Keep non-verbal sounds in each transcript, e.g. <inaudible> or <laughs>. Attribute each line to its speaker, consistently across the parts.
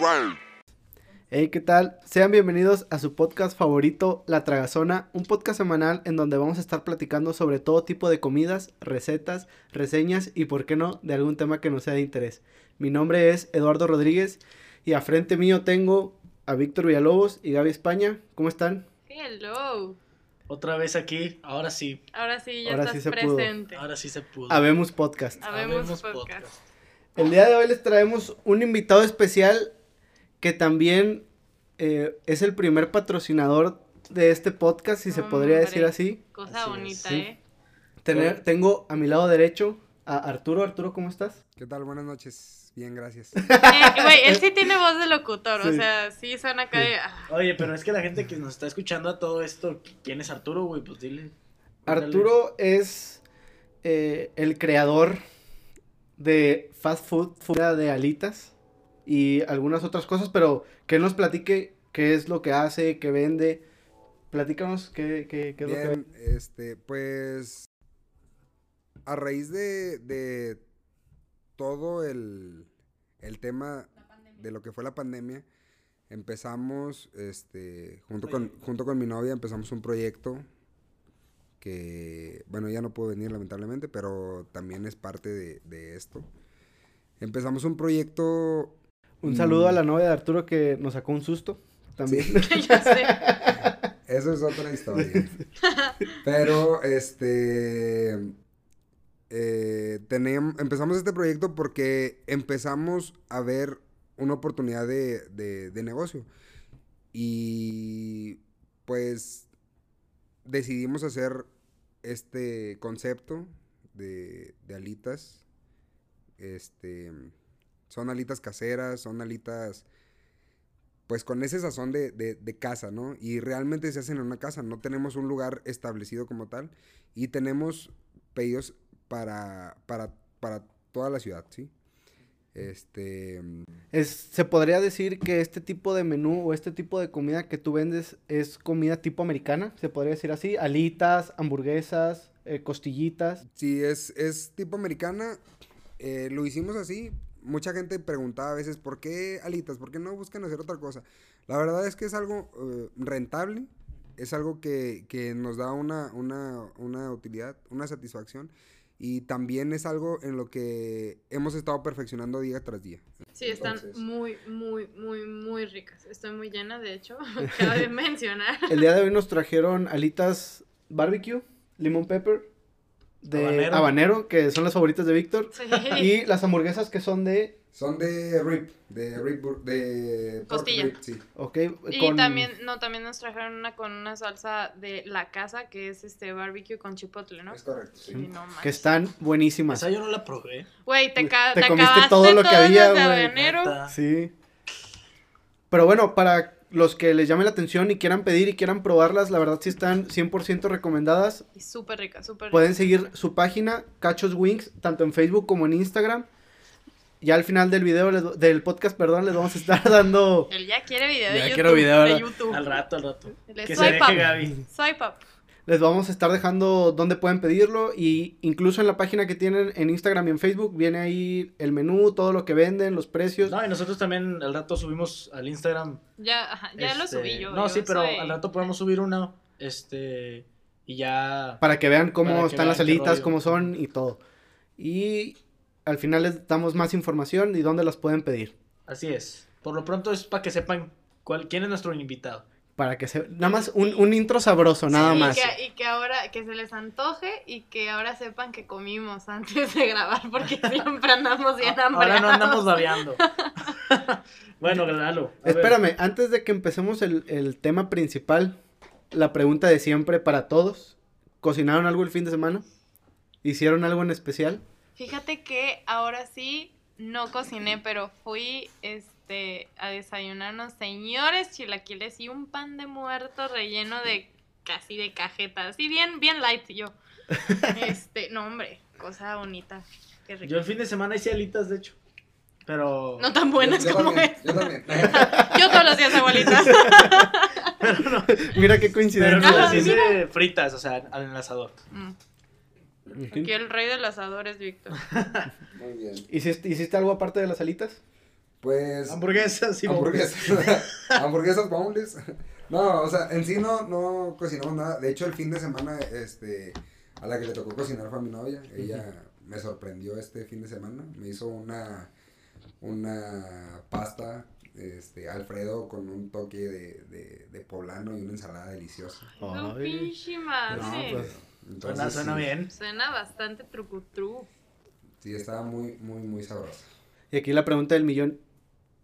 Speaker 1: Val.
Speaker 2: Hey, ¿qué tal? Sean bienvenidos a su podcast favorito, La Tragazona, un podcast semanal en donde vamos a estar platicando sobre todo tipo de comidas, recetas, reseñas y, por qué no, de algún tema que nos sea de interés. Mi nombre es Eduardo Rodríguez y a frente mío tengo a Víctor Villalobos y Gaby España. ¿Cómo están?
Speaker 3: Hello.
Speaker 4: Otra vez aquí, ahora sí,
Speaker 3: Ahora sí, ya
Speaker 2: Ahora
Speaker 3: estás
Speaker 2: sí se pudo.
Speaker 3: presente.
Speaker 4: ahora sí se pudo.
Speaker 2: Habemos Podcast.
Speaker 3: Habemos
Speaker 4: Habemos
Speaker 3: podcast.
Speaker 2: El día de hoy les traemos un invitado especial que también eh, es el primer patrocinador de este podcast, si se podría
Speaker 3: Hombre.
Speaker 2: decir así.
Speaker 3: Cosa
Speaker 4: Así es,
Speaker 3: bonita,
Speaker 2: sí.
Speaker 3: ¿eh?
Speaker 2: Tener- tengo a mi lado derecho a Arturo. Arturo, ¿cómo estás?
Speaker 5: ¿Qué tal? Buenas noches. Bien, gracias.
Speaker 3: Eh, Güey, él sí tiene voz de locutor, o
Speaker 2: Sí.
Speaker 3: sea, sí suena acá de... ah, <laughs>
Speaker 4: Oye, pero es que la gente que nos está escuchando a todo esto, ¿quién es Arturo, güey? Pues dile. Ándale.
Speaker 2: Arturo es eh, el creador de fast food, fuera de alitas y algunas otras cosas, pero que él nos platique qué es lo que hace, qué vende. Platícanos qué, qué, qué es lo que vende.
Speaker 5: Bien, este, pues a raíz de, de todo el, el tema de lo que fue la pandemia, empezamos, este, junto con, junto con mi novia, empezamos un proyecto que, bueno, ya no puedo venir lamentablemente, pero también es parte de, de esto. Empezamos un proyecto
Speaker 2: Un
Speaker 5: Mm.
Speaker 2: saludo a la novia de Arturo que nos sacó un susto también.
Speaker 3: ya sé.
Speaker 5: Eso es otra historia. Pero, este. eh, tenem- empezamos este proyecto porque empezamos a ver una oportunidad de, de- de negocio. Y pues decidimos hacer este concepto de, de alitas. Este. Son alitas caseras, son alitas pues con ese sazón de, de- de casa, ¿no? Y realmente se hacen en una casa, no tenemos un lugar establecido como tal y tenemos pedidos para, para, para toda la ciudad, ¿sí? Este,
Speaker 2: Es, se podría decir que este tipo de menú o este tipo de comida que tú vendes es comida tipo americana, se podría decir así, alitas, hamburguesas, eh,
Speaker 3: <laughs>
Speaker 2: costillitas.
Speaker 5: sí, es, es tipo americana, eh, lo hicimos así, mucha gente preguntaba a veces, ¿por qué alitas? ¿Por qué no buscan hacer otra cosa? La verdad es que es algo eh, rentable, es algo que, que nos da una, una, una utilidad, una satisfacción. Y también es algo en lo que hemos estado perfeccionando día tras día.
Speaker 3: Sí, están
Speaker 5: Entonces.
Speaker 3: muy, muy, muy, muy ricas. Estoy muy llena,
Speaker 2: <laughs>
Speaker 3: de hecho, <laughs> cabe mencionar.
Speaker 2: El día de hoy nos trajeron alitas barbecue, limón pepper, de habanero,
Speaker 4: Habanero.
Speaker 2: que son las favoritas de Víctor,
Speaker 3: Sí.
Speaker 2: y las hamburguesas que son de,
Speaker 5: Son de rip, de rip, bur- de pork
Speaker 3: Costilla.
Speaker 5: rib, sí.
Speaker 2: ok,
Speaker 3: Y
Speaker 2: con-
Speaker 3: también, no, también nos trajeron una con una salsa de la casa, que es este barbecue con chipotle, ¿no?
Speaker 5: Es correcto, sí.
Speaker 3: Sí, no manches.
Speaker 2: que están buenísimas.
Speaker 4: Esa yo no la probé.
Speaker 3: Güey, te, ca-
Speaker 2: Te
Speaker 3: te
Speaker 2: comiste
Speaker 3: acabaste
Speaker 2: todo lo que
Speaker 3: todas
Speaker 2: había,
Speaker 3: las de
Speaker 2: güey.
Speaker 3: habanero.
Speaker 4: Neta.
Speaker 2: Sí. Pero bueno, para los que les llame la atención y quieran pedir y quieran probarlas, la verdad sí están 100% recomendadas.
Speaker 3: Y súper rica, súper rica.
Speaker 2: Pueden seguir su página, Cachos Wings, tanto en Facebook como en Instagram. Ya al final del video, les- del podcast, perdón, les vamos a estar <laughs> dando...
Speaker 3: Él ya quiere video
Speaker 2: Ya
Speaker 3: de YouTube.
Speaker 2: quiero video,
Speaker 3: de
Speaker 2: ¿verdad?
Speaker 3: YouTube.
Speaker 4: Al rato, al rato.
Speaker 3: Le
Speaker 4: Que se
Speaker 3: swipe
Speaker 4: deje
Speaker 3: up.
Speaker 4: Gaby.
Speaker 3: Swipe up.
Speaker 2: Les vamos a estar dejando dónde pueden pedirlo y incluso en la página que tienen en Instagram y en Facebook viene ahí el menú, todo lo que venden, los precios.
Speaker 4: No, y nosotros también al rato subimos al Instagram.
Speaker 3: Ya, ajá, ya lo
Speaker 4: este,
Speaker 3: subí yo.
Speaker 4: No,
Speaker 3: yo
Speaker 4: sí, pero
Speaker 3: soy-
Speaker 4: al rato podemos subir una. Este. Y ya.
Speaker 2: Para que vean
Speaker 4: Para
Speaker 2: cómo
Speaker 4: que
Speaker 2: están las
Speaker 4: vean qué
Speaker 2: alitas,
Speaker 4: rollo.
Speaker 2: cómo son y todo. Y al final les damos más información y dónde las pueden pedir.
Speaker 4: Así es. Por lo pronto es para que sepan cuál, quién es nuestro invitado.
Speaker 2: Para que se... Nada más un, un intro sabroso, nada
Speaker 3: Sí, y
Speaker 2: más.
Speaker 3: Que, y que ahora, que se les antoje y que ahora sepan que comimos antes de grabar,
Speaker 4: <laughs>
Speaker 3: porque siempre andamos bien hambre.
Speaker 4: Ah, Ahora no
Speaker 3: <laughs>
Speaker 4: andamos babeando. <laughs> bueno, Lalo. a ver.
Speaker 2: Espérame, antes de que empecemos el, el tema principal, la pregunta de siempre para todos. ¿Cocinaron algo el fin de semana? ¿Hicieron algo en especial? <laughs>
Speaker 3: Fíjate que ahora sí no cociné, pero fui este a desayunar unos señores chilaquiles y un pan de muerto relleno de casi de cajeta, así bien bien light yo.
Speaker 4: <laughs>
Speaker 3: Este, no hombre, cosa bonita, qué rico.
Speaker 4: Yo el fin de semana hice alitas, de hecho. Pero.
Speaker 3: No tan buenas
Speaker 5: yo, yo
Speaker 3: como
Speaker 5: también,
Speaker 3: es.
Speaker 5: yo también.
Speaker 3: Yo todos los días abuelitas.
Speaker 4: Pero no.
Speaker 2: Mira qué
Speaker 4: Pero
Speaker 2: coincidencia.
Speaker 4: no,
Speaker 3: Ah,
Speaker 4: las hice fritas, o sea, en el asador.
Speaker 3: Mm,
Speaker 2: Ujú.
Speaker 3: Aquí el rey de los asadores, Víctor.
Speaker 5: <laughs> Muy bien.
Speaker 2: ¿Hiciste, hiciste algo aparte de las alitas?
Speaker 5: Pues.
Speaker 4: Hamburguesas y
Speaker 5: hamburguesas. <laughs> hamburguesas boneless. No, o sea, en sí no, no cocinamos nada. De hecho, el fin de semana, este, a la que le tocó cocinar fue a mi novia. Ella me sorprendió este fin de semana. Me hizo una, una pasta, este, Alfredo con un toque de, de, de poblano y una ensalada deliciosa.
Speaker 3: No,
Speaker 2: Ay.
Speaker 3: pinche
Speaker 2: No,
Speaker 3: madre.
Speaker 2: pues,
Speaker 5: Entonces,
Speaker 4: Suena, suena
Speaker 5: sí,
Speaker 4: bien.
Speaker 3: Suena bastante trucutru.
Speaker 5: Sí, estaba muy, muy, muy sabrosa.
Speaker 2: y aquí la pregunta del millón.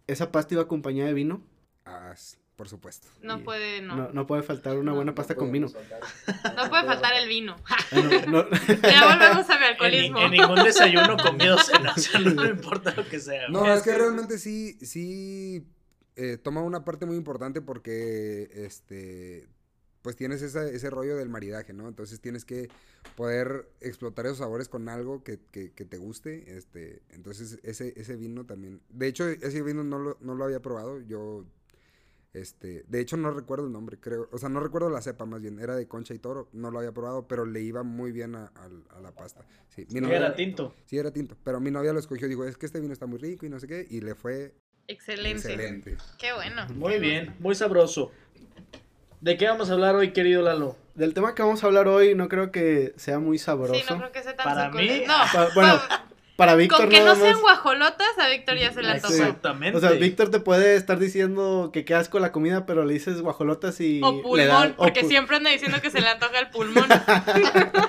Speaker 2: ¿Esa pasta iba acompañada de vino?
Speaker 5: Ah, sí, por supuesto.
Speaker 3: No
Speaker 2: Y-
Speaker 3: puede, no.
Speaker 2: No,
Speaker 3: No,
Speaker 2: no puede faltar una
Speaker 3: No, Ah,
Speaker 2: buena
Speaker 5: No
Speaker 2: pasta con
Speaker 3: <laughs>
Speaker 2: vino.
Speaker 5: podemos faltar-
Speaker 3: puede faltar el vino.
Speaker 2: <laughs> No, no-
Speaker 3: ya volvemos a mi
Speaker 4: En,
Speaker 3: alcoholismo.
Speaker 4: ni- en ningún desayuno, comida o cena.
Speaker 3: <laughs>
Speaker 4: O sea, no me importa lo que sea. <laughs> este,
Speaker 5: No, es que realmente sí, sí eh, toma una parte muy importante porque, este, pues tienes esa- ese rollo del maridaje, ¿no? Entonces tienes que poder explotar esos sabores con algo que, que- que te guste, este, entonces ese, ese vino también. De hecho, ese vino no lo, no lo había probado, yo, este, de hecho no recuerdo el nombre, creo, o sea, no recuerdo la cepa más bien, era de concha y toro, no lo había probado, pero le iba muy bien a, al- a la pasta. Sí, mi
Speaker 4: Que
Speaker 5: novia-
Speaker 4: era tinto.
Speaker 5: Sí, era tinto. Pero mi novia lo escogió. Dijo, es que este vino está muy rico y no sé qué. Y le fue
Speaker 3: Excelente.
Speaker 5: excelente.
Speaker 3: Qué bueno.
Speaker 4: Muy bien, muy sabroso. ¿De qué vamos a hablar hoy, querido Lalo?
Speaker 2: Del tema que vamos a hablar hoy no creo que sea muy sabroso.
Speaker 3: Sí, no creo que sea tan
Speaker 4: Para
Speaker 3: suculento.
Speaker 4: mí-
Speaker 3: No,
Speaker 2: Pa-
Speaker 3: <laughs>
Speaker 2: bueno,
Speaker 3: pa-
Speaker 2: Para Víctor
Speaker 3: con que no
Speaker 2: nada más-
Speaker 3: sean guajolotas, a Víctor ya se le
Speaker 2: sí.
Speaker 3: antoja.
Speaker 4: Exactamente.
Speaker 2: O sea, Víctor te puede estar diciendo que qué asco la comida, pero le dices guajolotas y
Speaker 3: O
Speaker 2: le da-
Speaker 3: pulmón,
Speaker 2: o
Speaker 3: porque
Speaker 2: pu-
Speaker 3: siempre anda diciendo que se le antoja el pulmón.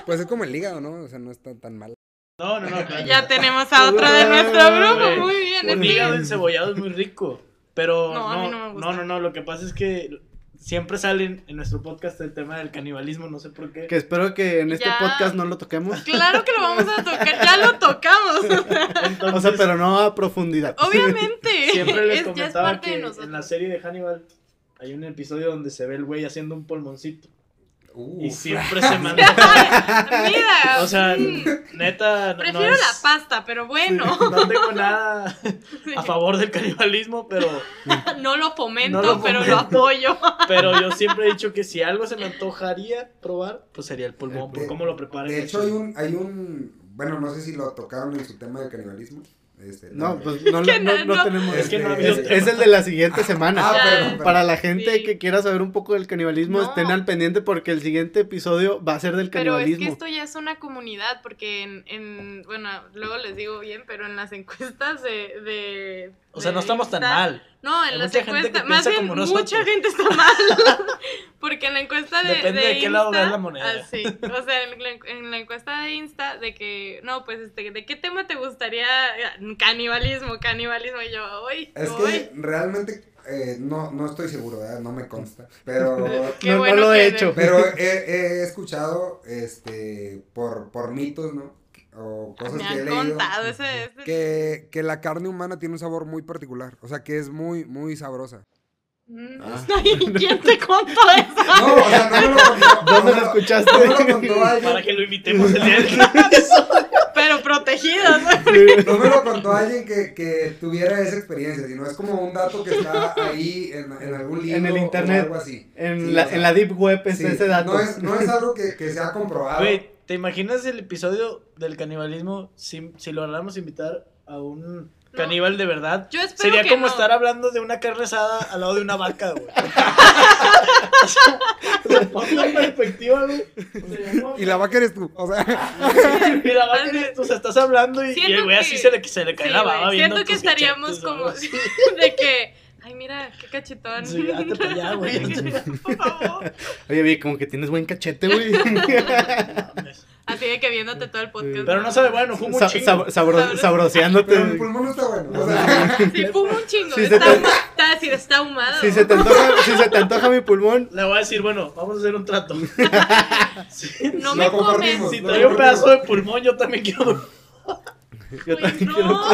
Speaker 5: Pues es como el hígado, ¿no? O sea, no está tan mal.
Speaker 4: No, no, no. claro.
Speaker 3: ya tenemos a otro de nuestro grupo. Muy bien,
Speaker 4: Un
Speaker 3: es
Speaker 4: hígado
Speaker 3: que-
Speaker 4: encebollado es muy rico. Pero
Speaker 3: No,
Speaker 4: no,
Speaker 3: a mí
Speaker 4: no,
Speaker 3: no me gusta.
Speaker 4: no, no, Lo que pasa es que siempre salen en nuestro podcast el tema del canibalismo. No sé por qué.
Speaker 2: Que espero que en este
Speaker 3: Ya.
Speaker 2: podcast no lo
Speaker 3: <laughs>
Speaker 2: toquemos.
Speaker 3: Claro que lo vamos a tocar, ya lo tocamos.
Speaker 2: <laughs>
Speaker 4: Entonces,
Speaker 2: O sea, pero no a profundidad.
Speaker 3: Obviamente. <laughs>
Speaker 4: siempre les
Speaker 3: es, ya es
Speaker 4: comentaba
Speaker 3: parte
Speaker 4: que
Speaker 3: de
Speaker 4: en la
Speaker 3: nosotros.
Speaker 4: serie de Hannibal hay un episodio donde se ve el güey haciendo un polmoncito.
Speaker 5: Uh,
Speaker 4: Y siempre se manda.
Speaker 3: Mira,
Speaker 4: <laughs> O sea,
Speaker 3: mm,
Speaker 4: neta. no-
Speaker 3: prefiero
Speaker 4: no es-
Speaker 3: la pasta, pero bueno.
Speaker 4: No tengo nada
Speaker 3: <laughs> Sí.
Speaker 4: a favor del canibalismo, pero,
Speaker 3: <laughs> No lo fomento,
Speaker 4: No lo
Speaker 3: pero
Speaker 4: fomento.
Speaker 3: lo
Speaker 4: <laughs>
Speaker 3: apoyo.
Speaker 4: pero yo siempre he dicho que si algo se me antojaría probar, pues sería el pulmón, por
Speaker 5: De-
Speaker 4: cómo lo preparan.
Speaker 5: De hecho, hay un, hay un... Bueno, no sé si lo tocaron en su tema de canibalismo. Este,
Speaker 2: No,
Speaker 5: la-
Speaker 3: <laughs>
Speaker 2: pues no,
Speaker 3: que
Speaker 2: no-
Speaker 3: no,
Speaker 2: no
Speaker 3: no.
Speaker 2: tenemos.
Speaker 5: Es que no ha habido
Speaker 2: es,
Speaker 5: tema.
Speaker 2: es el de la siguiente semana.
Speaker 5: Ah,
Speaker 3: Ya.
Speaker 5: perdón, perdón.
Speaker 2: Para la gente
Speaker 3: Sí.
Speaker 2: que quiera saber un poco del canibalismo,
Speaker 3: No.
Speaker 2: estén al pendiente porque el siguiente episodio va a ser del
Speaker 3: Pero es que
Speaker 2: canibalismo.
Speaker 3: esto ya es una comunidad, porque en, en- bueno, luego les digo bien, pero en las encuestas de... de-
Speaker 4: O sea,
Speaker 3: de
Speaker 4: no estamos tan
Speaker 3: Insta-
Speaker 4: mal.
Speaker 3: No, en
Speaker 4: Hay
Speaker 3: las
Speaker 4: mucha gente que
Speaker 3: encuestas, más
Speaker 4: piensa
Speaker 3: bien
Speaker 4: como
Speaker 3: mucha
Speaker 4: nosotros.
Speaker 3: gente está mal, <laughs> porque en la encuesta de
Speaker 4: Depende de qué lado veas la moneda.
Speaker 3: Ah, sí. o sea, en la, en la encuesta de Insta de que, no, pues, este, ¿de qué tema te gustaría? Canibalismo, canibalismo, y yo, hoy,
Speaker 5: Es que realmente eh, no, no estoy seguro, ¿verdad? No me consta.
Speaker 3: <laughs>
Speaker 5: Pero...
Speaker 3: qué
Speaker 2: no- no
Speaker 3: bueno
Speaker 2: lo he
Speaker 3: que-
Speaker 2: hecho.
Speaker 5: Pero he, he escuchado, este, por, por mitos, ¿no? O cosas
Speaker 3: me
Speaker 5: que he
Speaker 3: han
Speaker 5: leído.
Speaker 3: contado ese, ese-
Speaker 5: que, que la carne humana tiene un sabor muy particular, o sea, que es muy, muy sabrosa.
Speaker 3: Mm, <laughs>
Speaker 5: Ah.
Speaker 3: ¿Quién te contó eso?
Speaker 5: No, o sea, no me lo
Speaker 2: <laughs>
Speaker 5: contó.
Speaker 2: <laughs> ¿Dónde
Speaker 5: no me
Speaker 2: lo
Speaker 5: lo- <laughs>
Speaker 2: escuchaste?
Speaker 5: no me lo contó
Speaker 4: Para
Speaker 5: alguien,
Speaker 4: que lo invitemos el día de
Speaker 3: Pero protegidos, ¿no?
Speaker 5: no me lo contó alguien que, que tuviera esa experiencia, sino es como un dato que está ahí en, en algún libro
Speaker 2: En el
Speaker 5: o
Speaker 2: internet.
Speaker 5: algo así.
Speaker 2: En,
Speaker 5: Sí,
Speaker 2: la,
Speaker 5: o sea,
Speaker 2: en la Deep Web es
Speaker 5: sí,
Speaker 2: ese dato.
Speaker 5: No es, no es algo que, que sea comprobado.
Speaker 4: Güey, ¿te imaginas el episodio del canibalismo si, si lográramos invitar a un caníbal de verdad?
Speaker 3: Yo espero
Speaker 4: Sería
Speaker 3: que
Speaker 4: como
Speaker 3: no.
Speaker 4: estar hablando de una carne asada al lado de una vaca, güey. O sea, ponlo en perspectiva, güey.
Speaker 5: Y la vaca eres tú,
Speaker 2: <laughs>
Speaker 5: o sea,
Speaker 4: Y la vaca eres tú, o sea, estás hablando y, y
Speaker 3: Siento
Speaker 4: el güey
Speaker 3: que-
Speaker 4: así se le, que se le cae
Speaker 3: Sí,
Speaker 4: la
Speaker 3: güey,
Speaker 4: baba viendo
Speaker 3: Siento que
Speaker 4: tus
Speaker 3: estaríamos
Speaker 4: cachetes,
Speaker 3: como
Speaker 4: ¿no?
Speaker 3: <laughs> de que, ay, mira, qué cachetón.
Speaker 4: Sí, hazte pa' allá, güey.
Speaker 3: <laughs> Por favor.
Speaker 2: Oye, vi, como que tienes buen cachete, güey.
Speaker 3: <laughs> Así de que viéndote todo el podcast.
Speaker 4: Pero no sabe, bueno, fumo un
Speaker 2: Sa-
Speaker 4: chingo.
Speaker 2: sabro- sabro- sabroseándote.
Speaker 5: <laughs> pero el pulmón no está bueno. O sea,
Speaker 3: Sí, fuma un chingo.
Speaker 2: Sí, se
Speaker 3: está,
Speaker 2: te-
Speaker 3: está, sí, está ahumado.
Speaker 2: Si se, te antoja, si se te antoja mi pulmón,
Speaker 4: Le voy a decir, bueno, vamos a hacer un trato. Sí.
Speaker 3: No
Speaker 5: Lo
Speaker 3: me comes.
Speaker 5: compartimos.
Speaker 4: Si
Speaker 5: No,
Speaker 4: trae un
Speaker 5: no,
Speaker 4: pedazo de pulmón, yo también quiero.
Speaker 2: yo
Speaker 3: Güey,
Speaker 2: también
Speaker 3: no.
Speaker 2: quiero-
Speaker 3: <laughs>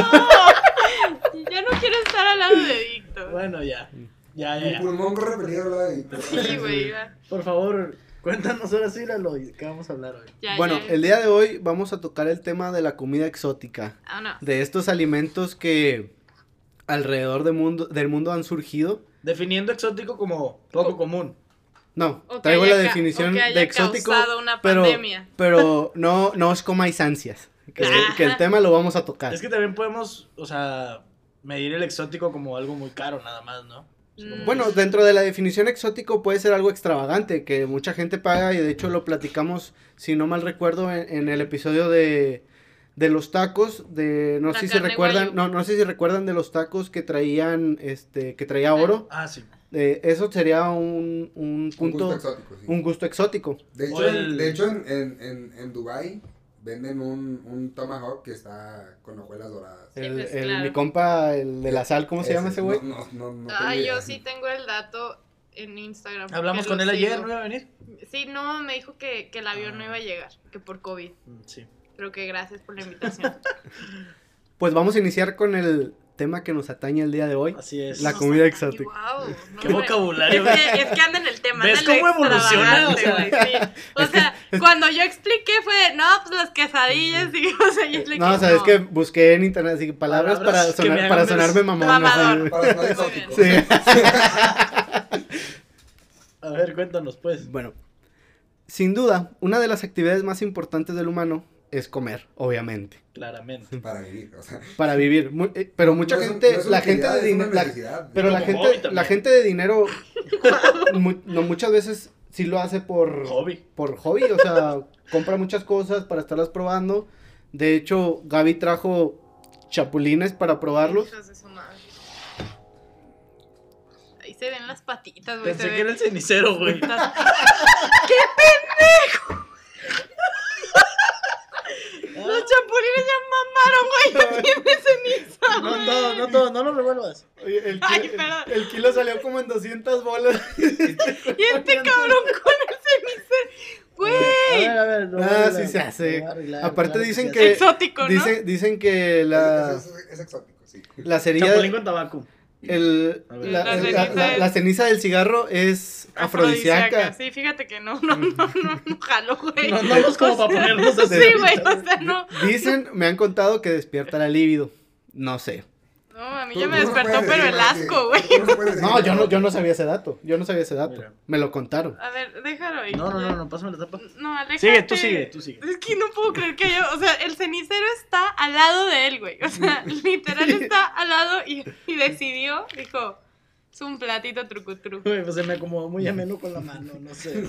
Speaker 3: Yo no quiero estar al lado de Víctor.
Speaker 4: Bueno, ya. Ya, ya,
Speaker 5: mi
Speaker 4: ya.
Speaker 5: pulmón corre peligro, ¿verdad? pues,
Speaker 3: Sí, güey. ya,
Speaker 4: Por favor, cuéntanos ahora sí, Lalo, ¿de qué vamos a hablar hoy?
Speaker 3: ya,
Speaker 2: Bueno,
Speaker 3: ya.
Speaker 2: el día de hoy vamos a tocar el tema de la comida exótica.
Speaker 3: Ah, no.
Speaker 2: De estos alimentos que alrededor del mundo, del mundo han surgido.
Speaker 4: Definiendo exótico como poco común.
Speaker 2: No,
Speaker 3: O que
Speaker 2: traigo
Speaker 3: haya
Speaker 2: la
Speaker 3: ca-
Speaker 2: definición
Speaker 3: o que haya
Speaker 2: de exótico.
Speaker 3: causado una
Speaker 2: pero,
Speaker 3: pandemia.
Speaker 2: pero no, no os comáis ansias. Que,
Speaker 3: Ajá. <laughs>
Speaker 4: Ah.
Speaker 2: que el tema lo vamos a tocar.
Speaker 4: Es que también podemos, o sea, medir el exótico como algo muy caro nada más, ¿no? O sea, como-
Speaker 3: Mm.
Speaker 2: Bueno, dentro de la definición exótico puede ser algo extravagante que mucha gente paga y de hecho lo platicamos, si no mal recuerdo, en, en el episodio de, de los tacos, de no
Speaker 3: La
Speaker 2: sé si
Speaker 3: carne
Speaker 2: recuerdan,
Speaker 3: guayú.
Speaker 2: no, no sé si recuerdan de los tacos que traían, este, que traía oro.
Speaker 4: Ah, sí.
Speaker 2: Eh, eso sería un, un punto,
Speaker 5: gusto
Speaker 2: un gusto,
Speaker 5: exótico, sí.
Speaker 2: exótico.
Speaker 5: De
Speaker 4: O
Speaker 5: hecho, en-
Speaker 4: el-
Speaker 5: de hecho en, en, en, en Dubai venden un, un tomahawk que está con hojuelas doradas.
Speaker 3: Sí,
Speaker 2: el,
Speaker 3: pues,
Speaker 2: el-
Speaker 3: claro.
Speaker 2: Mi compa, el de la sal, ¿cómo se llama ese güey?
Speaker 5: No, no, no, no tengo
Speaker 3: Ay, Ah, yo
Speaker 5: idea.
Speaker 3: sí tengo el dato en Instagram. porque
Speaker 4: Hablamos con
Speaker 3: lo
Speaker 4: él ayer,
Speaker 3: sigo.
Speaker 4: ¿no iba a venir?
Speaker 3: Sí, no, me dijo que, que el avión no
Speaker 4: Ah.
Speaker 3: iba a llegar, que por COVID.
Speaker 4: Mm, Sí.
Speaker 3: Pero que gracias por la invitación.
Speaker 2: Pues vamos a iniciar con el tema que nos atañe el día de hoy.
Speaker 4: Así es.
Speaker 2: La comida
Speaker 3: Ay,
Speaker 2: exótica.
Speaker 3: guau, no,
Speaker 4: Qué
Speaker 3: hombre.
Speaker 4: vocabulario.
Speaker 3: Es que, es que anda en el tema.
Speaker 4: ¿Ves
Speaker 3: anda en lo
Speaker 4: cómo evoluciona?
Speaker 3: extravagante,
Speaker 4: <laughs>
Speaker 3: güey, sí. O sea, cuando yo expliqué fue, no, pues las <laughs>
Speaker 4: Mm.
Speaker 3: quesadillas y o sea, yo le
Speaker 2: No, o sea, es que busqué en internet así, palabras,
Speaker 4: Palabras que
Speaker 2: para, sonar-
Speaker 4: me
Speaker 2: para
Speaker 4: hagan ver-
Speaker 2: sonarme mamón. o sea,
Speaker 3: Mamador.
Speaker 5: Para sonar
Speaker 3: Muy
Speaker 5: exótico.
Speaker 2: Sí.
Speaker 4: A ver, cuéntanos, pues.
Speaker 2: <laughs> Bueno, sin duda, una de las actividades más importantes del humano es comer, obviamente,
Speaker 4: Claramente.
Speaker 5: Para vivir, o sea.
Speaker 2: para vivir. Mu- eh, pero mucha
Speaker 5: no es-
Speaker 2: gente,
Speaker 5: no es una
Speaker 2: la gente
Speaker 5: utilidad,
Speaker 2: de
Speaker 5: es una
Speaker 2: dinero, la-
Speaker 5: necesidad.
Speaker 2: pero la
Speaker 4: Como hobby
Speaker 2: gente,
Speaker 4: también.
Speaker 2: la gente de dinero, <laughs> mu- no muchas veces sí lo hace por
Speaker 4: Hobby.
Speaker 2: por hobby, o sea, compra muchas cosas para estarlas probando. De hecho, Gaby trajo chapulines para probarlos.
Speaker 3: Hijos de su madre. Ahí se ven las patitas, güey.
Speaker 4: Pensé
Speaker 3: se
Speaker 4: que era
Speaker 3: ven
Speaker 4: el cenicero,
Speaker 3: <laughs>
Speaker 4: güey.
Speaker 3: las- Los chapulines
Speaker 4: <laughs>
Speaker 3: ya mamaron, güey. Ya tiene ceniza,
Speaker 4: No,
Speaker 3: güey.
Speaker 4: no, no, no, no lo revuelvas.
Speaker 2: Oye, el,
Speaker 3: Ay,
Speaker 2: kilo-
Speaker 3: perdón.
Speaker 2: el kilo salió como en 200 bolas.
Speaker 3: Y este cabrón con el cenicero.
Speaker 4: A
Speaker 3: Güey.
Speaker 4: ver, a ver. lo voy a
Speaker 2: Ah,
Speaker 4: arreglar,
Speaker 2: sí se hace.
Speaker 4: lo voy a arreglar,
Speaker 2: Aparte
Speaker 4: claro
Speaker 2: dicen
Speaker 4: se
Speaker 2: que-
Speaker 3: Exótico, ¿no?
Speaker 2: Dicen, dicen que la,
Speaker 5: Es, es- es exótico, sí.
Speaker 2: la
Speaker 4: hace.
Speaker 2: cerilla,
Speaker 4: Chapulín con tabaco.
Speaker 2: el-
Speaker 4: A ver.
Speaker 2: la,
Speaker 3: La
Speaker 2: la-
Speaker 3: ceniza
Speaker 2: la-
Speaker 3: es-
Speaker 2: la ceniza del cigarro es afrodisíaca.
Speaker 3: Sí, fíjate que no, no, no, no, no jalo, güey.
Speaker 4: No andamos como para ponernos así.
Speaker 3: Sí, güey, o sea, no.
Speaker 2: Dicen, me han contado que despierta la libido. No sé.
Speaker 3: No, a mí
Speaker 5: Tú-
Speaker 3: ya
Speaker 5: tú
Speaker 3: me
Speaker 5: no
Speaker 3: despertó,
Speaker 5: puedes
Speaker 3: pero
Speaker 5: decir
Speaker 3: el
Speaker 5: nada, sí.
Speaker 3: asco, güey.
Speaker 5: Tú no puedes decir
Speaker 2: No, yo
Speaker 5: nada.
Speaker 2: no, yo no sabía ese dato. Yo no sabía ese dato.
Speaker 4: Mira.
Speaker 2: Me lo contaron. <laughs>
Speaker 3: A ver, déjalo ahí.
Speaker 4: No, no, no, no, pásame la tapa.
Speaker 3: No, aléjate.
Speaker 4: Sigue, tú sigue, tú sigue.
Speaker 3: Es que no puedo creer que yo, o sea, el cenicero está al lado de él, güey. O sea,
Speaker 2: <laughs>
Speaker 3: literal está al lado y, y decidió, dijo, es un platito trucutru. <laughs>
Speaker 4: <laughs> Güey, pues se me acomodó muy ameno con la mano, no sé.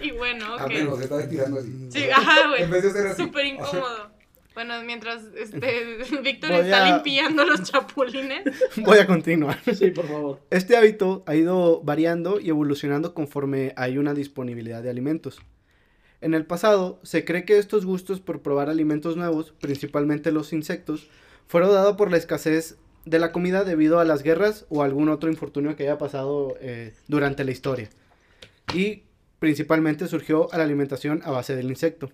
Speaker 3: Y bueno,
Speaker 5: Ah, pero
Speaker 3: ok.
Speaker 5: se está estirando así.
Speaker 3: Sí, ajá,
Speaker 5: En
Speaker 3: güey.
Speaker 5: vez de hacer así.
Speaker 3: Súper incómodo. Bueno, mientras este
Speaker 2: <laughs>
Speaker 3: Víctor
Speaker 2: Voy
Speaker 3: está
Speaker 2: a-
Speaker 3: limpiando los chapulines.
Speaker 2: Voy a continuar.
Speaker 4: Sí, por favor.
Speaker 2: Este hábito ha ido variando y evolucionando conforme hay una disponibilidad de alimentos. En el pasado, se cree que estos gustos por probar alimentos nuevos, principalmente los insectos, fueron dados por la escasez de la comida debido a las guerras o algún otro infortunio que haya pasado eh, durante la historia. Y principalmente surgió a la alimentación a base del insecto.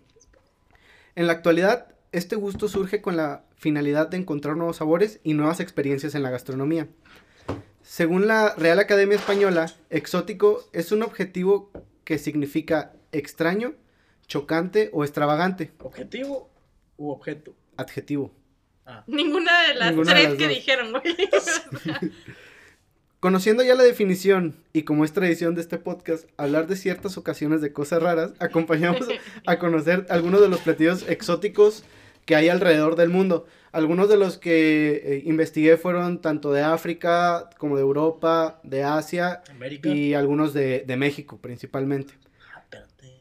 Speaker 2: En la actualidad, este gusto surge con la finalidad de encontrar nuevos sabores y nuevas experiencias en la gastronomía. Según la Real Academia Española, exótico es un objetivo que significa extraño, chocante o extravagante.
Speaker 4: ¿Objetivo u objeto?
Speaker 2: Adjetivo.
Speaker 3: Ninguna de las
Speaker 2: Ninguna de
Speaker 3: tres
Speaker 2: las
Speaker 3: que
Speaker 2: dos. <laughs>
Speaker 3: dijeron, güey. O sea,
Speaker 2: Conociendo ya la definición y como es tradición de este podcast, hablar de ciertas ocasiones de cosas raras, acompañamos a conocer algunos de los platillos exóticos que hay alrededor del mundo. Algunos de los que eh, investigué fueron tanto de África como de Europa, de Asia
Speaker 4: América.
Speaker 2: y algunos de, de México principalmente.
Speaker 4: Ah, espérate.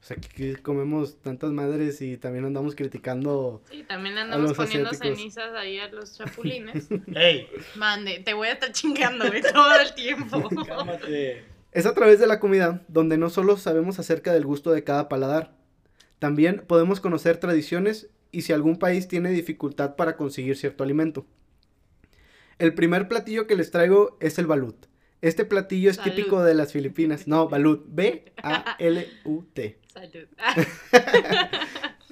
Speaker 2: O sea, que comemos tantas madres y también andamos criticando.
Speaker 3: Sí, también le andamos
Speaker 2: los
Speaker 3: poniendo
Speaker 2: asiáticos.
Speaker 3: cenizas ahí a
Speaker 2: <laughs>
Speaker 3: los chapulines.
Speaker 4: Ey,
Speaker 3: Mande, te voy a estar chingando, güey, todo
Speaker 2: <laughs>
Speaker 3: el tiempo.
Speaker 4: cálmate.
Speaker 2: Es a través de la comida donde no solo sabemos acerca del gusto de cada paladar, también podemos conocer tradiciones y si algún país tiene dificultad para conseguir cierto alimento. El primer platillo que les traigo es el balut. Este platillo es
Speaker 3: Salud.
Speaker 2: típico de las Filipinas. No, balut. B-A-L-U-T.
Speaker 3: Salud. Ah,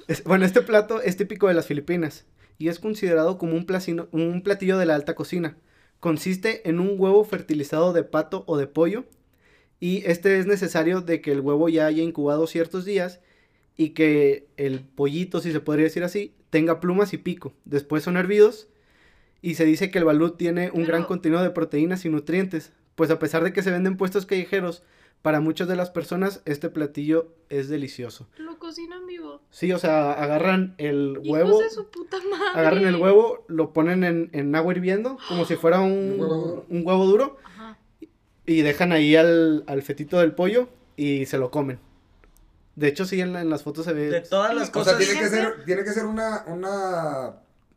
Speaker 2: Es- Bueno, este plato es típico de las Filipinas y es considerado como un, placino- un platillo de la alta cocina. Consiste en un huevo fertilizado de pato o de pollo y este es necesario de que el huevo ya haya incubado ciertos días y que el pollito, si se podría decir así, tenga plumas y pico. Después son hervidos y se dice que el balut tiene un gran
Speaker 3: Pero-
Speaker 2: contenido de proteínas y nutrientes, pues a pesar de que se venden puestos callejeros, Para muchas de las personas este platillo es delicioso.
Speaker 3: Lo cocinan vivo.
Speaker 2: Sí, o sea, agarran el
Speaker 3: Hijos
Speaker 2: huevo,
Speaker 3: de su puta pues madre.
Speaker 2: agarran el huevo, lo ponen en, en agua hirviendo como si fuera un,
Speaker 5: Un huevo duro.
Speaker 2: un huevo duro
Speaker 3: Ajá.
Speaker 2: y dejan ahí al, al fetito del pollo y se lo comen. De hecho, sí, en, la- en las fotos se ve...
Speaker 4: De todas
Speaker 3: O
Speaker 4: las
Speaker 5: O
Speaker 4: cosas.
Speaker 5: sea, tiene que
Speaker 3: fíjense.
Speaker 5: ser, tiene que ser una, una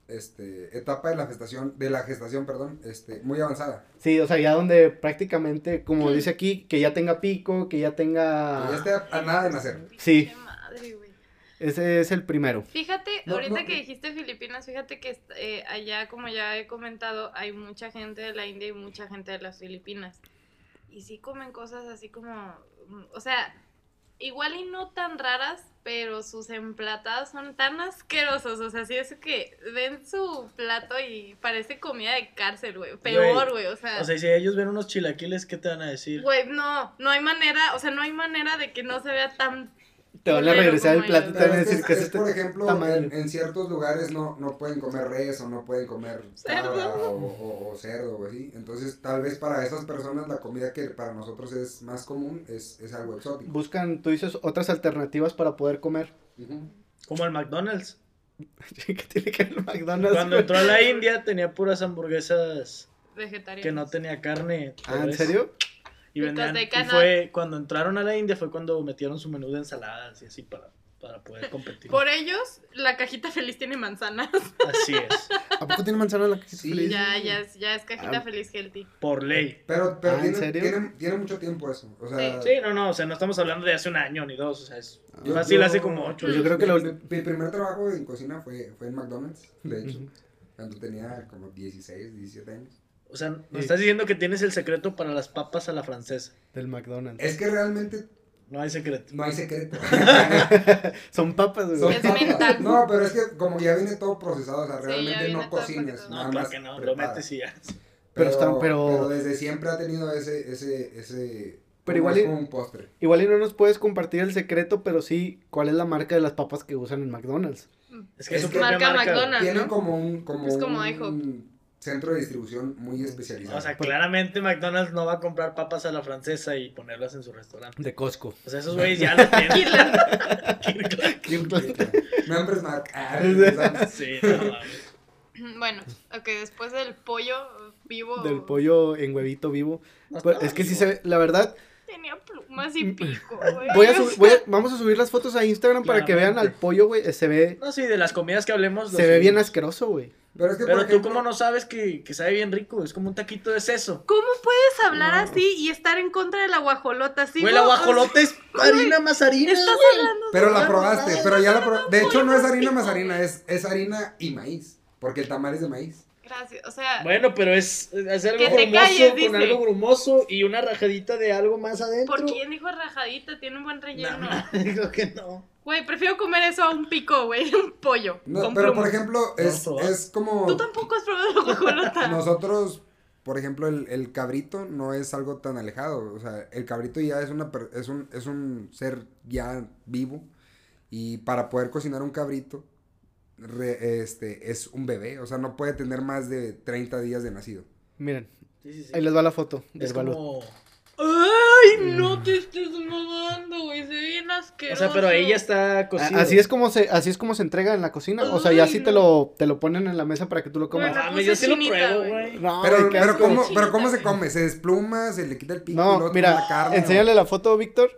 Speaker 5: este, etapa de la gestación, de la gestación, perdón, este, muy avanzada.
Speaker 2: Sí, o sea, ya donde prácticamente, como
Speaker 3: Mm.
Speaker 2: dice aquí, que ya tenga pico, que ya tenga...
Speaker 5: Que ya esté a, a nada de nacer.
Speaker 2: Sí.
Speaker 3: Pinche madre, güey.
Speaker 2: Ese es el primero.
Speaker 3: Fíjate,
Speaker 4: No,
Speaker 3: ahorita
Speaker 4: no, eh.
Speaker 3: que
Speaker 4: no.
Speaker 3: dijiste Filipinas, fíjate que eh, allá, como ya he comentado, hay mucha gente de la India y mucha gente de las Filipinas. Y sí comen cosas así como, mm, o sea, igual y no tan raras, pero sus emplatados son tan asquerosos. O sea, sí es que ven su plato y parece comida de cárcel, güey. Peor, güey. O sea,
Speaker 4: O sea, si ellos ven unos chilaquiles, ¿qué te van a decir?
Speaker 3: güey, no, no hay manera, o sea, no hay manera de que no se vea tan
Speaker 2: Te van a
Speaker 3: Culero,
Speaker 2: regresar el
Speaker 3: como
Speaker 2: plato y
Speaker 3: ellos.
Speaker 2: te van a
Speaker 5: Pero es que
Speaker 2: decir
Speaker 5: es-
Speaker 2: que
Speaker 5: es,
Speaker 2: es
Speaker 5: por ejemplo,
Speaker 2: madre.
Speaker 5: en, en ciertos lugares no, no pueden comer res o no pueden comer
Speaker 3: Cerdo.
Speaker 5: cabra o, o- o cerdo o así. Entonces, tal vez para esas personas la comida que para nosotros es más común es, es algo exótico.
Speaker 2: Buscan, tú dices, otras alternativas para poder comer. <laughs>
Speaker 5: Ujú.
Speaker 4: Como el McDonald's.
Speaker 2: ¿Qué tiene que ver el McDonald's?
Speaker 4: Cuando
Speaker 2: güey?
Speaker 4: entró a la India tenía puras hamburguesas
Speaker 3: vegetariana.
Speaker 4: que no tenía carne.
Speaker 2: Ah, ¿en
Speaker 4: ¿ves?
Speaker 2: serio?
Speaker 4: Y,
Speaker 3: Because
Speaker 4: vendían-
Speaker 3: they
Speaker 4: y
Speaker 3: cannot.
Speaker 4: fue cuando entraron a la India fue cuando metieron su menú de ensaladas y así para, para
Speaker 3: <laughs>
Speaker 4: poder competir.
Speaker 3: Por ellos, la cajita feliz tiene manzanas.
Speaker 4: Así es,
Speaker 2: ¿A poco tiene manzana la que
Speaker 5: Sí,
Speaker 2: feliz?
Speaker 3: Ya, ya, es- ya es cajita
Speaker 2: Ah.
Speaker 3: feliz healthy. <clears throat>
Speaker 4: por ley.
Speaker 5: Pero, pero
Speaker 2: Ah, ¿en
Speaker 5: tiene,
Speaker 2: serio?
Speaker 5: tiene- tiene mucho tiempo eso. O sea,
Speaker 4: Sí, no, no, o sea, no estamos hablando de hace un año ni dos, o sea, es
Speaker 2: Ah.
Speaker 5: Yo-
Speaker 4: fácil
Speaker 5: yo-
Speaker 4: hace como ocho.
Speaker 2: Yo creo que la
Speaker 5: mi,
Speaker 2: ul-
Speaker 5: mi primer trabajo en cocina fue, fue en McDonald's, de hecho.
Speaker 2: Ujú.
Speaker 5: Cuando tenía como 16, 17 años.
Speaker 4: O sea,
Speaker 2: Sí.
Speaker 4: nos estás diciendo que tienes el secreto para las papas a la francesa.
Speaker 2: Del McDonald's.
Speaker 5: Es que realmente
Speaker 4: No hay secreto.
Speaker 5: no
Speaker 2: <laughs>
Speaker 5: hay secreto.
Speaker 2: Son papas, güey.
Speaker 5: Son
Speaker 3: Es
Speaker 5: papas.
Speaker 3: mental.
Speaker 5: <laughs> No, pero es que como ya viene todo procesado, o sea,
Speaker 3: Sí, ya
Speaker 5: realmente
Speaker 3: viene todo
Speaker 5: no cocinas.
Speaker 3: procesado.
Speaker 4: No,
Speaker 5: nada
Speaker 4: claro
Speaker 5: más
Speaker 4: que no, lo
Speaker 5: preparas.
Speaker 4: metes y ya.
Speaker 2: Pero
Speaker 5: Pero,
Speaker 2: está- pero-
Speaker 5: pero desde siempre ha tenido ese, ese, ese.
Speaker 2: Pero
Speaker 5: como
Speaker 2: igual
Speaker 5: es
Speaker 2: y-
Speaker 5: como un postre.
Speaker 2: Igual y no nos puedes compartir el secreto, pero sí, ¿cuál es la marca de las papas que usan en McDonald's?
Speaker 4: Es que es su
Speaker 5: Es que-
Speaker 4: propia
Speaker 3: Marca
Speaker 4: marca. güey.
Speaker 3: McDonald's.
Speaker 5: Tienen
Speaker 3: ¿no?
Speaker 5: como un, como
Speaker 3: Es como
Speaker 5: un centro de distribución muy
Speaker 2: Mm.
Speaker 5: especializado.
Speaker 4: O sea, claramente McDonald's no va a comprar papas a la francesa y ponerlas en su restaurante.
Speaker 2: De Costco.
Speaker 4: O sea, esos güeyes
Speaker 3: <laughs>
Speaker 4: ya las tienen.
Speaker 3: Kirtland.
Speaker 2: <laughs>
Speaker 5: Members Mark. Ah, ¿sabes?
Speaker 4: Sí, no, mames.
Speaker 3: Bueno, ok, después del pollo vivo.
Speaker 2: Del pollo en huevito vivo. Pero
Speaker 4: No estaba
Speaker 2: Pues, es que sí
Speaker 4: vivo.
Speaker 2: se ve, la verdad,
Speaker 3: Tenía plumas y pico, güey.
Speaker 2: voy a sub- voy a- vamos a subir las fotos a Instagram para que vean
Speaker 4: Claramente.
Speaker 2: al pollo, güey. eh, Se ve,
Speaker 4: No, sí, de las comidas que hablemos.
Speaker 2: se
Speaker 4: los-
Speaker 2: ve bien asqueroso, güey.
Speaker 5: Pero es que,
Speaker 4: Pero
Speaker 5: por
Speaker 4: tú,
Speaker 5: ejemplo,
Speaker 4: ¿cómo no sabes que, que sabe bien rico? Es como un taquito de seso.
Speaker 3: ¿Cómo puedes hablar
Speaker 4: No.
Speaker 3: así y estar en contra de la guajolota? ¿Sí,
Speaker 4: Güey, la
Speaker 3: no? pues,
Speaker 4: guajolota es harina más harina.
Speaker 3: Estás
Speaker 4: güey.
Speaker 3: hablando
Speaker 5: Pero la
Speaker 4: No,
Speaker 5: probaste,
Speaker 4: no,
Speaker 5: pero ya la probaste. De hecho, no es harina más harina, es, es harina y maíz. Porque el tamal es de maíz.
Speaker 3: Gracias, o sea,
Speaker 4: Bueno, pero es, es algo
Speaker 3: Que te
Speaker 4: grumoso
Speaker 3: calles,
Speaker 4: con
Speaker 3: dice.
Speaker 4: algo grumoso y una rajadita de algo más adentro.
Speaker 3: ¿por quién dijo rajadita? Tiene un buen
Speaker 4: No,
Speaker 3: relleno.
Speaker 4: no, <laughs> digo que no.
Speaker 3: <laughs> Güey, prefiero comer eso a un pico, güey, <laughs> un pollo.
Speaker 5: No,
Speaker 3: con
Speaker 5: pero por
Speaker 3: plumas.
Speaker 5: ejemplo, es,
Speaker 4: No,
Speaker 5: es como.
Speaker 3: Tú tampoco has probado la
Speaker 2: <laughs>
Speaker 5: <laughs>
Speaker 3: guajolota.
Speaker 5: Nosotros, por ejemplo, el, el cabrito no es algo tan alejado. O sea, el cabrito ya es, una, per- es, un, es un ser ya vivo. Y para poder cocinar un cabrito, re- este, es un bebé. O sea, no puede tener más de 30 días de nacido.
Speaker 2: Miren,
Speaker 4: Sí, sí, sí.
Speaker 2: ahí les va la foto del
Speaker 4: Es
Speaker 2: balón.
Speaker 4: como...
Speaker 3: Ay, no te estés mamando, güey. Se ve bien
Speaker 4: O
Speaker 3: asqueroso.
Speaker 4: sea, pero ahí ya está
Speaker 2: A-
Speaker 4: cocido.
Speaker 2: Así es como se, así es como se entrega en la cocina. O sea, ya
Speaker 3: Ay,
Speaker 2: sí
Speaker 3: no.
Speaker 2: te lo, te lo ponen en la mesa para que tú lo
Speaker 4: No
Speaker 2: comas.
Speaker 3: Bueno,
Speaker 4: mames, yo sí lo
Speaker 3: Puse
Speaker 4: pruebo,
Speaker 3: chinita,
Speaker 4: güey.
Speaker 2: No,
Speaker 5: pero,
Speaker 2: güey, qué
Speaker 5: pero,
Speaker 2: asco.
Speaker 5: ¿cómo,
Speaker 3: Chinita,
Speaker 5: pero ¿cómo se
Speaker 3: güey.
Speaker 5: come? ¿Se despluma? ¿Se le quita el pico? y
Speaker 2: No,
Speaker 5: luego
Speaker 2: mira,
Speaker 5: la carne,
Speaker 2: enséñale la foto, Víctor.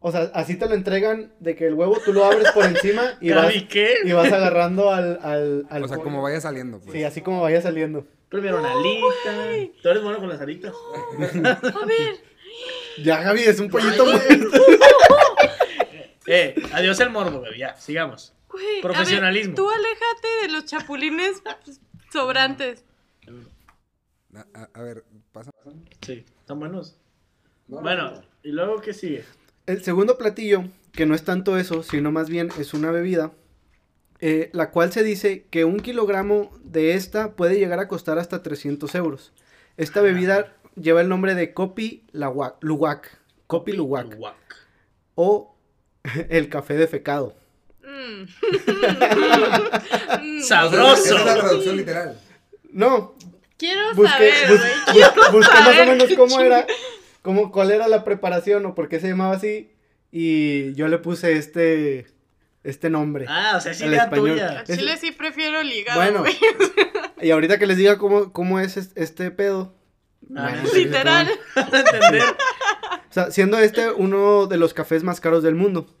Speaker 2: O sea, así te lo entregan de que el huevo tú lo abres por encima y vas,
Speaker 4: ¿Y qué?
Speaker 2: y vas agarrando al, al, al
Speaker 5: O sea,
Speaker 2: pollo.
Speaker 5: como vaya saliendo, pues.
Speaker 2: Sí, así como vaya saliendo.
Speaker 4: Primero una alita. Tú eres bueno con las alitas.
Speaker 3: A ver.
Speaker 2: Ya, Gaby, es un pollito muy...
Speaker 4: Eh, adiós el morbo, güey. Ya, sigamos.
Speaker 3: Güey, a
Speaker 4: Profesionalismo.
Speaker 3: ver, tú aléjate de los chapulines sobrantes.
Speaker 5: A, a- a ver, pasa.
Speaker 4: Sí, están buenos.
Speaker 5: No,
Speaker 4: bueno, ¿y luego qué sigue?
Speaker 2: El segundo platillo, que no es tanto eso, sino más bien es una bebida, eh, la cual se dice que un kilogramo de esta puede llegar a costar hasta 300 euros. Esta
Speaker 5: Ah.
Speaker 2: bebida lleva el nombre de Kopi Lawak- Luwak, Kopi Luwak,
Speaker 4: Luwak.
Speaker 2: o <laughs> el café defecado.
Speaker 3: Mm. Mm.
Speaker 4: Sabroso.
Speaker 5: Esa es la traducción literal.
Speaker 2: No,
Speaker 3: Quiero
Speaker 2: busqué,
Speaker 3: saber,
Speaker 2: bus-
Speaker 3: güey.
Speaker 2: bus- busqué más o
Speaker 3: saber
Speaker 2: menos
Speaker 3: qué <laughs>
Speaker 2: cómo era. ¿Cómo, ¿Cuál era la preparación o por qué se llamaba así? Y yo le puse este, este nombre.
Speaker 4: Ah, o sea, sí
Speaker 2: El
Speaker 4: era
Speaker 2: español. Ah,
Speaker 4: tuya.
Speaker 3: Al chile sí prefiero el hígado,
Speaker 2: Bueno.
Speaker 3: güey.
Speaker 2: Y ahorita que les diga cómo, cómo es es- este pedo.
Speaker 4: Ah,
Speaker 2: <laughs> van a
Speaker 4: no sé.
Speaker 2: saber
Speaker 3: Literal.
Speaker 2: cómo.
Speaker 4: Para entender.
Speaker 2: O sea, siendo este uno de los cafés más caros del mundo.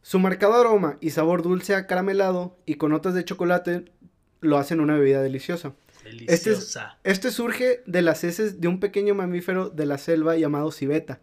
Speaker 2: Su marcado aroma y sabor dulce acaramelado y con notas de chocolate lo hacen una bebida deliciosa. Este es-
Speaker 4: Deliciosa.
Speaker 2: Este surge de las heces de un pequeño mamífero de la selva llamado civeta.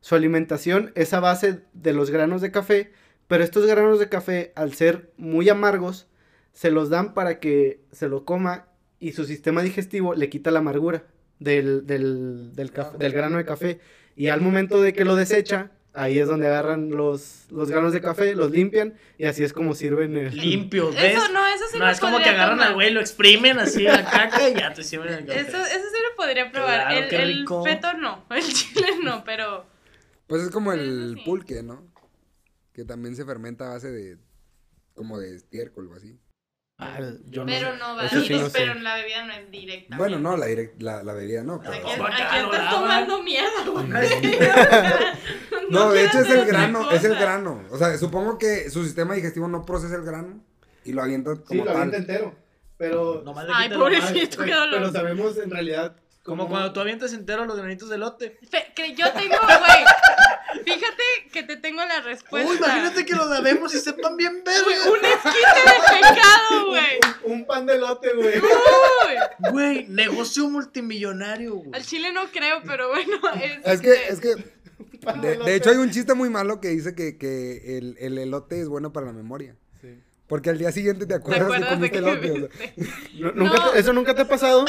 Speaker 2: Su alimentación es a base de los granos de café, pero estos granos de café, al ser muy amargos, se los dan para que se lo coma y su sistema digestivo le quita la amargura del, del, del, caf- del grano de café. Y al momento de que lo desecha, ahí es donde agarran los, los granos de café, los limpian y así es como sirven el...
Speaker 4: Limpio, ¿ves?
Speaker 3: Eso no, eso sí
Speaker 4: No,
Speaker 3: lo
Speaker 4: es como que
Speaker 3: podría
Speaker 4: agarran
Speaker 3: tomar.
Speaker 4: al güey, lo exprimen así la caca y ya te sirven el café.
Speaker 3: Eso, eso sí lo podría probar.
Speaker 4: Claro,
Speaker 3: el,
Speaker 4: qué
Speaker 3: el
Speaker 4: rico.
Speaker 3: feto no, el chile no, pero
Speaker 5: Pues es como
Speaker 3: Sí, eso
Speaker 5: el
Speaker 3: sí.
Speaker 5: pulque, ¿no? Que también se fermenta a base de. como de estiércol o así.
Speaker 4: Ah,
Speaker 2: yo
Speaker 3: pero no va,
Speaker 2: Eso sí no sé.
Speaker 3: pero en la bebida no es directa.
Speaker 5: Bueno, no, la, direct- la, la bebida no,
Speaker 3: Aquí,
Speaker 5: pero.
Speaker 4: Ay,
Speaker 3: aquí
Speaker 4: Bacalao,
Speaker 3: estás tomando miedo, güey.
Speaker 4: Ay, sí.
Speaker 3: O sea,
Speaker 5: No, de
Speaker 3: quiero
Speaker 5: hecho es
Speaker 3: hacer
Speaker 5: el
Speaker 3: otra
Speaker 5: grano, es el
Speaker 3: cosa.
Speaker 5: grano. O sea, supongo que su sistema digestivo no procesa el grano y lo avienta como
Speaker 2: Sí, lo
Speaker 5: tal.
Speaker 2: avienta entero, pero...
Speaker 4: Nomás le
Speaker 3: Ay,
Speaker 4: quitan la madre.
Speaker 3: pobrecito, qué
Speaker 2: Ah, Pero
Speaker 3: dolor.
Speaker 2: sabemos en realidad
Speaker 4: Como cuando tú avientas entero los granitos de lote.
Speaker 3: Fe- que yo tengo, güey. Fíjate que te tengo la respuesta.
Speaker 4: Uy, imagínate que los lavemos y sepan bien verga.
Speaker 3: Un esquite de pecado, güey.
Speaker 2: Un, un pan de lote, güey.
Speaker 3: Uy.
Speaker 4: Güey, negocio multimillonario, güey.
Speaker 3: Al chile no creo, pero bueno. Es, este,
Speaker 5: Es que, es que.
Speaker 2: <laughs> Un pan
Speaker 5: De, de
Speaker 2: lote.
Speaker 5: hecho, hay un chiste muy malo que dice que, que el, el elote es bueno para la memoria.
Speaker 2: Sí.
Speaker 5: Porque al día siguiente te
Speaker 3: ¿Te
Speaker 5: acuerdas, que
Speaker 3: acuerdas de
Speaker 5: comiste
Speaker 3: que
Speaker 5: elote. o sea.
Speaker 2: Nu- nunca
Speaker 3: No.
Speaker 2: te- ¿Eso nunca te ha pasado?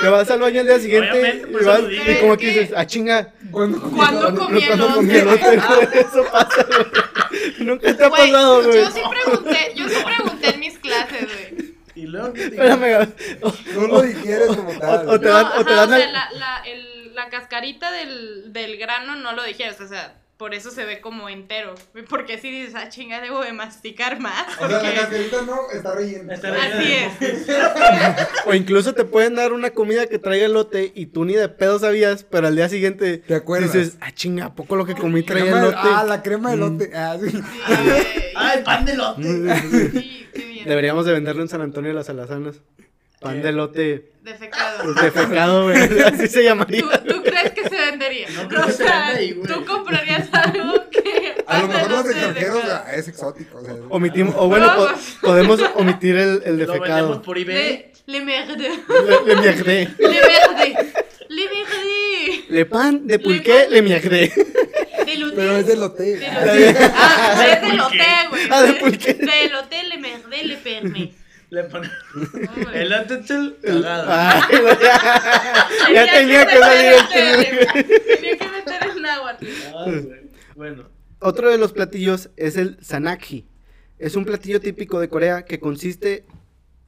Speaker 2: Que vas al baño al día siguiente
Speaker 4: Obviamente, por
Speaker 2: y,
Speaker 4: eso
Speaker 2: vas-
Speaker 4: lo
Speaker 2: y
Speaker 3: dije.
Speaker 2: como
Speaker 3: Es
Speaker 2: que
Speaker 3: que-
Speaker 2: dices, ah, chinga.
Speaker 5: Cuando
Speaker 3: ¿Cuándo comí
Speaker 2: cuando
Speaker 3: elote?
Speaker 2: comí elote, güey, Eso pasa, güey. <laughs> Nunca te ha
Speaker 3: Ah. Güey,
Speaker 2: pasado, güey.
Speaker 3: yo sí pregunté, yo sí pregunté en mis clases, güey.
Speaker 4: Y luego que te-
Speaker 2: Espérame, güey.
Speaker 5: No lo digieres como
Speaker 2: <laughs>
Speaker 5: tal.
Speaker 2: o- o te-
Speaker 3: No,
Speaker 2: dan-
Speaker 3: ajá,
Speaker 2: te dan
Speaker 3: o sea,
Speaker 2: el-
Speaker 3: la, la, el- la cascarita del, del grano no lo dijeras, o sea, por eso se ve como entero. Porque si dices, ah, chinga, debo de masticar más.
Speaker 5: O sea, la
Speaker 3: porque-
Speaker 5: cascarita no está rellena.
Speaker 4: Está rellena.
Speaker 3: Así es.
Speaker 2: O incluso te pueden dar una comida que traiga elote y tú ni de pedo sabías, pero al día siguiente
Speaker 5: ¿Te acuerdas?
Speaker 2: dices, ah, chinga, ¿a poco lo que comí traía
Speaker 5: Crema de-
Speaker 2: elote?
Speaker 5: ah, la crema de elote. Ah, sí.
Speaker 4: Ah, el pan de
Speaker 2: Mm,
Speaker 4: lote.
Speaker 3: Sí, sí, qué
Speaker 2: <laughs>
Speaker 3: bien.
Speaker 2: Deberíamos de venderlo en San Antonio de las Alazanas. Pan
Speaker 4: ¿Qué?
Speaker 2: de lote Pues
Speaker 3: Defecado.
Speaker 2: defecado, güey. <laughs> Así se llamaría.
Speaker 3: ¿Tú, tú crees que se vendería?
Speaker 4: No creo
Speaker 3: o
Speaker 4: que se
Speaker 3: sea,
Speaker 4: venda ahí, güey.
Speaker 3: tú comprarías algo que.
Speaker 5: A lo mejor
Speaker 3: no
Speaker 5: los
Speaker 3: te
Speaker 5: extranjeros
Speaker 3: defecado.
Speaker 5: ah, es exótico. O sea,
Speaker 2: Omitimos, o bueno, po- podemos omitir el, el
Speaker 4: Lo vendemos
Speaker 2: defecado.
Speaker 4: por eBay.
Speaker 3: Le, le merde. <laughs>
Speaker 2: Le, le mierdé.
Speaker 3: Le verde. Le verde.
Speaker 2: Le pan de pulqué, le mierdé.
Speaker 3: De loté.
Speaker 5: pero es
Speaker 3: de
Speaker 5: elote. <laughs>
Speaker 3: loté. Ah, es de loté, güey.
Speaker 2: Ah, de pulque.
Speaker 3: De loté, le merde, le perne.
Speaker 4: Le pone-
Speaker 3: No, güey.
Speaker 4: El antetel cagado.
Speaker 2: Ay, güey. ya tenía que salir el
Speaker 3: meter el- Tenía que meter el náhuatl.
Speaker 4: Ah, güey. Bueno.
Speaker 2: Otro de los platillos es el sanakji. Es un platillo típico de Corea que consiste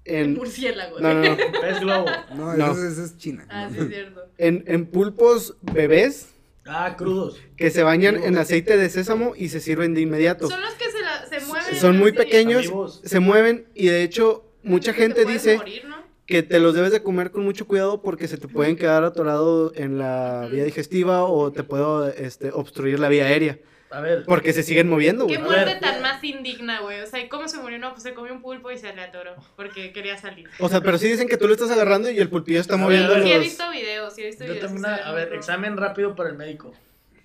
Speaker 3: El
Speaker 2: en...
Speaker 3: murciélago.
Speaker 2: No, no, no.
Speaker 4: Pez globo.
Speaker 5: No,
Speaker 2: No.
Speaker 5: Eso, es, eso es China.
Speaker 3: Ah, sí, es cierto.
Speaker 2: En, en pulpos bebés
Speaker 4: Ah, crudos.
Speaker 2: que se bañan en aceite de sésamo y se sirven de inmediato.
Speaker 3: Son los que se, la, se mueven.
Speaker 2: Son muy
Speaker 3: así.
Speaker 2: pequeños,
Speaker 4: Amigos.
Speaker 2: se mueven y de hecho mucha
Speaker 3: Creo que te
Speaker 2: gente
Speaker 3: puedes
Speaker 2: dice...
Speaker 3: morir, ¿no?
Speaker 2: que te los debes de comer con mucho cuidado porque se te pueden quedar atorados en la vía digestiva o te puedo este, obstruir la vía aérea
Speaker 4: A ver.
Speaker 2: porque se siguen moviendo,
Speaker 3: Qué
Speaker 2: güey.
Speaker 4: bueno.
Speaker 3: muerte tan más indigna, güey. O sea, ¿y ¿cómo se murió? No, pues se comió un pulpo y se le atoró porque quería salir.
Speaker 2: O sea, pero sí dicen que tú lo estás agarrando y el pulpillo está moviendo
Speaker 3: Sí, he
Speaker 2: los...
Speaker 3: visto videos, sí he visto
Speaker 4: Yo
Speaker 3: videos.
Speaker 4: tengo
Speaker 3: sí
Speaker 4: una,
Speaker 3: se ve
Speaker 4: a ver,
Speaker 3: muy raro.
Speaker 4: examen rápido para el médico.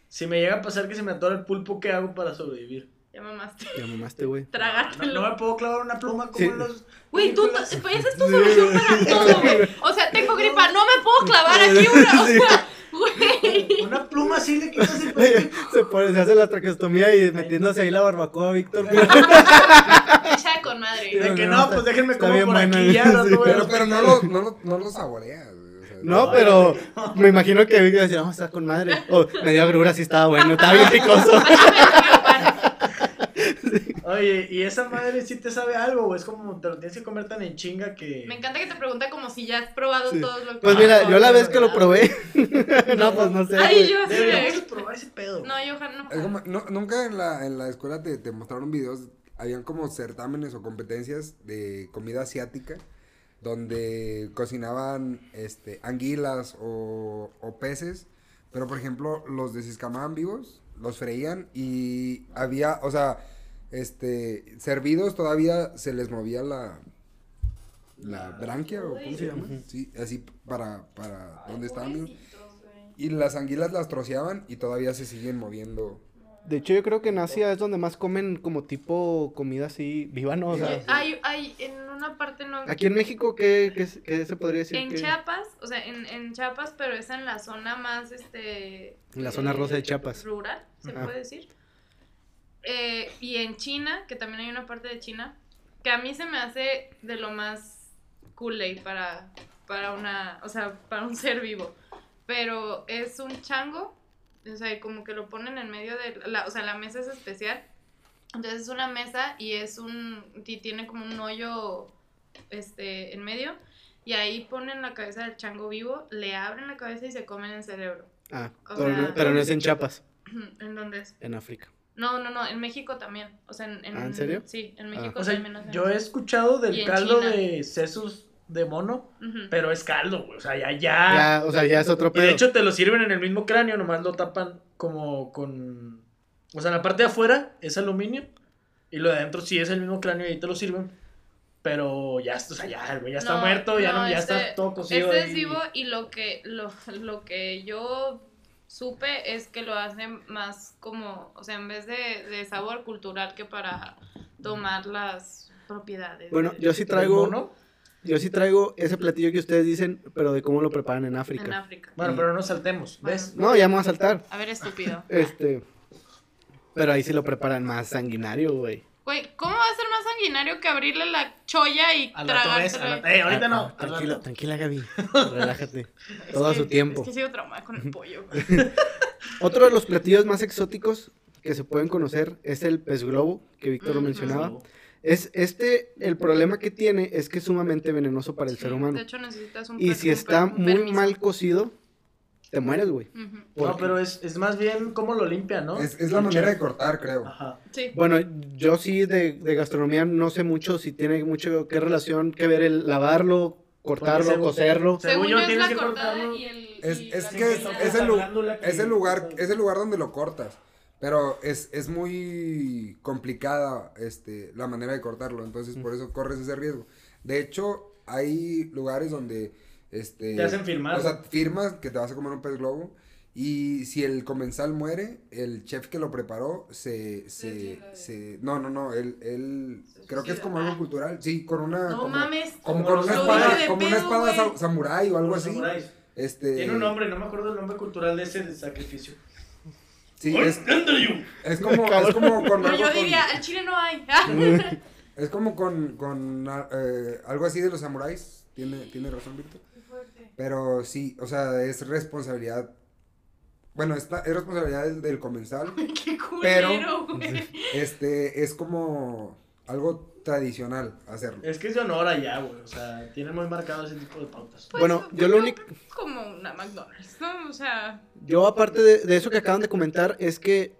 Speaker 4: Si me llega a pasar que se me atora el pulpo, ¿qué hago para sobrevivir?
Speaker 3: Ya mamaste.
Speaker 2: Ya mamaste, güey.
Speaker 4: No,
Speaker 3: Tragártelo.
Speaker 4: no me puedo clavar una pluma como
Speaker 2: Sí.
Speaker 4: en los.
Speaker 3: Güey, tú,
Speaker 4: películas.
Speaker 3: tú- esa es tu solución para todo, güey. O sea, tengo gripa, no me puedo clavar aquí
Speaker 2: <laughs>
Speaker 3: una. O sea, güey.
Speaker 4: Una pluma así le quitas el pellejo.
Speaker 2: Se, pone- se hace la traqueostomía y metiéndose ahí la barbacoa, Víctor.
Speaker 3: Hecha con madre.
Speaker 4: De que
Speaker 2: no,
Speaker 4: no, pues déjenme
Speaker 2: está
Speaker 4: como
Speaker 2: bien
Speaker 4: por
Speaker 2: buena.
Speaker 4: aquí ya. no
Speaker 2: Sí.
Speaker 4: te voy a-
Speaker 5: Pero, pero no, lo, no, lo, no lo saboreas. güey, o sea,
Speaker 2: No, pero me imagino que Víctor decía, no, está con madre. O me dio agrura, sí estaba bueno, estaba bien picoso.
Speaker 4: <laughs> Oye, ¿y esa madre sí te sabe algo? O es como te lo tienes que comer tan en chinga que.
Speaker 3: Me encanta que te pregunta como si ya has probado
Speaker 2: Sí.
Speaker 3: todos los
Speaker 2: Pues mira, yo la vez que lo probé... <laughs> No, pues no sé.
Speaker 3: Ay,
Speaker 2: güey.
Speaker 3: yo sí.
Speaker 4: Deberíamos
Speaker 3: güey.
Speaker 4: probar ese pedo.
Speaker 3: No, yo ojalá
Speaker 5: Es
Speaker 3: no.
Speaker 5: como- no- nunca en la, en la escuela te, te mostraron videos, habían como certámenes o competencias de comida asiática donde cocinaban este, anguilas o, o peces Pero por ejemplo, los desescamaban vivos, los freían y había, o sea, este, servidos todavía se les movía la la branquia o cómo se llama? Sí, así para para donde estaban vivos. Y las anguilas las troceaban y todavía se siguen moviendo.
Speaker 2: De hecho, yo creo que en Asia es donde más comen como tipo comida así viva, ¿no? O sea,
Speaker 3: Hay, hay, en una parte no.
Speaker 2: aquí en México, ¿qué, qué se- qué se podría decir?
Speaker 3: En
Speaker 2: que-
Speaker 3: Chiapas, o sea, en, en Chiapas, pero es en la zona más, este...
Speaker 2: En la zona rosa de Chiapas.
Speaker 3: Rural, se
Speaker 2: Ajá.
Speaker 3: puede decir. Eh, y en China, que también hay una parte de China, que a mí se me hace de lo más kool para, para una, o sea, para un <laughs> ser vivo. Pero es un chango, o sea, y como que lo ponen en medio de, la, o sea, la mesa es especial. Entonces es una mesa y es un, y tiene como un hoyo, este, en medio. Y ahí ponen la cabeza del chango vivo, le abren la cabeza y se comen el cerebro.
Speaker 2: Ah,
Speaker 3: O
Speaker 2: pero, no-
Speaker 3: sea-
Speaker 2: pero no es en Chiapas,
Speaker 3: Mm, ¿En dónde es?
Speaker 2: en África.
Speaker 3: No, no, no, en México también. O sea, en,
Speaker 2: Ah, ¿en serio?
Speaker 3: Sí, en
Speaker 2: Ah.
Speaker 3: México
Speaker 4: O sea,
Speaker 3: también. hacen
Speaker 4: yo he
Speaker 3: eso.
Speaker 4: escuchado
Speaker 3: Y
Speaker 4: del
Speaker 3: en
Speaker 4: caldo
Speaker 3: China.
Speaker 4: de sesos de mono,
Speaker 3: Ujú.
Speaker 4: pero es caldo, güey. O sea, ya, ya.
Speaker 2: Ya, o sea, ya es otro
Speaker 4: Ah, Y
Speaker 2: pedo.
Speaker 4: de hecho te lo sirven en el mismo cráneo, nomás lo tapan como con... O sea, la parte de afuera es aluminio y lo de adentro sí es el mismo cráneo y ahí te lo sirven. Pero ya, está- o sea, ya, güey, ya está
Speaker 3: No,
Speaker 4: muerto, ya,
Speaker 3: no,
Speaker 4: no, ya
Speaker 3: este-
Speaker 4: está todo cocido.
Speaker 3: Este es
Speaker 4: ahí.
Speaker 3: vivo y lo que, lo, lo que yo supe es que lo hacen más como, o sea, en vez de, de sabor cultural que para tomar las propiedades.
Speaker 2: Bueno,
Speaker 3: de-
Speaker 2: yo sí
Speaker 4: ¿El
Speaker 2: traigo,
Speaker 4: mono?
Speaker 2: yo sí traigo ese platillo que ustedes dicen, pero de cómo lo preparan en
Speaker 3: en
Speaker 2: África.
Speaker 3: África.
Speaker 4: Bueno,
Speaker 2: Y-
Speaker 4: pero no saltemos, ¿ves?
Speaker 2: No, ya me voy a saltar.
Speaker 3: A ver, estúpido.
Speaker 4: <laughs>
Speaker 2: Este. Pero ahí sí lo preparan más sanguinario, güey.
Speaker 3: Güey, ¿cómo va a ser más sanguinario que abrirle la cholla y
Speaker 4: A la torres, a
Speaker 3: tragársela?
Speaker 4: la... Eh, ahorita
Speaker 2: Ah,
Speaker 4: no.
Speaker 2: ah,
Speaker 4: al
Speaker 2: tranquila,
Speaker 4: rato.
Speaker 2: tranquila, Gaby. Relájate. Todo a
Speaker 3: Es
Speaker 2: su
Speaker 3: que-
Speaker 2: tiempo.
Speaker 3: Es que sigo traumada
Speaker 2: <laughs>
Speaker 3: con el pollo.
Speaker 2: Otro de los platillos más exóticos que se pueden conocer es el pez globo, que Víctor lo
Speaker 3: Ujú.
Speaker 2: mencionaba. Es este, el problema que tiene es que es sumamente venenoso para el ser humano.
Speaker 3: De hecho, necesitas un
Speaker 2: Y
Speaker 3: per-
Speaker 2: si
Speaker 3: un
Speaker 2: está
Speaker 3: per- un
Speaker 2: muy
Speaker 3: permiso.
Speaker 2: mal cocido, te mueres, güey.
Speaker 3: Ujú.
Speaker 4: No, pero es, es más bien cómo lo limpian, ¿no?
Speaker 5: Es, es la
Speaker 4: El
Speaker 5: manera de
Speaker 4: chef.
Speaker 5: cortar, creo.
Speaker 3: Ah,
Speaker 4: Ajá.
Speaker 3: Sí.
Speaker 2: Bueno, yo sí de, de gastronomía no sé mucho si tiene mucho que relación que ver el lavarlo, cortarlo,
Speaker 4: Porque se-
Speaker 2: cocerlo.
Speaker 4: se- Según
Speaker 3: Según
Speaker 4: yo,
Speaker 3: yo es
Speaker 4: tienes
Speaker 3: la
Speaker 4: que
Speaker 3: cortada
Speaker 4: cortarlo.
Speaker 3: y el.
Speaker 5: Es-
Speaker 3: y
Speaker 5: es
Speaker 3: la
Speaker 5: que es-
Speaker 3: cortada.
Speaker 5: es el lu-
Speaker 4: Glándula que-
Speaker 5: Es el lugar, es el lugar donde lo cortas. Pero es, es muy complicada este, la manera de cortarlo.
Speaker 3: Mm.
Speaker 5: Entonces, por eso corres ese riesgo. De hecho, hay lugares donde. Este,
Speaker 4: Te hacen firmar.
Speaker 5: O sea, firmas que te vas a comer un pez globo. Y si el comensal muere, el chef que lo preparó se. se,
Speaker 3: Suicida.
Speaker 5: se- no, no, no. Él, él-
Speaker 3: Se
Speaker 5: creo que
Speaker 3: suicida.
Speaker 5: es
Speaker 3: Ah.
Speaker 5: como algo cultural. Sí, con una.
Speaker 3: No
Speaker 5: como,
Speaker 3: mames.
Speaker 4: Como
Speaker 5: Como con
Speaker 4: los
Speaker 5: una
Speaker 4: judíos
Speaker 5: espada,
Speaker 3: de
Speaker 5: como una
Speaker 3: pedo,
Speaker 5: espada
Speaker 3: güey.
Speaker 5: sa- samurái o algo
Speaker 4: Los
Speaker 5: así.
Speaker 4: samuráis.
Speaker 5: Este,
Speaker 4: Tiene un nombre, no me acuerdo el nombre cultural de ese de sacrificio.
Speaker 5: Sí, es,
Speaker 4: Andrew.
Speaker 5: Es <laughs> como, es como con
Speaker 3: No,
Speaker 5: algo
Speaker 3: yo
Speaker 5: con-
Speaker 3: diría, al chile no
Speaker 5: <laughs>
Speaker 3: hay.
Speaker 5: es como con, con, ah, eh, algo así de los samuráis. Tiene, tiene razón, Víctor. Pero sí, o sea, es responsabilidad. Bueno, esta, es responsabilidad del,
Speaker 3: <laughs>
Speaker 5: del comensal.
Speaker 3: Qué culero,
Speaker 5: <laughs> Pero-
Speaker 3: güey.
Speaker 5: Este, es como algo tradicional hacerlo.
Speaker 4: Es que es de honor allá, güey. O sea, tienen muy marcado ese tipo de pautas.
Speaker 3: Pues,
Speaker 2: Bueno, yo lo único-
Speaker 3: Como una McDonald's, ¿no? O sea.
Speaker 2: Yo aparte de, de eso que acaban de comentar es que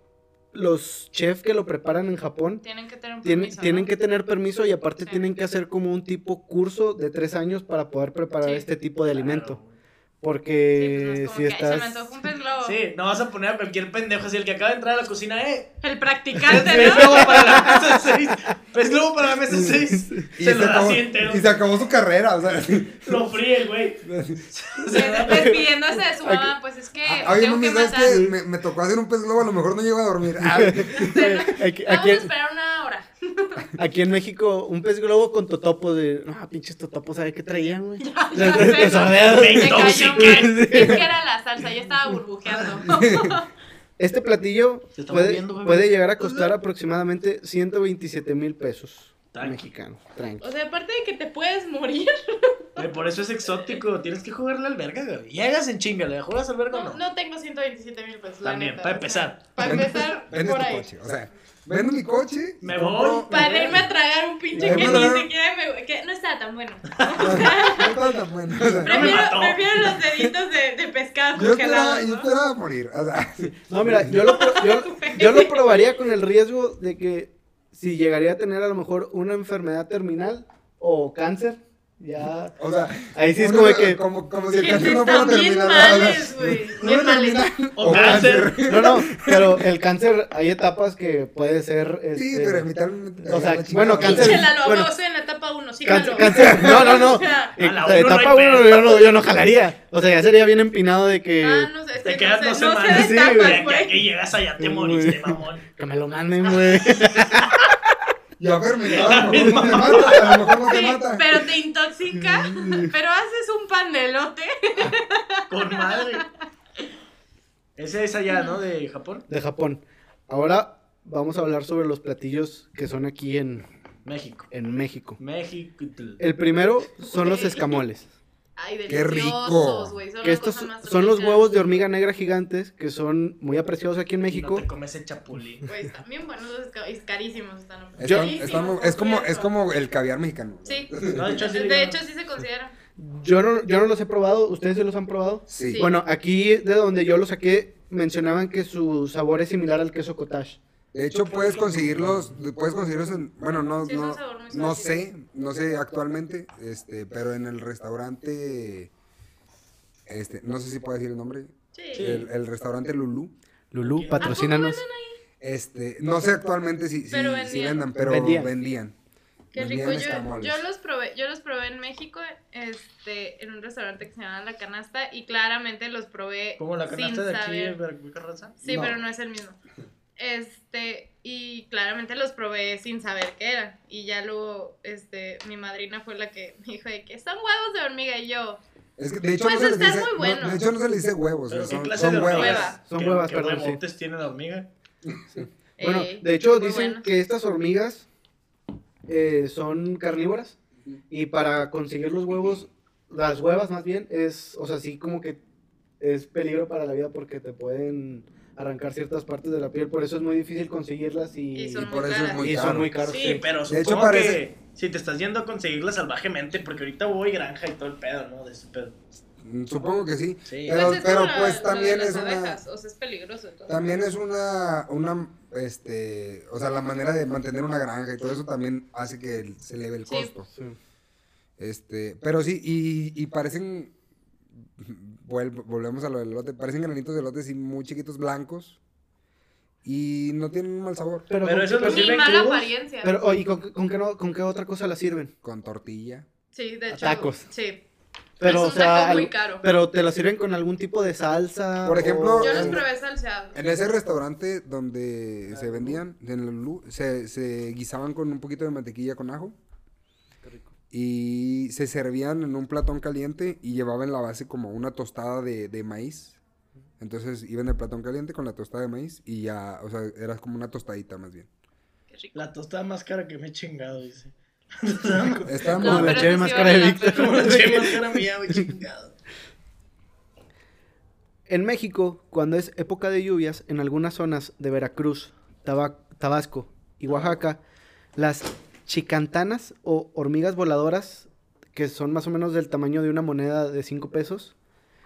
Speaker 2: los chefs que lo preparan en Japón
Speaker 3: Tienen que tener un
Speaker 2: tienen,
Speaker 3: permiso,
Speaker 2: tienen
Speaker 3: ¿no?
Speaker 2: que tener permiso y aparte
Speaker 3: Sí.
Speaker 2: tienen que hacer como un tipo curso de tres años para poder preparar
Speaker 3: Sí.
Speaker 2: este tipo de alimento.
Speaker 4: Claro, güey.
Speaker 3: Sí,
Speaker 2: Porque
Speaker 3: pues, no es
Speaker 2: si
Speaker 3: como que, "Ay, Se me
Speaker 2: estás...
Speaker 3: antojó un pez globo".
Speaker 4: Sí, no vas a poner a cualquier pendejo así, el que acaba de entrar a la cocina, eh.
Speaker 5: <laughs>
Speaker 3: El
Speaker 4: Pez
Speaker 3: practicante, ¿no?
Speaker 4: globo para la mesa 6. Pez globo para la mesa 6. Se lo da
Speaker 5: acabó,
Speaker 4: así entero.
Speaker 5: y se acabó su carrera. O sea,
Speaker 4: Lo fríe el güey.
Speaker 3: Que después pidiéndose de su mamá, pues es que.
Speaker 5: Ah, <laughs> oye,
Speaker 3: tengo
Speaker 5: mami,
Speaker 3: que
Speaker 5: ¿sabes
Speaker 3: matar.
Speaker 5: qué? Me, me tocó hacer un pez globo, a lo mejor no llego
Speaker 3: <laughs>
Speaker 5: a dormir. Ah,
Speaker 2: <laughs> aquí,
Speaker 3: Vamos
Speaker 2: aquí
Speaker 3: a
Speaker 2: en,
Speaker 3: esperar una hora.
Speaker 5: <laughs>
Speaker 2: aquí en México, un pez globo con totopo de... No, pinches totopos, ¿sabes qué traían, güey?
Speaker 3: Ya
Speaker 2: Los-
Speaker 3: sé,
Speaker 2: los
Speaker 3: ¿no?
Speaker 2: ordeados.
Speaker 4: Me
Speaker 3: Me cayó mal.
Speaker 2: Sí.
Speaker 3: Es que era la salsa, ya estaba
Speaker 5: <laughs>
Speaker 3: burbujeando.
Speaker 2: Este platillo
Speaker 4: Se está
Speaker 2: puede,
Speaker 4: moviendo, bebé.
Speaker 2: puede llegar a costar aproximadamente 127 mil pesos
Speaker 4: Tranqui.
Speaker 2: mexicanos. Tranqui.
Speaker 3: O sea, aparte de que te puedes morir,
Speaker 4: Güey, Eh, por eso es exótico. Tienes que jugarle al verga, güey. Llegas en chinga, ¿le juegas al verga o
Speaker 3: no,
Speaker 4: no?
Speaker 3: no tengo 127 mil pesos. la
Speaker 4: También,
Speaker 3: neta,
Speaker 4: para
Speaker 3: o sea,
Speaker 4: empezar.
Speaker 3: Para empezar,
Speaker 5: Vende
Speaker 3: por
Speaker 5: tu
Speaker 3: ahí.
Speaker 5: coche. O sea, vendo mi coche. y
Speaker 4: Me
Speaker 5: compro-
Speaker 3: <laughs>
Speaker 4: voy.
Speaker 3: Para irme a tragar un pinche
Speaker 5: Ya,
Speaker 3: que
Speaker 5: no,
Speaker 3: ni
Speaker 5: no, no.
Speaker 3: siquiera me. que no estaba tan
Speaker 5: <laughs>
Speaker 3: bueno.
Speaker 5: No estaba tan bueno, o sea,
Speaker 4: me
Speaker 3: Prefiero,
Speaker 4: mató.
Speaker 3: prefiero los deditos de, de pescado
Speaker 5: yo esperaba,
Speaker 3: congelados.
Speaker 5: yo
Speaker 3: ¿no?
Speaker 5: esperaba morir. O sea,
Speaker 2: No, mira, yo lo, pro-
Speaker 3: <laughs>
Speaker 2: yo, yo lo probaría con el riesgo de que si llegaría a tener a lo mejor una enfermedad terminal o cáncer, Ya.
Speaker 5: O sea,
Speaker 2: Ahí sí es
Speaker 5: uno-
Speaker 2: como que.
Speaker 5: Como, como
Speaker 3: <laughs>
Speaker 5: si
Speaker 3: Que
Speaker 5: el cáncer no fuera
Speaker 3: están bien
Speaker 5: terminal.
Speaker 3: males, güey.
Speaker 5: No
Speaker 3: Bien
Speaker 5: era
Speaker 3: males.
Speaker 5: terminal.
Speaker 4: O cáncer.
Speaker 2: No, no, pero el cáncer, hay etapas que puede ser.
Speaker 5: Sí,
Speaker 2: este,
Speaker 5: pero mitad.
Speaker 2: o sea, bueno, cáncer-
Speaker 3: Pinche Lalo,
Speaker 2: bueno.
Speaker 3: bueno. en la etapa 1, sígalo.
Speaker 2: cáncer, cáncer-
Speaker 3: <laughs>
Speaker 2: No, no, no.
Speaker 3: O sea,
Speaker 2: Eh,
Speaker 4: a la
Speaker 2: la
Speaker 4: uno no hay
Speaker 2: etapa uno
Speaker 4: pedo.
Speaker 2: yo no, yo no jalaría. O sea, ya sería bien empinado de que.
Speaker 3: ah, no sé, es
Speaker 4: Eh, Te
Speaker 3: que
Speaker 4: quedas
Speaker 3: no
Speaker 4: dos
Speaker 3: sé, no sé
Speaker 4: semanas.
Speaker 3: de
Speaker 2: Sí,
Speaker 3: etapas,
Speaker 2: güey.
Speaker 4: Ya
Speaker 3: güey.
Speaker 4: que llegas allá te
Speaker 2: Uy.
Speaker 4: moriste, mamón.
Speaker 2: Que me lo manden, güey. <laughs>
Speaker 5: Ya fermentado, a lo mejor
Speaker 4: misma
Speaker 5: no te mata, a lo mejor no te
Speaker 3: Sí,
Speaker 5: mata.
Speaker 3: pero te intoxica, pero haces un pan de elote.
Speaker 4: Con madre. Ese es allá, ¿no? De Japón.
Speaker 2: De Japón. Ahora vamos a hablar sobre los platillos que son aquí en,
Speaker 4: México.
Speaker 2: en México.
Speaker 4: México.
Speaker 2: El primero son los escamoles.
Speaker 3: Ay,
Speaker 5: Qué
Speaker 3: deliciosos,
Speaker 5: rico.
Speaker 3: güey. Son
Speaker 2: Que
Speaker 3: las
Speaker 2: estos
Speaker 3: cosas más
Speaker 2: son los
Speaker 3: ricas.
Speaker 2: huevos de hormiga negra gigantes que son muy apreciados aquí en México.
Speaker 4: No te comes el chapulín.
Speaker 3: Güey, están bien buenos Pues, los esca- y carísimos están. hombre.
Speaker 5: Están-
Speaker 3: Carísimos,
Speaker 5: están-
Speaker 3: por
Speaker 5: es, como, es
Speaker 3: cierto.
Speaker 5: como el caviar mexicano.
Speaker 3: Sí.
Speaker 4: No, de hecho, sí le
Speaker 3: De
Speaker 4: llaman.
Speaker 3: hecho, sí se considera.
Speaker 2: Yo no, yo no los he probado, ¿ustedes sí los han probado?
Speaker 5: Sí.
Speaker 3: Sí.
Speaker 2: Bueno, aquí de donde yo los saqué mencionaban que su sabor es similar al queso cottage.
Speaker 5: De hecho, puedes conseguirlos, puedes conseguirlos en, bueno, no,
Speaker 3: Sí, es un
Speaker 5: no,
Speaker 3: sabor muy
Speaker 5: no
Speaker 3: suavecito.
Speaker 5: sé, no sé actualmente, este, pero en el restaurante, este, no sé si puedo decir el nombre,
Speaker 4: Sí.
Speaker 5: el, el restaurante Lulú,
Speaker 2: Lulú,
Speaker 3: patrocínanos.
Speaker 2: patrocínanos.
Speaker 5: este, no sé actualmente si, si,
Speaker 3: Pero
Speaker 5: si
Speaker 3: vendían.
Speaker 5: vendan, pero
Speaker 2: Vendían.
Speaker 5: vendían.
Speaker 3: Qué
Speaker 5: Vendían
Speaker 3: rico. Yo,
Speaker 5: escamoles.
Speaker 3: yo los probé, yo los probé en México, este, en un restaurante que se llama La Canasta, y claramente los probé
Speaker 4: Como la
Speaker 3: sin
Speaker 4: canasta de aquí
Speaker 3: saber.
Speaker 4: en Veracruz, Carranza.
Speaker 3: Sí,
Speaker 5: No.
Speaker 3: pero no es el mismo. Este, y claramente los probé sin saber qué eran. Y ya luego, este, mi madrina fue la que me dijo de que son huevos de hormiga y yo.
Speaker 5: Es que de hecho, no
Speaker 3: Pues
Speaker 5: se les
Speaker 3: están
Speaker 5: dice,
Speaker 3: muy
Speaker 5: no-
Speaker 3: buenos.
Speaker 5: de hecho no se les dice huevos,
Speaker 4: Pero ¿qué
Speaker 5: son,
Speaker 4: clase
Speaker 5: son
Speaker 4: de
Speaker 5: huevas.
Speaker 3: Hueva.
Speaker 4: hormigas?
Speaker 2: Son
Speaker 4: ¿Qué-
Speaker 2: huevas,
Speaker 4: qué
Speaker 2: perdón, sí.
Speaker 4: huevotes tiene la hormiga?
Speaker 2: Bueno,
Speaker 3: eh,
Speaker 2: de hecho
Speaker 3: muy
Speaker 2: dicen
Speaker 3: buenos.
Speaker 2: que estas hormigas eh, son carnívoras y para conseguir los huevos, las huevas más bien, es, o sea, sí como que es peligro para la vida porque te pueden arrancar ciertas partes de la piel, por eso es muy difícil conseguirlas y,
Speaker 3: Y son
Speaker 5: Y por
Speaker 3: muy
Speaker 5: eso es
Speaker 3: caras.
Speaker 5: muy
Speaker 2: y
Speaker 5: caro.
Speaker 2: son muy caros.
Speaker 4: Sí, pero
Speaker 5: De hecho,
Speaker 4: supongo
Speaker 5: parece-
Speaker 4: que si te estás yendo a conseguirla salvajemente, porque ahorita voy granja y todo el pedo, ¿no? De ese pedo.
Speaker 5: Mm, Supongo que sí.
Speaker 4: Sí.
Speaker 5: Pero-
Speaker 3: es como
Speaker 5: pero,
Speaker 3: la-
Speaker 5: pues,
Speaker 3: lo de
Speaker 5: también
Speaker 3: las
Speaker 5: es una-
Speaker 3: abejas, o sea, es peligroso. entonces.
Speaker 5: También es una, una, este, o sea, la manera de mantener una granja y todo eso también hace que el- se eleve el
Speaker 3: Sí.
Speaker 5: costo.
Speaker 2: Sí.
Speaker 5: Este, pero sí, y, y parecen, vuel- volvemos a lo del elote, parecen granitos de elote, sí, muy chiquitos, blancos, y no tienen un mal sabor.
Speaker 2: Pero,
Speaker 4: Pero
Speaker 2: con-
Speaker 4: eso es lo
Speaker 2: pero-
Speaker 4: que-
Speaker 3: Ni
Speaker 4: sirven
Speaker 3: mala
Speaker 4: crudos,
Speaker 3: apariencia.
Speaker 2: pero, oye, ¿con, con qué no- con qué otra cosa la sirven?
Speaker 5: Con tortilla.
Speaker 3: sí, de hecho.
Speaker 2: tacos.
Speaker 3: Sí.
Speaker 2: Pero,
Speaker 3: es Pues un
Speaker 2: o sea,
Speaker 3: taco muy
Speaker 2: al-
Speaker 3: caro.
Speaker 2: pero te la sirven con algún tipo de salsa.
Speaker 5: Por ejemplo,
Speaker 3: Yo los
Speaker 5: en-
Speaker 3: probé salseados.
Speaker 5: En ese restaurante donde se vendían, en el Lu- se, se guisaban con un poquito de mantequilla con ajo. Y se servían en un platón caliente y llevaban la base como una tostada de, de maíz. Entonces iban el platón caliente con la tostada de maíz y ya, o sea, era como una tostadita más bien.
Speaker 3: Qué rico.
Speaker 4: La tostada más cara que me he chingado, dice. La tostada más cara-
Speaker 5: Estaba
Speaker 2: Como
Speaker 3: No,
Speaker 5: muy-
Speaker 2: la
Speaker 3: pero
Speaker 2: cheve
Speaker 3: sí
Speaker 2: más
Speaker 3: sí
Speaker 2: cara de
Speaker 3: vale la
Speaker 2: Víctor.
Speaker 3: pena.
Speaker 4: Como la che más cara mía, güey, chingado.
Speaker 2: En México, cuando es época de lluvias, en algunas zonas de Veracruz, Taba- Tabasco y Oaxaca, las chicantanas o hormigas voladoras, que son más o menos del tamaño de una moneda de 5 pesos,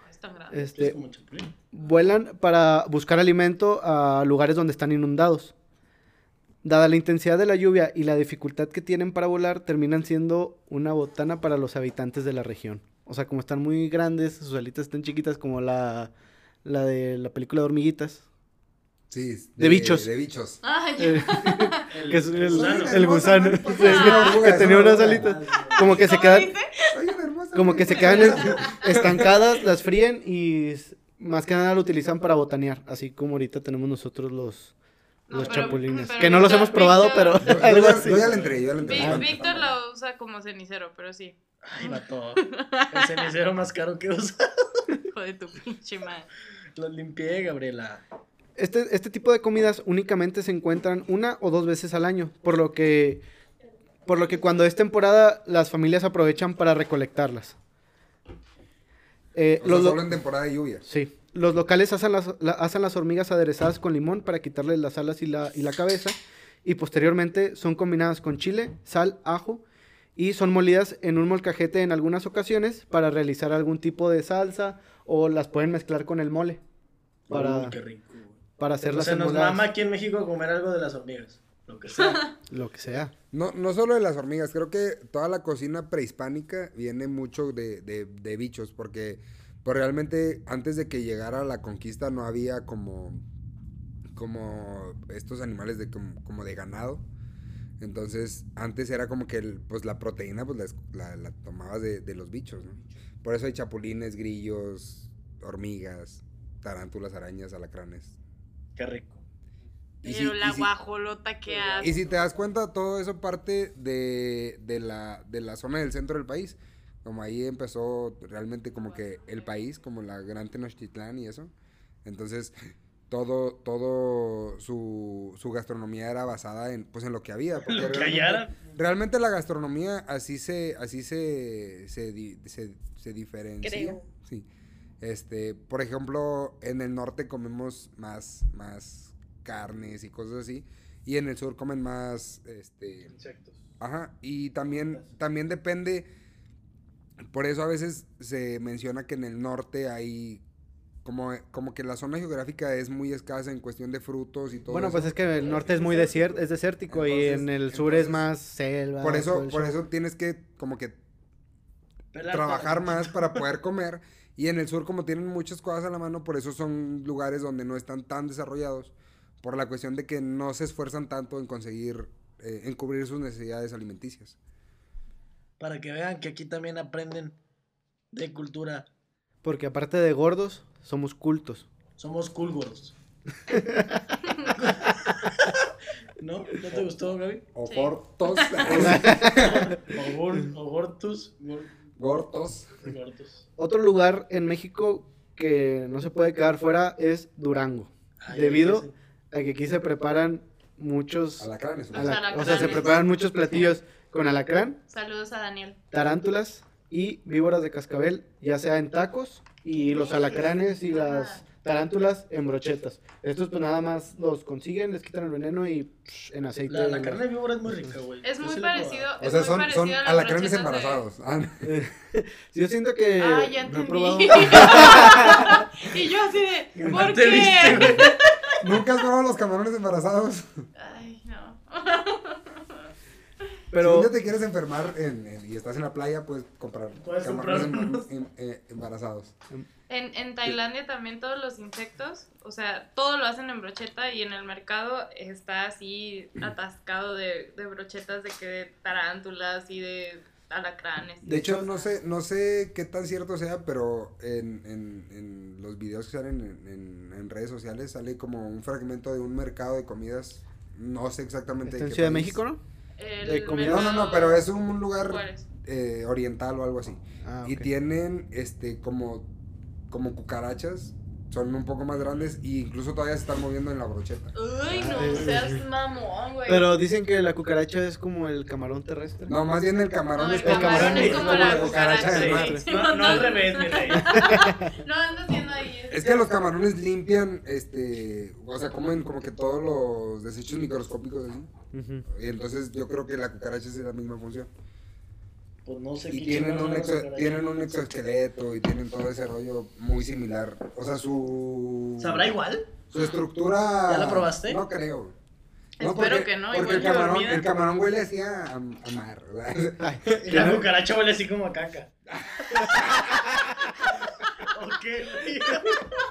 Speaker 3: No es tan grave.
Speaker 4: Es
Speaker 2: este,
Speaker 4: como chapulín.
Speaker 2: vuelan para buscar alimento a lugares donde están inundados. Dada la intensidad de la lluvia y la dificultad que tienen para volar, terminan siendo una botana para los habitantes de la región. O sea, como están muy grandes, sus alitas están chiquitas como la, la de la película de <laughs> hormiguitas.
Speaker 5: Sí,
Speaker 2: de bichos.
Speaker 5: De bichos.
Speaker 3: Ay,
Speaker 2: Eh,
Speaker 4: El,
Speaker 2: que es el,
Speaker 4: gusano.
Speaker 2: el gusano.
Speaker 5: Ah.
Speaker 2: <laughs> Sí, que- que tenía unas alitas. Como que se
Speaker 3: ¿cómo
Speaker 2: quedan,
Speaker 3: dice?
Speaker 5: Soy una hermosa
Speaker 2: como que se
Speaker 5: mujer.
Speaker 2: quedan es- estancadas, las fríen y s- más que nada lo utilizan para botanear, así como ahorita tenemos nosotros los,
Speaker 3: No,
Speaker 2: los
Speaker 3: pero-
Speaker 2: chapulines.
Speaker 3: pero
Speaker 2: que no los
Speaker 3: Víctor-
Speaker 2: hemos probado, pero
Speaker 5: Yo, yo
Speaker 2: algo
Speaker 5: ya-
Speaker 2: así.
Speaker 5: yo ya le entré, yo ya le entré.
Speaker 3: Vi-
Speaker 5: Bueno,
Speaker 3: Víctor la usa como cenicero, pero sí.
Speaker 4: Ay, vato. El cenicero más caro que usa.
Speaker 3: Hijo de tu <laughs> pinche madre.
Speaker 4: Lo limpié, Gabriela.
Speaker 2: Este, este tipo de comidas únicamente se encuentran una o dos veces al año, por lo que, por lo que cuando es temporada las familias aprovechan para recolectarlas. Eh,
Speaker 5: o sea,
Speaker 2: los lo-
Speaker 5: solo en temporada de lluvias.
Speaker 2: Sí. Los locales hacen las, la- hacen las hormigas aderezadas con limón para quitarles las alas y la, y la cabeza. Y posteriormente son combinadas con chile, sal, ajo y son molidas en un molcajete en algunas ocasiones para realizar algún tipo de salsa o las pueden mezclar con el mole para,
Speaker 5: Oh,
Speaker 4: Uy, qué rico. güey.
Speaker 2: para hacer
Speaker 4: O
Speaker 2: las
Speaker 4: sea, nos
Speaker 2: enmoladas.
Speaker 4: mama aquí en México comer algo de las hormigas. lo
Speaker 2: <laughs>
Speaker 4: que sea.
Speaker 2: Lo que sea.
Speaker 5: No, no solo de las hormigas, creo que toda la cocina prehispánica viene mucho de, de- de bichos, porque pues, realmente antes de que llegara la conquista no había como, como estos animales de, como, como de ganado. Entonces, antes era como que el- pues, la proteína pues, la es- la, la tomabas de, de los bichos, ¿no? Por eso hay chapulines, grillos, hormigas, tarántulas, arañas, alacranes.
Speaker 4: Qué rico.
Speaker 5: Y
Speaker 3: Pero
Speaker 5: si-
Speaker 3: la
Speaker 5: y si-
Speaker 3: guajolota que
Speaker 5: y
Speaker 3: hace.
Speaker 5: si te das cuenta, todo eso parte de, de, la, de la zona del centro del país. Como ahí empezó realmente como que el país, como la gran Tenochtitlán y eso. Entonces, todo, todo su, su gastronomía era basada en, pues, en lo que había. porque
Speaker 4: Lo que
Speaker 5: realmente-
Speaker 4: hallara.
Speaker 5: Realmente la gastronomía así se, así se, se, di- se- se diferencia.
Speaker 1: Creo.
Speaker 5: Sí. Este, por ejemplo, en el norte comemos más, más carnes y cosas así. Y en el sur comen más, este...
Speaker 4: Insectos.
Speaker 5: Ajá. Y también, también depende... Por eso a veces se menciona que en el norte hay... Como, como que la zona geográfica es muy escasa en cuestión de frutos y todo
Speaker 2: Bueno,
Speaker 5: eso.
Speaker 2: pues es que el norte es muy desierto, es desértico y
Speaker 5: Entonces-
Speaker 2: en el sur es
Speaker 5: entonces-
Speaker 2: más selva.
Speaker 5: Por
Speaker 2: todo
Speaker 5: eso,
Speaker 2: el
Speaker 5: por
Speaker 2: show.
Speaker 5: eso tienes que como que
Speaker 4: Pelarte.
Speaker 5: trabajar más
Speaker 3: <laughs>
Speaker 5: para poder comer. Y en el sur, como tienen muchas cosas a la mano, por eso son lugares donde no están tan desarrollados. Por la cuestión de que no se esfuerzan tanto en conseguir, eh, en cubrir sus necesidades alimenticias.
Speaker 4: Para que vean que aquí también aprenden de cultura.
Speaker 2: Porque aparte de gordos, somos cultos.
Speaker 4: Somos culguros. <laughs> ¿No? ¿No te gustó, Gaby?
Speaker 5: O
Speaker 3: Sí. <laughs>
Speaker 5: gortos.
Speaker 4: O, gor- o gortus. gor-
Speaker 5: gortos.
Speaker 4: gortus.
Speaker 2: Otro lugar en México que no se puede quedar fuera es Durango.
Speaker 4: Ay,
Speaker 2: Debido-
Speaker 4: fíjese.
Speaker 2: A que aquí se preparan muchos...
Speaker 5: Alacranes.
Speaker 2: ala- o sea,
Speaker 3: alacranes.
Speaker 2: se preparan muchos platillos con alacrán,
Speaker 3: Saludos a Daniel.
Speaker 2: tarántulas y víboras de cascabel, ya sea en tacos y los alacranes y las tarántulas en brochetas. Estos pues nada más los consiguen, les quitan el veneno y psh, en aceite.
Speaker 4: La, la
Speaker 2: los-
Speaker 4: carne de víbora es muy rica, güey.
Speaker 3: Es
Speaker 4: Yo
Speaker 3: muy
Speaker 4: sí la he
Speaker 3: parecido.
Speaker 4: probado.
Speaker 5: O
Speaker 3: es
Speaker 5: sea,
Speaker 3: muy
Speaker 5: son,
Speaker 3: parecido
Speaker 5: son
Speaker 3: a las brochetas
Speaker 5: alacranes
Speaker 3: de-
Speaker 5: embarazados. Ah,
Speaker 2: Yo siento que
Speaker 3: Ah, ya
Speaker 2: no he
Speaker 3: entendí. <laughs>
Speaker 2: probado.
Speaker 3: y yo así <laughs> de, ¿por
Speaker 4: Te viste,
Speaker 3: qué?
Speaker 4: güey.
Speaker 5: <laughs> ¿Nunca has probado los camarones embarazados?
Speaker 3: Ay, no.
Speaker 5: Si
Speaker 2: Pero
Speaker 5: un día te quieres enfermar en- en- y estás en la playa, puedes comprar
Speaker 4: Puedes
Speaker 5: camarones
Speaker 4: comprar
Speaker 5: em-
Speaker 4: unos.
Speaker 5: em- eh, embarazados.
Speaker 3: En, en Tailandia también todos los insectos, o sea, todo lo hacen en brocheta y en el mercado está
Speaker 5: <clears throat>
Speaker 3: así atascado de, de brochetas de que de tarántulas y de alacranes.
Speaker 5: De hecho, no sé, no sé qué tan cierto sea, pero en, en- en los videos que salen en, en- en redes sociales sale como un fragmento de un mercado de comidas. No sé exactamente.
Speaker 2: está
Speaker 5: de
Speaker 2: en
Speaker 5: qué
Speaker 2: Ciudad de
Speaker 5: país.
Speaker 2: México, ¿no?
Speaker 3: El
Speaker 2: de comida.
Speaker 5: No, no, no, pero es un lugar
Speaker 3: Juárez.
Speaker 5: eh, oriental o algo así.
Speaker 2: Ah,
Speaker 5: Y
Speaker 2: ok.
Speaker 5: tienen este como, como cucarachas. Son un poco más grandes e incluso todavía se están moviendo en la brocheta.
Speaker 3: Ay,
Speaker 5: Ah,
Speaker 3: no seas mamón, güey.
Speaker 2: Pero dicen que la cucaracha es como el camarón terrestre.
Speaker 5: No, más bien el camarón
Speaker 3: pues No, el
Speaker 5: es como-
Speaker 3: camarón es
Speaker 5: es
Speaker 3: como la cucaracha.
Speaker 5: del mar.
Speaker 3: güey.
Speaker 4: No, no, al revés, mi rey.
Speaker 3: No andas viendo ahí.
Speaker 5: Es que los camarones limpian, este, o sea, comen como que todos los desechos microscópicos así.
Speaker 2: Ujú.
Speaker 5: Y Entonces yo creo que la cucaracha es la misma función.
Speaker 4: Pues no sé
Speaker 5: Y
Speaker 4: qué
Speaker 5: tienen
Speaker 4: chingados
Speaker 5: un,
Speaker 4: van a
Speaker 5: exo-
Speaker 4: sacar ahí.
Speaker 5: tienen un exoesqueleto y tienen todo ese rollo muy similar. O sea, su...
Speaker 4: ¿Sabrá igual?
Speaker 5: Su estructura...
Speaker 4: ¿Ya la probaste?
Speaker 5: No creo.
Speaker 3: Espero que no,
Speaker 5: Porque
Speaker 3: igual
Speaker 5: el
Speaker 3: que
Speaker 5: camarón,
Speaker 3: dormida.
Speaker 5: el camarón huele así a, a- a mar, ¿verdad? <laughs>
Speaker 4: Y la cucaracha huele así como a caca. ¿O qué, güey?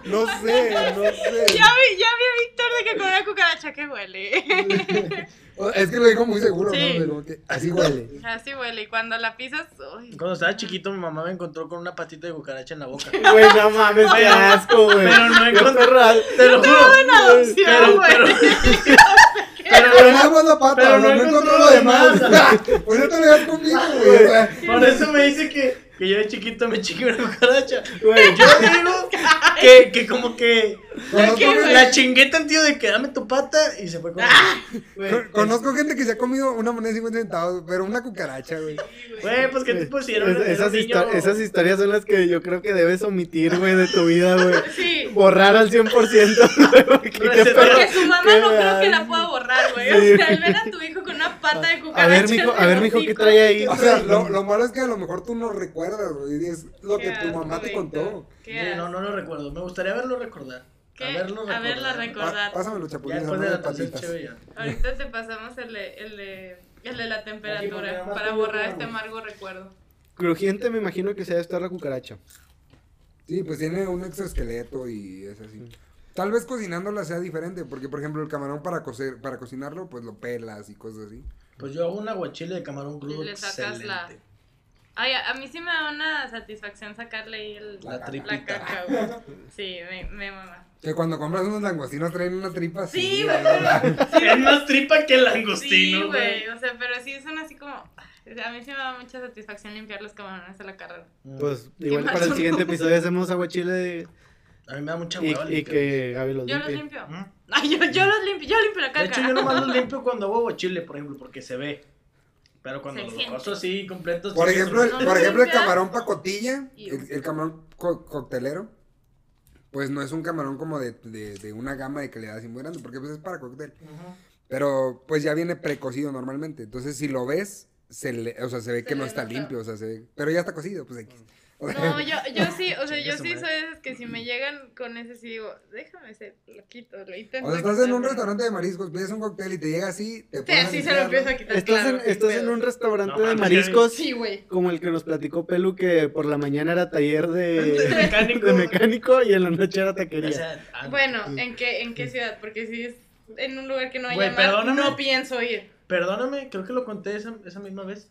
Speaker 5: No sé,
Speaker 3: <laughs>
Speaker 5: no sé.
Speaker 3: Ya vi, ya vi a Víctor de que con una cucaracha que huele. <laughs>
Speaker 5: Es que lo dijo muy seguro,
Speaker 3: Sí.
Speaker 5: ¿no? De como que así huele.
Speaker 3: Así huele. Y cuando la pisas, uy.
Speaker 4: Cuando estaba chiquito, mi mamá me encontró con una patita de cucaracha en la boca.
Speaker 2: Güey, no mames, qué asco, güey.
Speaker 4: Pero no
Speaker 2: Qué
Speaker 4: encontré-
Speaker 2: perral.
Speaker 4: Te lo juro.
Speaker 3: adopción,
Speaker 4: Pero,
Speaker 3: güey.
Speaker 4: pero,
Speaker 5: Pero
Speaker 4: pero,
Speaker 5: nada más la pata,
Speaker 4: pero
Speaker 5: no, no encontró lo demás. Pues no te veas conmigo,
Speaker 3: Ah,
Speaker 5: güey.
Speaker 4: <laughs>
Speaker 5: o sea.
Speaker 4: Por eso me dice que, que yo de chiquito me chiqué una cucaracha.
Speaker 2: Güey,
Speaker 4: Yo digo que, que como que la,
Speaker 5: Conozco,
Speaker 3: güey?
Speaker 4: la chingué tantío de que dame tu pata y se fue con Güey,
Speaker 5: Con- Conozco gente que se ha comido una moneda de 50 centavos, pero una cucaracha, güey.
Speaker 4: Güey, pues qué te pusieron.
Speaker 2: es-
Speaker 4: Era
Speaker 2: esas,
Speaker 4: un niño-
Speaker 2: histo- esas historias son las que yo creo que debes omitir, güey, de tu vida, güey.
Speaker 3: <laughs> Sí.
Speaker 2: Borrar al 100%, <laughs> güey. porque qué
Speaker 4: Receta.
Speaker 2: perro.
Speaker 4: Pero,
Speaker 3: Porque su mamá
Speaker 2: qué
Speaker 3: no creo que
Speaker 2: asco.
Speaker 3: la pueda borrar, güey.
Speaker 2: Sí.
Speaker 3: O sea, el ver a tu hijo con una pata de cucaracha.
Speaker 2: A ver, mijo,
Speaker 3: en
Speaker 2: a ver,
Speaker 3: el
Speaker 2: mijo, ¿qué
Speaker 3: hocico.
Speaker 2: trae ahí?
Speaker 5: O sea,
Speaker 2: <laughs>
Speaker 5: lo, lo malo es que a lo mejor tú no recuerdas, güey. y Es lo
Speaker 3: Qué
Speaker 5: que tu
Speaker 3: asco,
Speaker 5: mamá te
Speaker 3: Víctor.
Speaker 5: contó.
Speaker 3: Qué
Speaker 4: Güey, No,
Speaker 3: asco.
Speaker 4: no lo recuerdo. Me gustaría verlo recordar.
Speaker 3: que
Speaker 4: Haberlo
Speaker 3: haberla
Speaker 4: recordado.
Speaker 3: recordado.
Speaker 5: Pásamelo,
Speaker 4: Ya
Speaker 5: chapulines.
Speaker 4: después de
Speaker 5: hablando
Speaker 4: la
Speaker 5: de
Speaker 4: tercera
Speaker 5: patitas.
Speaker 4: cheve ya.
Speaker 3: Ahorita te pasamos el de, el de, el de la
Speaker 4: Aquí,
Speaker 3: temperatura
Speaker 4: porque
Speaker 3: para
Speaker 4: además
Speaker 3: borrar
Speaker 4: tengo-
Speaker 3: este amargo recuerdo.
Speaker 2: Crujiente me imagino que se debe estar la cucaracha.
Speaker 5: Sí, pues tiene un exoesqueleto y es
Speaker 4: Mm.
Speaker 5: así. Tal vez cocinándola sea diferente, porque por ejemplo el camarón para cocer, para cocinarlo, pues lo pelas y cosas así.
Speaker 4: Pues yo hago un aguachile de camarón crudo
Speaker 3: Y le sacas
Speaker 4: excelente.
Speaker 3: la- Ay, a, a mí sí me da una satisfacción sacarle ahí el,
Speaker 4: La
Speaker 3: la,
Speaker 4: tripita.
Speaker 3: caca, güey. Sí, me, me mama.
Speaker 5: Que cuando compras unos langostinos traen una tripa así.
Speaker 3: Sí,
Speaker 5: güey.
Speaker 3: güey, pero-
Speaker 4: <laughs> Es más tripa que el
Speaker 3: Sí,
Speaker 4: langostino,
Speaker 3: güey.
Speaker 4: güey.
Speaker 3: O sea, pero sí son así como. o sea, A mí sí me da mucha satisfacción limpiar los camarones de la carrera.
Speaker 4: Mm.
Speaker 2: Pues
Speaker 3: Qué
Speaker 2: igual para el
Speaker 3: macho,
Speaker 2: siguiente
Speaker 3: ¿no?
Speaker 2: episodio hacemos aguachile
Speaker 4: Mm, a mí me da mucha
Speaker 2: y,
Speaker 4: hueva
Speaker 2: y
Speaker 4: limpiar.
Speaker 2: que Gaby los
Speaker 3: Yo los
Speaker 2: limpie.
Speaker 3: limpio.
Speaker 4: Mm.
Speaker 3: <laughs> Ay, yo, yo los limpio. Yo limpio la caca.
Speaker 4: De hecho, yo nomás los limpio cuando hago aguachile, por ejemplo, porque se ve. Pero cuando
Speaker 3: Se
Speaker 4: los
Speaker 3: siente.
Speaker 4: coso así, completos.
Speaker 5: Por
Speaker 4: sí,
Speaker 5: ejemplo,
Speaker 4: <laughs>
Speaker 5: el,
Speaker 4: eso-
Speaker 3: No,
Speaker 5: por ejemplo, el
Speaker 3: limpia.
Speaker 5: camarón pacotilla,
Speaker 3: Y-
Speaker 5: el, el camarón co- coctelero, pues no es un camarón como de, de- de una gama de calidad así muy grande, porque pues es para cóctel.
Speaker 4: Ujú.
Speaker 5: Pero pues ya viene precocido normalmente. Entonces, si lo ves, se le- o sea, se ve
Speaker 3: Se
Speaker 5: que no
Speaker 3: le
Speaker 5: está
Speaker 3: nota.
Speaker 5: limpio, o sea, se ve- pero ya está cocido, pues X. O sea,
Speaker 3: <laughs> No, yo, yo sí, o sea,
Speaker 4: Chingue
Speaker 3: yo
Speaker 4: su
Speaker 3: sí
Speaker 4: madre.
Speaker 3: soy de esas que si me llegan con ese, sí digo, déjame ser, lo quito, lo intento.
Speaker 5: O sea, estás en
Speaker 3: quitar,
Speaker 5: un
Speaker 3: pero-
Speaker 5: restaurante de mariscos, pides un cóctel y te llega así, te
Speaker 3: Sí,
Speaker 5: pones a
Speaker 3: así se lo
Speaker 5: limpiarlo.
Speaker 3: empiezo a quitar.
Speaker 2: Estás,
Speaker 3: claro,
Speaker 2: en,
Speaker 3: sin
Speaker 2: estás en
Speaker 3: pedos.
Speaker 2: un restaurante
Speaker 4: No,
Speaker 2: de
Speaker 4: mames,
Speaker 2: mariscos
Speaker 3: Sí, güey.
Speaker 2: como el que nos platicó Pelu que por la mañana era taller
Speaker 4: De
Speaker 2: de,
Speaker 4: mecánico.
Speaker 2: de mecánico y en la noche era
Speaker 4: O
Speaker 2: taquería.
Speaker 4: sea, ah,
Speaker 3: Bueno, ¿en qué, ¿en qué ciudad? Porque si es en un lugar que no
Speaker 4: Güey,
Speaker 3: haya mar,
Speaker 4: perdóname.
Speaker 3: no pienso ir.
Speaker 4: Perdóname, creo que lo conté esa, esa misma vez.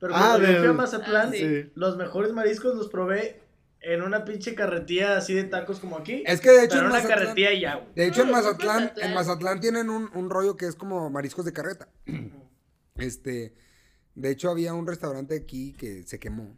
Speaker 4: Pero
Speaker 2: Ah,
Speaker 4: cuando yo
Speaker 2: de-
Speaker 4: fui a Mazatlán,
Speaker 3: Ah,
Speaker 2: sí.
Speaker 4: los mejores mariscos los probé en una pinche carretilla así de tacos como aquí.
Speaker 5: Es que de hecho
Speaker 4: pero
Speaker 5: en
Speaker 4: una
Speaker 5: Mazatlán-
Speaker 4: carretilla y ya, güey.
Speaker 5: De hecho, en
Speaker 3: No, es
Speaker 5: Mazatlán, en
Speaker 3: Mazatlán.
Speaker 5: Mazatlán tienen un, un rollo que es como mariscos de carreta. Este, de hecho, había un restaurante aquí que se quemó,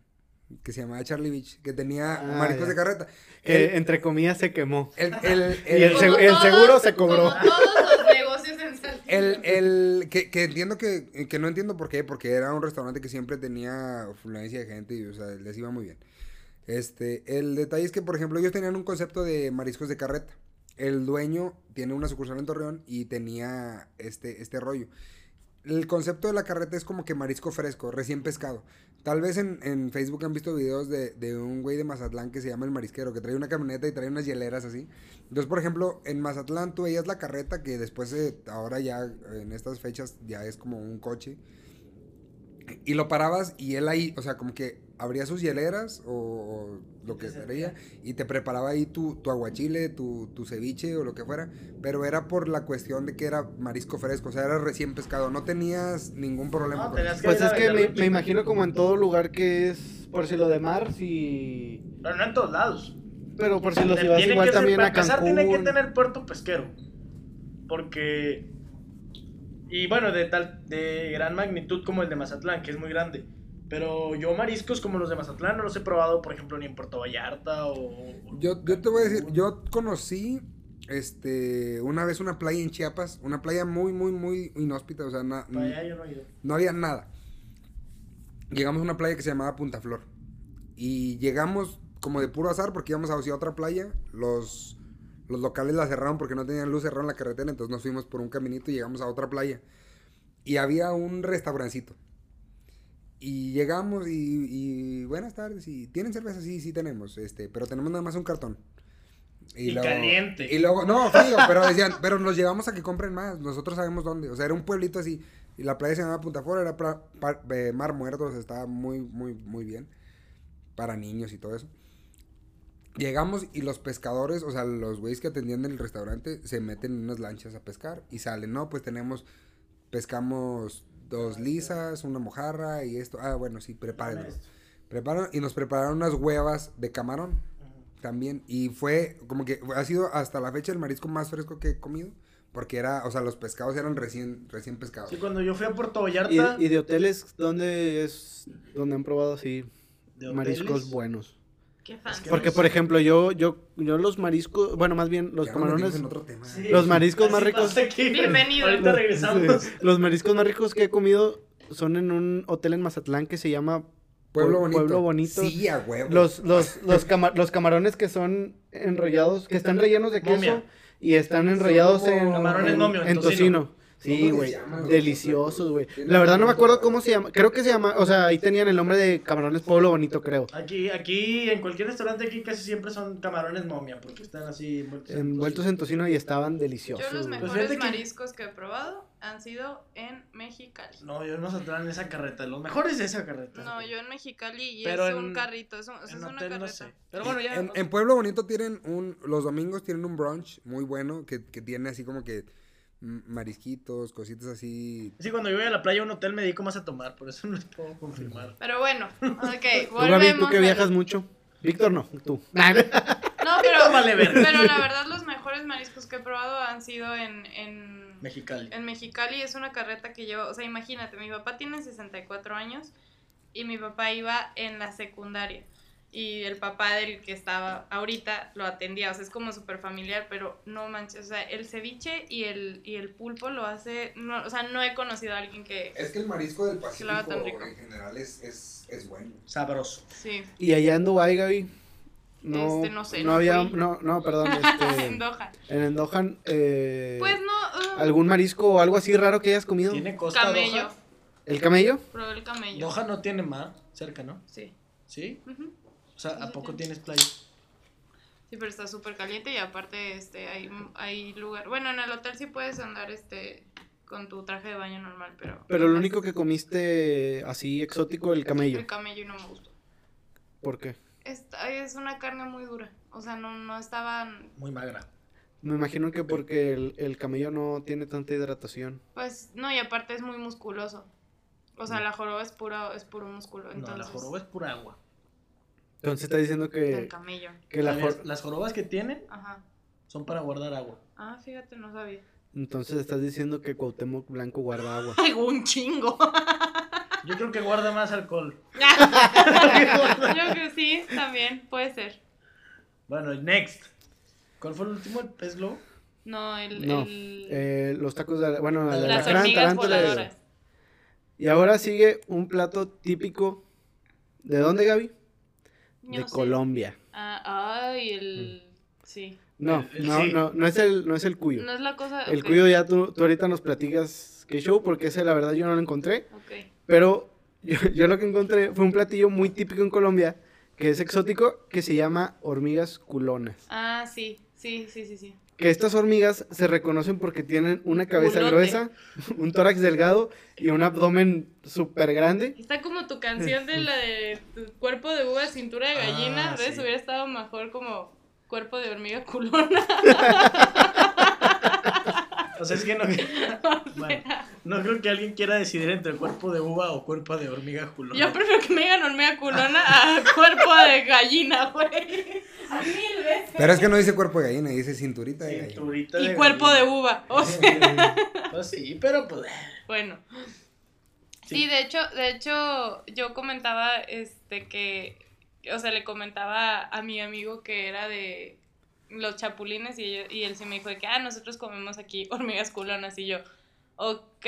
Speaker 5: que se llamaba Charlie Beach, que tenía
Speaker 2: Ah,
Speaker 5: mariscos
Speaker 2: ya.
Speaker 5: de carreta.
Speaker 2: Que, entre comillas se quemó.
Speaker 5: El, el,
Speaker 2: Y el
Speaker 5: el-
Speaker 2: se-
Speaker 3: Como
Speaker 2: seguro se cobró.
Speaker 3: Como todos los negocios en Saltillo.
Speaker 5: el- el- que, que entiendo que, que no entiendo por qué, porque era un restaurante que siempre tenía afluencia de gente y, o sea, les iba muy bien. Este, el detalle es que, por ejemplo, ellos tenían un concepto de mariscos de carreta. El dueño tiene una sucursal en Torreón y tenía este, este rollo. El concepto de la carreta es como que marisco fresco, recién pescado. Tal vez en, en Facebook han visto videos de, de un güey de Mazatlán que se llama el marisquero, que trae una camioneta y trae unas hieleras así. Entonces, por ejemplo, en Mazatlán tú veías la carreta que después, eh, ahora ya en estas fechas, ya es como un coche. Y lo parabas y él ahí, o sea, como que abría sus hieleras o, o lo que
Speaker 4: Sí, sí.
Speaker 5: traía y te preparaba ahí tu, tu aguachile, tu, tu ceviche o lo que fuera. Pero era por la cuestión de que era marisco fresco, o sea, era recién pescado. No tenías ningún problema.
Speaker 4: No,
Speaker 5: con
Speaker 4: tenías
Speaker 5: eso.
Speaker 2: Pues
Speaker 4: Sí,
Speaker 2: es
Speaker 4: la
Speaker 2: que
Speaker 4: verdad,
Speaker 2: me,
Speaker 4: sí.
Speaker 2: me imagino como en todo lugar que es por si lo de mar, si...
Speaker 4: Pero no en todos lados.
Speaker 2: Pero por si lo
Speaker 4: Te-
Speaker 2: llevas
Speaker 4: tiene
Speaker 2: igual
Speaker 4: que ser-
Speaker 2: también
Speaker 4: para
Speaker 2: a
Speaker 4: empezar,
Speaker 2: Cancún.
Speaker 4: tiene que tener puerto pesquero. Porque. Y bueno, de tal de gran magnitud como el de Mazatlán, que es muy grande. Pero yo mariscos como los de Mazatlán no los he probado, por ejemplo, ni en Puerto Vallarta o... o-
Speaker 5: Yo, yo te voy a decir, yo conocí este una vez una playa en Chiapas, una playa muy, muy, muy inhóspita, o sea, na-
Speaker 4: Para allá yo no he ido.
Speaker 5: no había nada. Llegamos a una playa que se llamaba Punta Flor. Y llegamos como de puro azar porque íbamos hacia otra playa. Los, los locales la cerraron porque no tenían luz, cerraron la carretera. Entonces nos fuimos por un caminito y llegamos a otra playa. Y había un restaurancito. Y llegamos y, y, buenas tardes. ¿Y tienen cerveza? Sí, sí tenemos. Este, pero tenemos nada más un cartón.
Speaker 4: Y caliente.
Speaker 5: Y luego, no, frío, pero decían, pero nos llevamos a que compren más. Nosotros sabemos dónde. O sea, era un pueblito así. Y la playa se llamaba Punta Fora, era pra- par- eh, Mar Muerto, o sea, estaba muy, muy, muy bien. Para niños y todo eso. Llegamos y los pescadores, o sea, los güeyes que atendían el restaurante, se meten en unas lanchas a pescar y salen. No, pues tenemos, pescamos dos lisas, una mojarra y esto. Ah, bueno, sí, prepárenlo. Preparan, y nos prepararon unas huevas de camarón también. Y fue como que ha sido hasta la fecha el marisco más fresco que he comido. Porque era, o sea, los pescados eran recién, recién pescados.
Speaker 4: Sí, cuando yo fui a Puerto
Speaker 2: Y,
Speaker 4: Vallarta...
Speaker 2: y de hoteles, ¿dónde es donde han probado así
Speaker 4: de hoteles,
Speaker 2: mariscos buenos?
Speaker 3: Qué fan.
Speaker 4: que-
Speaker 2: Porque, por ejemplo, yo, yo, yo los mariscos, bueno, más bien los
Speaker 5: Ya nos metimos
Speaker 2: camarones,
Speaker 5: en otro tema.
Speaker 4: Sí.
Speaker 2: los mariscos más
Speaker 4: Así
Speaker 2: ricos.
Speaker 4: pasa aquí, güey.
Speaker 3: Bienvenido.
Speaker 4: Ahorita
Speaker 2: Los-
Speaker 4: regresamos.
Speaker 2: sí, <laughs> los mariscos más ricos que he comido son en un hotel en Mazatlán que se llama
Speaker 5: Pueblo
Speaker 2: Pue-
Speaker 5: bonito.
Speaker 2: Pueblo Bonito.
Speaker 5: Sí, a huevo.
Speaker 2: Los, los, los, cama- los camarones que son enrollados, que están rellenos de queso
Speaker 4: Momia.
Speaker 2: y están enrollados
Speaker 5: como
Speaker 2: en,
Speaker 5: camarones
Speaker 2: en,
Speaker 4: momio, en
Speaker 2: en
Speaker 4: tocino.
Speaker 2: tocino. Sí,
Speaker 5: ¿Cómo les
Speaker 2: güey.
Speaker 5: llaman, güey?
Speaker 2: Deliciosos, güey. La verdad no me acuerdo cómo se llama. Creo que se llama, o sea, ahí tenían el nombre de Camarones Pueblo Bonito, creo.
Speaker 4: Aquí, aquí, en cualquier restaurante aquí casi siempre son camarones momia, porque están así envueltos. en
Speaker 2: Envueltos en tocino y estaban
Speaker 3: Yo
Speaker 2: deliciosos.
Speaker 3: los
Speaker 2: güey.
Speaker 3: mejores
Speaker 4: Pues fíjate que-
Speaker 3: mariscos que he probado han sido en Mexicali.
Speaker 4: tocino. No, yo en Mazatlán, esa carreta, los mejores de esa carreta.
Speaker 3: No, yo en Mexicali y
Speaker 4: Pero
Speaker 3: es
Speaker 4: en-
Speaker 3: un carrito, es, un- o sea, es
Speaker 4: en
Speaker 3: una
Speaker 4: hotel
Speaker 3: carreta.
Speaker 4: no sé. Pero bueno, ya.
Speaker 5: En, en Pueblo Bonito tienen un. Los domingos tienen un brunch muy bueno que, que tiene así como que mm, marisquitos, cositas así.
Speaker 4: Sí, cuando yo voy a la playa a un hotel me dedico más a tomar, por eso no les puedo confirmar.
Speaker 2: <laughs>
Speaker 3: Pero bueno, ok,
Speaker 2: Tú, Gaby, Pues, tú
Speaker 3: volvemos.
Speaker 2: que
Speaker 3: al-
Speaker 2: viajas mucho. Víctor, no, tú.
Speaker 3: No,
Speaker 2: <laughs>
Speaker 3: pero,
Speaker 4: Vale, verga.
Speaker 3: pero la verdad los mejores mariscos que he probado han sido en, en,
Speaker 4: Mexicali.
Speaker 3: en Mexicali. Es una carreta que llevo, o sea, imagínate, mi papá tiene 64 años y mi papá iba en la secundaria. Y el papá del que estaba ahorita lo atendía, o sea, es como súper familiar, pero no manches, o sea, el ceviche y el, y el pulpo lo hace, no, o sea, no he conocido a alguien que...
Speaker 5: Es que el marisco del
Speaker 3: Pacífico lo haga tan rico. en
Speaker 5: general es, bueno.
Speaker 4: Sabroso.
Speaker 3: Sí,
Speaker 2: Y allá en Dubái, Gaby. No,
Speaker 3: Este, no sé,
Speaker 2: no
Speaker 3: no
Speaker 2: había,
Speaker 3: fui.
Speaker 2: no, no,
Speaker 3: <laughs>
Speaker 2: perdón,
Speaker 3: en
Speaker 2: este,
Speaker 3: Doha.
Speaker 2: en Endojan, eh,
Speaker 3: Pues no, uh,
Speaker 2: algún marisco o algo así raro que hayas comido.
Speaker 4: ¿Tiene costa
Speaker 3: camello,
Speaker 4: Doha?
Speaker 2: ¿El camello?
Speaker 3: probé el camello.
Speaker 4: Doha no tiene mar cerca, ¿no?
Speaker 3: Sí.
Speaker 4: ¿Sí?
Speaker 3: Ujú.
Speaker 4: O sea, ¿a
Speaker 3: Sí,
Speaker 4: poco
Speaker 3: sí.
Speaker 4: tienes playa?
Speaker 3: Sí, pero está súper caliente y aparte este hay, hay lugar. Bueno, en el hotel sí puedes andar este con tu traje de baño normal, pero.
Speaker 2: Pero lo único que comiste así exótico, el camello.
Speaker 3: El camello no me gustó.
Speaker 2: ¿Por qué?
Speaker 3: Esta- es una carne muy dura. O sea, no, no estaban.
Speaker 4: Muy magra.
Speaker 2: Me imagino que porque el, el camello no tiene tanta hidratación.
Speaker 3: Pues, no, y aparte es muy musculoso. O
Speaker 2: Mm.
Speaker 3: sea, la joroba es puro, es puro músculo.
Speaker 4: No,
Speaker 3: Entonces,
Speaker 4: la joroba es pura agua.
Speaker 2: Entonces está diciendo
Speaker 3: del
Speaker 2: que,
Speaker 3: camello.
Speaker 2: que la
Speaker 4: Las-
Speaker 2: jor-
Speaker 4: Las jorobas que tienen
Speaker 3: Ajá.
Speaker 4: son para guardar agua.
Speaker 3: Ah, fíjate, no sabía.
Speaker 4: <laughs>
Speaker 2: Entonces estás diciendo que Cuauhtémoc Blanco guarda agua.
Speaker 3: Ay, un <laughs> chingo.
Speaker 4: Yo creo que guarda más alcohol.
Speaker 3: Yo creo que sí, también, puede ser.
Speaker 4: Bueno, next. ¿Cuál fue el último? ¿El pez globo?
Speaker 3: No, el.
Speaker 2: No,
Speaker 3: el-
Speaker 2: eh, los tacos de... Bueno,
Speaker 4: Las
Speaker 2: de
Speaker 3: las
Speaker 2: alacrán,
Speaker 3: hormigas
Speaker 2: tarántula y-
Speaker 3: voladoras.
Speaker 2: Y ahora sigue un plato típico. ¿De dónde, Gaby?
Speaker 3: Yo
Speaker 2: de
Speaker 3: sé.
Speaker 2: Colombia.
Speaker 3: Ah, ay, el. Sí.
Speaker 2: No,
Speaker 4: El- el
Speaker 2: no,
Speaker 4: sí.
Speaker 2: no, no es el, no es el cuyo.
Speaker 3: No es la cosa.
Speaker 2: El
Speaker 3: ok,
Speaker 2: cuyo ya tú, tú ahorita nos platicas qué show, porque ese la verdad yo no lo encontré.
Speaker 3: ok.
Speaker 2: Pero yo, yo lo que encontré fue un platillo muy típico en Colombia, que es exótico, que se llama hormigas culonas.
Speaker 3: Ah, sí, sí, sí, sí, sí.
Speaker 2: Que estas hormigas se reconocen porque tienen una cabeza
Speaker 3: Culote.
Speaker 2: gruesa, un tórax delgado y un abdomen súper grande.
Speaker 3: Está como tu canción de la de tu cuerpo de uva, cintura de gallina.
Speaker 4: Ah,
Speaker 3: ¿Ves?
Speaker 4: sí.
Speaker 3: Hubiera estado mejor como cuerpo de hormiga culona.
Speaker 4: O sea,
Speaker 2: <laughs>
Speaker 4: es que no, bueno, no creo que alguien quiera decidir entre cuerpo de uva o cuerpo de hormiga julona.
Speaker 3: Yo prefiero que me digan hormiga culona a cuerpo de gallina, güey. Mil veces.
Speaker 5: Pero es que no dice cuerpo de gallina, dice cinturita de gallina.
Speaker 4: Cinturita
Speaker 3: Y cuerpo de
Speaker 4: gallina.
Speaker 3: uva. O sea,
Speaker 4: <laughs> Pues sí, pero pues. eh,
Speaker 3: bueno.
Speaker 4: Sí.
Speaker 3: Sí. de hecho, de hecho, yo comentaba, este, que, o sea, le comentaba a mi amigo que era de los chapulines y, ello- y él se me dijo de que, ah, nosotros comemos aquí hormigas culonas y yo, ok.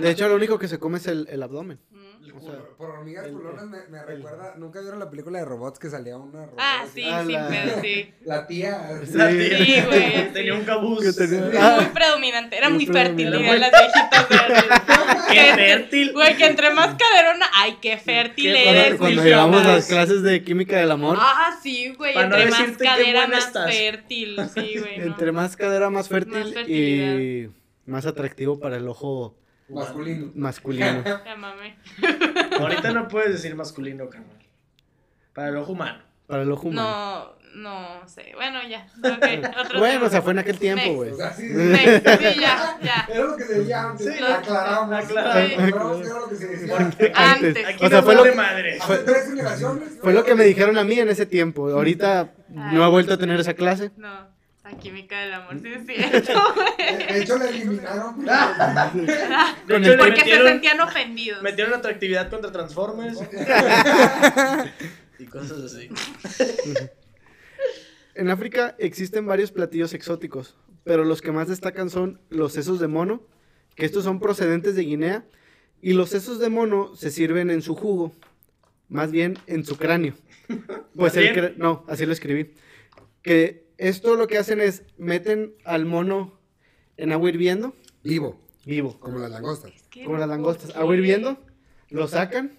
Speaker 2: De hecho, lo único que se come es el, el abdomen.
Speaker 3: Mm.
Speaker 4: el
Speaker 2: O
Speaker 4: culo.
Speaker 2: sea,
Speaker 5: Por hormigas
Speaker 4: El-
Speaker 5: culonas me, me
Speaker 2: el-
Speaker 5: recuerda. Nunca vieron la película de robots que salía una robot.
Speaker 3: ah,
Speaker 5: así?
Speaker 3: sí,
Speaker 2: Ah,
Speaker 3: sí,
Speaker 2: la-
Speaker 3: pero
Speaker 5: <laughs>
Speaker 3: sí.
Speaker 5: La tía.
Speaker 2: Sí.
Speaker 4: La tía
Speaker 3: Sí, güey,
Speaker 4: <laughs> tenía
Speaker 3: sí.
Speaker 4: un cabuz.
Speaker 2: Que tenía-
Speaker 4: Sí.
Speaker 2: Ah.
Speaker 3: Muy predominante, era
Speaker 2: Muy
Speaker 3: muy fértil,
Speaker 2: predominante.
Speaker 3: dirían las viejitas. ¿verdad?
Speaker 4: Qué
Speaker 3: Que- <laughs>
Speaker 4: fértil.
Speaker 3: Güey, que entre más caderona, ay, qué fértil
Speaker 4: Qué
Speaker 3: eres.
Speaker 2: Cuando,
Speaker 4: fértil,
Speaker 2: cuando
Speaker 4: sí,
Speaker 2: llevamos
Speaker 4: jamás.
Speaker 2: las clases de química del amor,
Speaker 3: Ah, sí, güey,
Speaker 4: Pa' no
Speaker 3: entre más
Speaker 4: decirte qué
Speaker 3: cadera,
Speaker 4: buena
Speaker 3: más
Speaker 4: estás.
Speaker 3: fértil. Sí,
Speaker 2: <laughs>
Speaker 3: güey. no.
Speaker 2: entre más cadera, más fértil y
Speaker 3: fertilidad.
Speaker 2: más atractivo para el ojo
Speaker 5: Masculino.
Speaker 2: masculino.
Speaker 3: Ya mamé.
Speaker 4: Ahorita no puedes decir masculino, carnal. Para el ojo humano.
Speaker 2: Para el ojo humano.
Speaker 3: No, no sé. Bueno, ya.
Speaker 2: <laughs>
Speaker 3: Ok, otro
Speaker 2: bueno,
Speaker 3: tema.
Speaker 2: o sea, fue en aquel tiempo,
Speaker 3: Next.
Speaker 2: güey.
Speaker 5: sí,
Speaker 3: Next, Sí, ya,
Speaker 2: <laughs>
Speaker 3: ya.
Speaker 5: Era lo que se decía antes.
Speaker 4: Sí,
Speaker 5: aclaramos.
Speaker 4: aclaramos.
Speaker 5: aclaramos que era lo que se decía antes.
Speaker 3: Antes.
Speaker 4: Aquí
Speaker 2: O sea,
Speaker 4: no
Speaker 2: fue lo
Speaker 4: vale
Speaker 2: que-
Speaker 4: madre.
Speaker 5: Hace tres generaciones.
Speaker 2: Fue lo que me dijeron a mí en ese tiempo. Ahorita no he vuelto a tener esa clase.
Speaker 3: No, la química del amor, sí
Speaker 2: Mm.
Speaker 3: es cierto.
Speaker 5: De hecho, la
Speaker 2: <laughs>
Speaker 5: eliminaron.
Speaker 4: De
Speaker 2: Con
Speaker 4: hecho,
Speaker 2: el-
Speaker 4: le
Speaker 3: <laughs> Porque
Speaker 4: metieron,
Speaker 3: se sentían ofendidos.
Speaker 4: metieron atractividad contra Transformers <laughs> y cosas así.
Speaker 2: En África existen varios platillos exóticos, pero los que más destacan son los sesos de mono, que estos son procedentes de Guinea, y los sesos de mono se sirven en su jugo, más bien en su cráneo. Pues el
Speaker 4: bien.
Speaker 2: cra- no, así lo escribí. Que esto lo que hacen es meten al mono en agua hirviendo
Speaker 5: Vivo,
Speaker 2: vivo.
Speaker 5: como las langostas.
Speaker 3: Es que
Speaker 2: Como
Speaker 3: no,
Speaker 2: las langostas.
Speaker 3: ¿por
Speaker 2: Agua
Speaker 3: qué?
Speaker 2: hirviendo, lo sacan.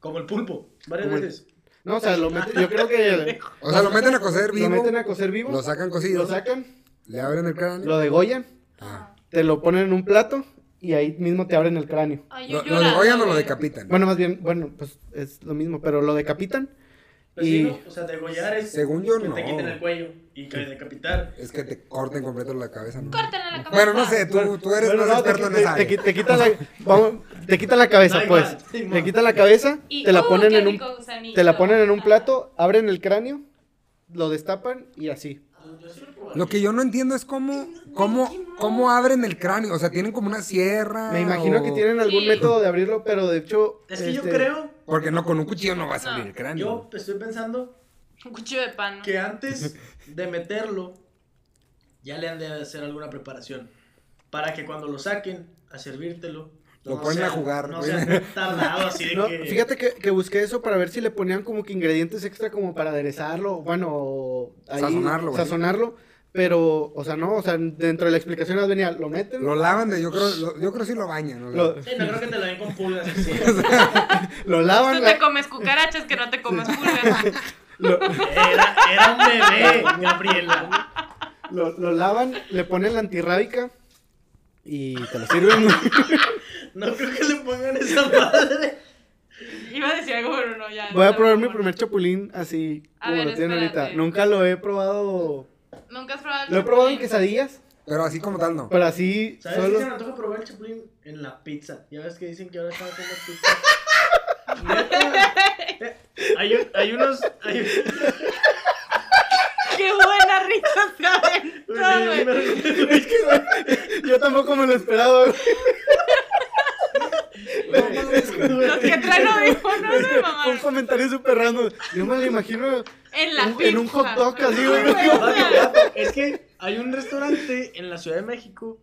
Speaker 4: Como el pulpo, varias
Speaker 2: Como el-
Speaker 4: veces.
Speaker 2: No, o sea, lo meten, yo creo que
Speaker 5: O sea, lo meten a cocer
Speaker 2: lo
Speaker 5: vivo,
Speaker 2: meten a cocer vivo,
Speaker 5: lo sacan
Speaker 2: lo
Speaker 5: cocido,
Speaker 2: sacan,
Speaker 5: le abren el cráneo.
Speaker 2: lo degollan,
Speaker 5: Ah.
Speaker 2: te lo ponen en un plato y ahí mismo te abren el cráneo.
Speaker 3: Ay, yo
Speaker 5: ¿Lo, lo
Speaker 3: lloraba,
Speaker 5: degollan o lo
Speaker 3: güey.
Speaker 5: decapitan?
Speaker 2: Bueno, más bien, bueno, pues es lo mismo, pero lo decapitan.
Speaker 4: Pues
Speaker 2: Y-
Speaker 4: sí, ¿no? O sea, degollar es
Speaker 5: Según yo,
Speaker 4: que te
Speaker 5: no.
Speaker 4: quiten el cuello y que decapitar.
Speaker 5: Es que te corten completo la cabeza, ¿no?
Speaker 3: Córtenle la cabeza.
Speaker 5: Bueno, no sé, tú,
Speaker 2: Bueno,
Speaker 5: tú eres
Speaker 2: bueno,
Speaker 5: más
Speaker 2: no, te
Speaker 5: experto en
Speaker 2: qui-
Speaker 5: esa
Speaker 2: te,
Speaker 5: área.
Speaker 2: qui- te quita la, vamos, te quita la cabeza,
Speaker 4: Da igual,
Speaker 2: pues.
Speaker 4: sí,
Speaker 2: Te
Speaker 4: mon.
Speaker 2: quita la cabeza,
Speaker 3: Y-
Speaker 2: te la
Speaker 3: ¡Uh,
Speaker 2: ponen
Speaker 3: qué
Speaker 2: en un,
Speaker 3: rico gusanito!
Speaker 2: te la ponen en un
Speaker 3: Ah.
Speaker 2: plato, abren el cráneo, lo destapan y así.
Speaker 5: Lo que yo no entiendo es cómo, cómo, cómo abren el cráneo. O sea, tienen como una sierra.
Speaker 2: Me imagino
Speaker 5: o-
Speaker 2: que tienen algún
Speaker 3: Sí.
Speaker 2: método de abrirlo, pero de hecho,
Speaker 4: Es que yo
Speaker 2: este,
Speaker 4: creo,
Speaker 5: Porque no, con un cuchillo no va a salir
Speaker 3: No,
Speaker 5: el cráneo.
Speaker 4: yo estoy pensando
Speaker 3: Un cuchillo de pan. ¿no?
Speaker 4: que antes de meterlo, ya le han de hacer alguna preparación. Para que cuando lo saquen a servírtelo,
Speaker 5: Lo ponen a jugar,
Speaker 4: No
Speaker 5: güey.
Speaker 4: sea tan tardado así de
Speaker 2: No,
Speaker 4: que.
Speaker 2: fíjate que, que busqué eso para ver si le ponían como que ingredientes extra como para aderezarlo, bueno, o ahí,
Speaker 5: Sazonarlo, güey.
Speaker 2: sazonarlo, pero, o sea, no, o sea, dentro de la explicación las venía, lo meten,
Speaker 5: Lo lavan de, yo creo, lo- yo creo sí lo bañan. o sea.
Speaker 2: lo,
Speaker 4: Sí, no creo que te lo den con
Speaker 5: <laughs>
Speaker 4: pulgas. sí.
Speaker 2: lo lavan,
Speaker 3: Tú te
Speaker 2: la-
Speaker 3: comes cucarachas que no te comes
Speaker 2: <laughs>
Speaker 3: pulgas.
Speaker 2: lo,
Speaker 4: Era, era un bebé, Gabriela.
Speaker 2: lo- lo lavan, le ponen la antirrábica y te lo sirven.
Speaker 3: <laughs>
Speaker 4: No creo que le pongan esa madre.
Speaker 3: Iba a decir algo, pero no, ya.
Speaker 2: Voy a
Speaker 3: está
Speaker 2: probar
Speaker 3: muy
Speaker 2: mi
Speaker 3: bueno.
Speaker 2: primer chapulín así
Speaker 3: A
Speaker 2: como
Speaker 3: ver,
Speaker 2: lo tienen ahorita.
Speaker 3: espérate.
Speaker 2: Nunca lo he probado,
Speaker 3: Nunca has probado el
Speaker 2: lo he probado en
Speaker 3: chapulín?
Speaker 2: quesadillas,
Speaker 5: Pero así como tal, no.
Speaker 2: pero así
Speaker 4: ¿Sabes qué
Speaker 2: solo.
Speaker 4: se
Speaker 2: <laughs>
Speaker 4: me antoja probar el chapulín? En la pizza. Ya ves que dicen que ahora están haciendo pizza. Neta. Hay, un- hay unos. Hay,
Speaker 3: ¡Qué buena risa se aventó, güey!
Speaker 4: Güey,
Speaker 2: Yo tampoco me lo esperaba.
Speaker 3: <laughs>
Speaker 2: güey.
Speaker 3: Los que traen audífonos, güey, mamá.
Speaker 2: Fue un comentario súper random. Yo me lo imagino
Speaker 3: En la
Speaker 2: un-
Speaker 3: pizza.
Speaker 2: en un hot dog así, güey.
Speaker 3: <laughs> Ajá.
Speaker 4: Es que hay un restaurante en la Ciudad de México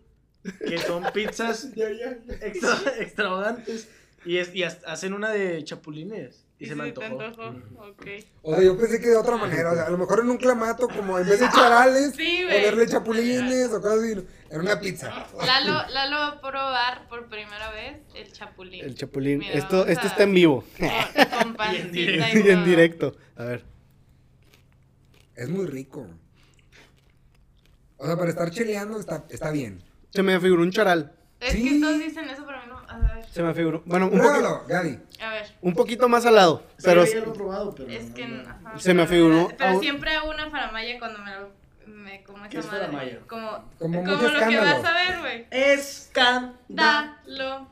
Speaker 4: que son pizzas extra- extravagantes y, es, y hasta hacen una de chapulines. Y,
Speaker 3: Y
Speaker 4: se me
Speaker 3: sí, te
Speaker 4: antojó.
Speaker 3: antojó, ok.
Speaker 5: O sea, yo pensé que de otra manera. O sea, a lo mejor en un clamato, como en vez de charales,
Speaker 3: Sí, güey.
Speaker 5: ponerle chapulines o cosas así. En una pizza.
Speaker 3: Lalo, Lalo va a probar por primera vez el chapulín.
Speaker 2: el chapulín.
Speaker 3: Mira,
Speaker 2: esto
Speaker 3: vamos
Speaker 2: esto
Speaker 3: a-
Speaker 2: está en
Speaker 3: <laughs>
Speaker 2: vivo <laughs>
Speaker 3: Con, con
Speaker 4: Y
Speaker 3: pancita
Speaker 4: en
Speaker 3: y,
Speaker 4: directo.
Speaker 2: y en
Speaker 3: todo.
Speaker 2: directo. A ver.
Speaker 5: Es muy rico. O sea, para estar cheleando está, está bien.
Speaker 2: Se me figuró un charal.
Speaker 3: Es
Speaker 5: Sí.
Speaker 3: que todos dicen eso, pero a mí no. A ver,
Speaker 2: Se me figuró. Bueno, un, poqui-
Speaker 5: Pruébalo, Gaby.
Speaker 3: a ver.
Speaker 2: un poquito más salado.
Speaker 4: Sí,
Speaker 2: Pero
Speaker 4: ya lo he probado, pero.
Speaker 3: Es
Speaker 4: no,
Speaker 3: que.
Speaker 4: no.
Speaker 3: ajá,
Speaker 2: Mm. Se me Ah,
Speaker 3: pero
Speaker 2: afiguró
Speaker 3: era- Pero
Speaker 2: a un-
Speaker 3: siempre hago una faramaya cuando me lo. Me, como
Speaker 4: ¿Qué
Speaker 3: esa
Speaker 4: es
Speaker 3: madre.
Speaker 4: faramaya?
Speaker 3: Como,
Speaker 5: Como
Speaker 3: como,
Speaker 5: mucho
Speaker 3: lo que
Speaker 5: escándalo.
Speaker 3: vas a ver, güey.
Speaker 4: Escándalo.
Speaker 3: Dalo.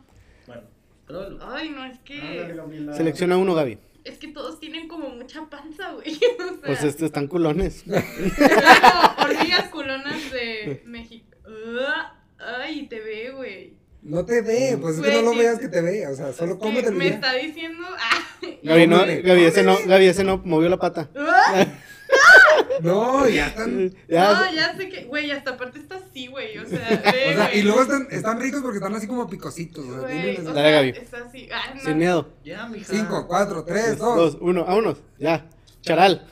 Speaker 4: Bueno, ah, pruébalo.
Speaker 3: Ay, no, es que.
Speaker 2: selecciona uno, Gaby.
Speaker 3: Es que todos tienen como mucha panza, güey. <laughs> O sea,
Speaker 2: Pues estos están culones.
Speaker 3: eran como hormigas culonas de México. Ua, Ay, te ve, güey.
Speaker 5: No te ve, pues es que
Speaker 3: Güey,
Speaker 5: no lo
Speaker 3: sí.
Speaker 5: veas que te ve. O sea,
Speaker 3: Es
Speaker 5: solo
Speaker 3: que
Speaker 5: cómetelo.
Speaker 3: Me
Speaker 5: y ya.
Speaker 3: está diciendo. Ah,
Speaker 2: <laughs> Gaby, no,
Speaker 5: Cómele,
Speaker 2: Gaby, ese no, Gaby, ese no movió la pata.
Speaker 3: ¡Ah!
Speaker 5: No, ya están.
Speaker 2: Ya,
Speaker 3: No, ya sé que, güey, hasta aparte está así, güey, o
Speaker 2: <laughs>
Speaker 3: sea, ve,
Speaker 5: O sea,
Speaker 3: güey.
Speaker 5: y luego están, están ricos porque están así como picositos. O sea,
Speaker 3: Güey,
Speaker 5: tienen
Speaker 3: o
Speaker 5: esas-
Speaker 2: Dale,
Speaker 3: sea,
Speaker 2: Gaby.
Speaker 3: Está así. Ah, no.
Speaker 2: sin miedo.
Speaker 4: Ya, mija.
Speaker 5: Cinco, cuatro, tres, dos.
Speaker 2: Dos, uno, vámonos. Ya. Charal.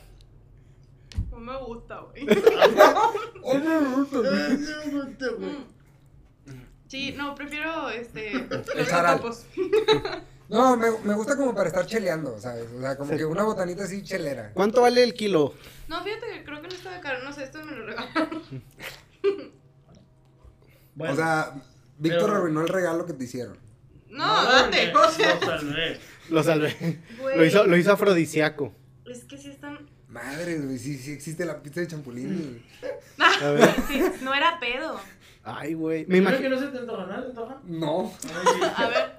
Speaker 3: No me
Speaker 2: <laughs>
Speaker 3: gusta, güey.
Speaker 5: Oh, no, no, no.
Speaker 4: Ay, no, no te- güey.
Speaker 3: Mm. Sí, no, prefiero este
Speaker 5: El
Speaker 3: los
Speaker 5: charal.
Speaker 3: topos.
Speaker 5: No, me, me gusta como para estar cheleando, ¿sabes? O sea, como que una botanita así chelera.
Speaker 2: ¿Cuánto vale el kilo?
Speaker 3: No, fíjate que creo que no estaba caro, no sé, esto me lo regalaron.
Speaker 4: Bueno,
Speaker 5: o sea, Víctor
Speaker 4: pero-
Speaker 5: arruinó el regalo que te hicieron.
Speaker 3: No, date, o sea,
Speaker 4: no, tal vez.
Speaker 2: Lo salvé.
Speaker 3: Güey.
Speaker 2: Lo hizo, lo hizo afrodisíaco.
Speaker 3: es que sí están
Speaker 5: Madre, güey, sí, sí existe la pizza de champulín.
Speaker 3: <laughs>
Speaker 2: A ver.
Speaker 3: sí, no era pedo.
Speaker 2: Ay, güey. Me
Speaker 4: Creo que
Speaker 2: imagino.
Speaker 4: no se te antoja, ¿no? ¿Te antoja?
Speaker 5: No.
Speaker 3: A ver,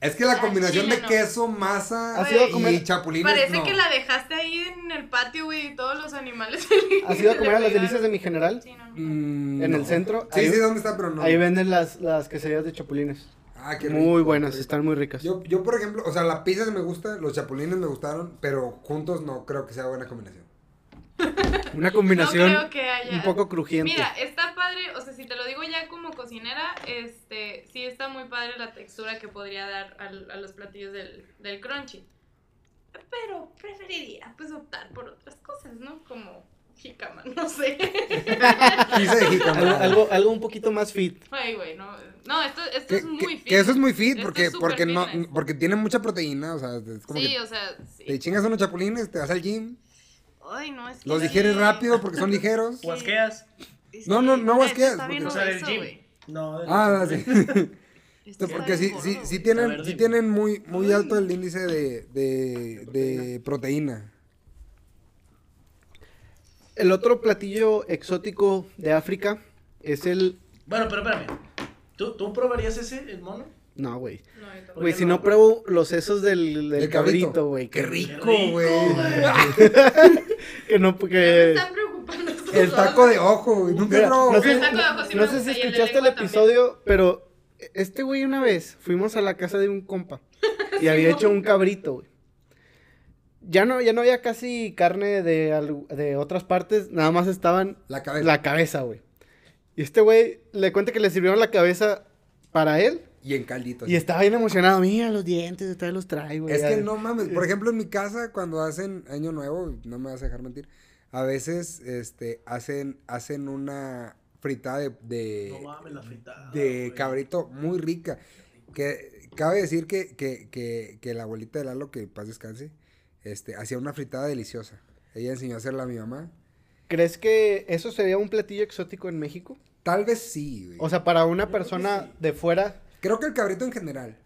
Speaker 5: Es que la
Speaker 3: Al
Speaker 5: combinación
Speaker 3: chile
Speaker 5: de
Speaker 3: no.
Speaker 5: queso, masa
Speaker 2: ¿Has ido a
Speaker 5: y
Speaker 2: comer-
Speaker 5: chapulín.
Speaker 3: parece que la dejaste ahí en el patio, güey, y todos los animales. <laughs>
Speaker 2: ¿Has ido a comer a las
Speaker 3: le
Speaker 2: delicias de mi general?
Speaker 3: Sí, no.
Speaker 5: Mm,
Speaker 2: en el centro,
Speaker 5: Sí,
Speaker 2: ahí-
Speaker 5: sí, ¿dónde está? Pero no.
Speaker 2: Ahí venden las, las quesadillas de chapulines.
Speaker 5: Ah, qué rico.
Speaker 2: Muy buenas, están muy ricas.
Speaker 5: Yo, yo, por ejemplo, o sea, la pizza me gusta, los chapulines me gustaron, pero juntos no creo que sea buena combinación.
Speaker 2: Una
Speaker 3: No
Speaker 2: combinación
Speaker 3: creo que haya.
Speaker 2: un poco crujiente.
Speaker 3: Mira, está padre, o sea, si te lo digo ya como cocinera, este, sí está muy padre la textura que podría dar al- a los platillos del, del crunchy. Pero preferiría, pues, optar por otras cosas, ¿no? Como Jicama, <laughs> no
Speaker 5: <laughs>
Speaker 3: sé.
Speaker 5: Quise
Speaker 2: <laughs>
Speaker 5: de
Speaker 2: Algo,
Speaker 5: jicama.
Speaker 2: algo, algo un poquito más fit.
Speaker 3: Ay, güey, no. No, esto, esto
Speaker 5: Que,
Speaker 3: es muy
Speaker 5: que-
Speaker 3: fit.
Speaker 5: que eso es muy fit
Speaker 3: Esto
Speaker 5: porque,
Speaker 3: es súper
Speaker 5: porque, no,
Speaker 3: fitness.
Speaker 5: porque tiene mucha proteína. O sea, es como
Speaker 3: Sí,
Speaker 5: que
Speaker 3: o sea, sí.
Speaker 5: te chingas unos chapulines, te vas al gym,
Speaker 3: Ay, no, es que.
Speaker 5: los
Speaker 3: sí.
Speaker 5: digieres rápido porque
Speaker 2: <laughs>
Speaker 5: son
Speaker 3: <laughs>
Speaker 5: ligeros.
Speaker 3: Sí.
Speaker 4: Huasqueas.
Speaker 3: Es
Speaker 5: No,
Speaker 3: que-
Speaker 5: no, no
Speaker 3: Ah,
Speaker 5: guasqueas,
Speaker 3: Está bien
Speaker 5: porque-
Speaker 4: O sea, del
Speaker 3: obeso,
Speaker 4: gym.
Speaker 3: güey.
Speaker 4: No, del
Speaker 5: Ah, <laughs>
Speaker 4: gym.
Speaker 5: sí.
Speaker 3: Esto está
Speaker 5: Porque sí,
Speaker 3: bien
Speaker 5: sí,
Speaker 3: gordo,
Speaker 5: sí
Speaker 3: güey.
Speaker 5: tienen,
Speaker 4: A ver,
Speaker 5: sí
Speaker 4: dime.
Speaker 5: tienen muy, muy alto el índice de, de, de proteína.
Speaker 2: El otro platillo exótico de África es el.
Speaker 4: Bueno, pero espérame. ¿Tú, ¿Tú probarías ese, el mono?
Speaker 2: No, güey.
Speaker 3: No, yo tampoco.
Speaker 2: Güey,
Speaker 4: qué
Speaker 2: si
Speaker 4: no?
Speaker 2: no pruebo los sesos del, del
Speaker 5: Del cabrito.
Speaker 2: cabrito, güey.
Speaker 5: ¡Qué
Speaker 2: que-
Speaker 5: rico,
Speaker 4: rico,
Speaker 5: güey!
Speaker 2: Que no,
Speaker 3: Ya me
Speaker 2: porque.
Speaker 3: están preocupando. estos
Speaker 5: <laughs> El
Speaker 3: dos.
Speaker 5: taco de ojo, güey. Nunca
Speaker 2: Mira,
Speaker 5: probó.
Speaker 2: no sé,
Speaker 3: El taco de ojo sí
Speaker 2: no
Speaker 3: me
Speaker 2: sé si
Speaker 3: gusta, y el de
Speaker 2: escuchaste el
Speaker 3: lengua también.
Speaker 2: episodio, pero este güey una vez fuimos a la casa de un
Speaker 3: <laughs>
Speaker 2: compa y había hecho un cabrito, güey. Ya no, ya no había casi carne de, al- de otras partes, nada más estaban
Speaker 5: La cabeza.
Speaker 2: la cabeza, güey. Y este güey le cuenta que le sirvieron la cabeza para él
Speaker 5: Y en caldito.
Speaker 2: y
Speaker 5: así.
Speaker 2: estaba bien emocionado. Mira los dientes, todavía los trae, güey.
Speaker 5: Es
Speaker 2: Ya-
Speaker 5: que no mames, por ejemplo, en mi casa cuando hacen año nuevo, no me vas a dejar mentir, a veces este hacen hacen una fritada de de,
Speaker 4: No mames, la fritada.
Speaker 5: Eh, de
Speaker 4: Ah, güey.
Speaker 5: cabrito muy rica. Que cabe decir que, que, que, que la abuelita de Lalo, que en paz descanse, este, hacía una fritada deliciosa. Ella enseñó a hacerla a mi mamá.
Speaker 2: ¿Crees que eso sería un platillo exótico en México?
Speaker 5: Tal vez sí, güey.
Speaker 2: O sea, para una
Speaker 4: Yo creo que
Speaker 2: persona
Speaker 4: sí.
Speaker 2: de fuera,
Speaker 5: Creo que el cabrito en general.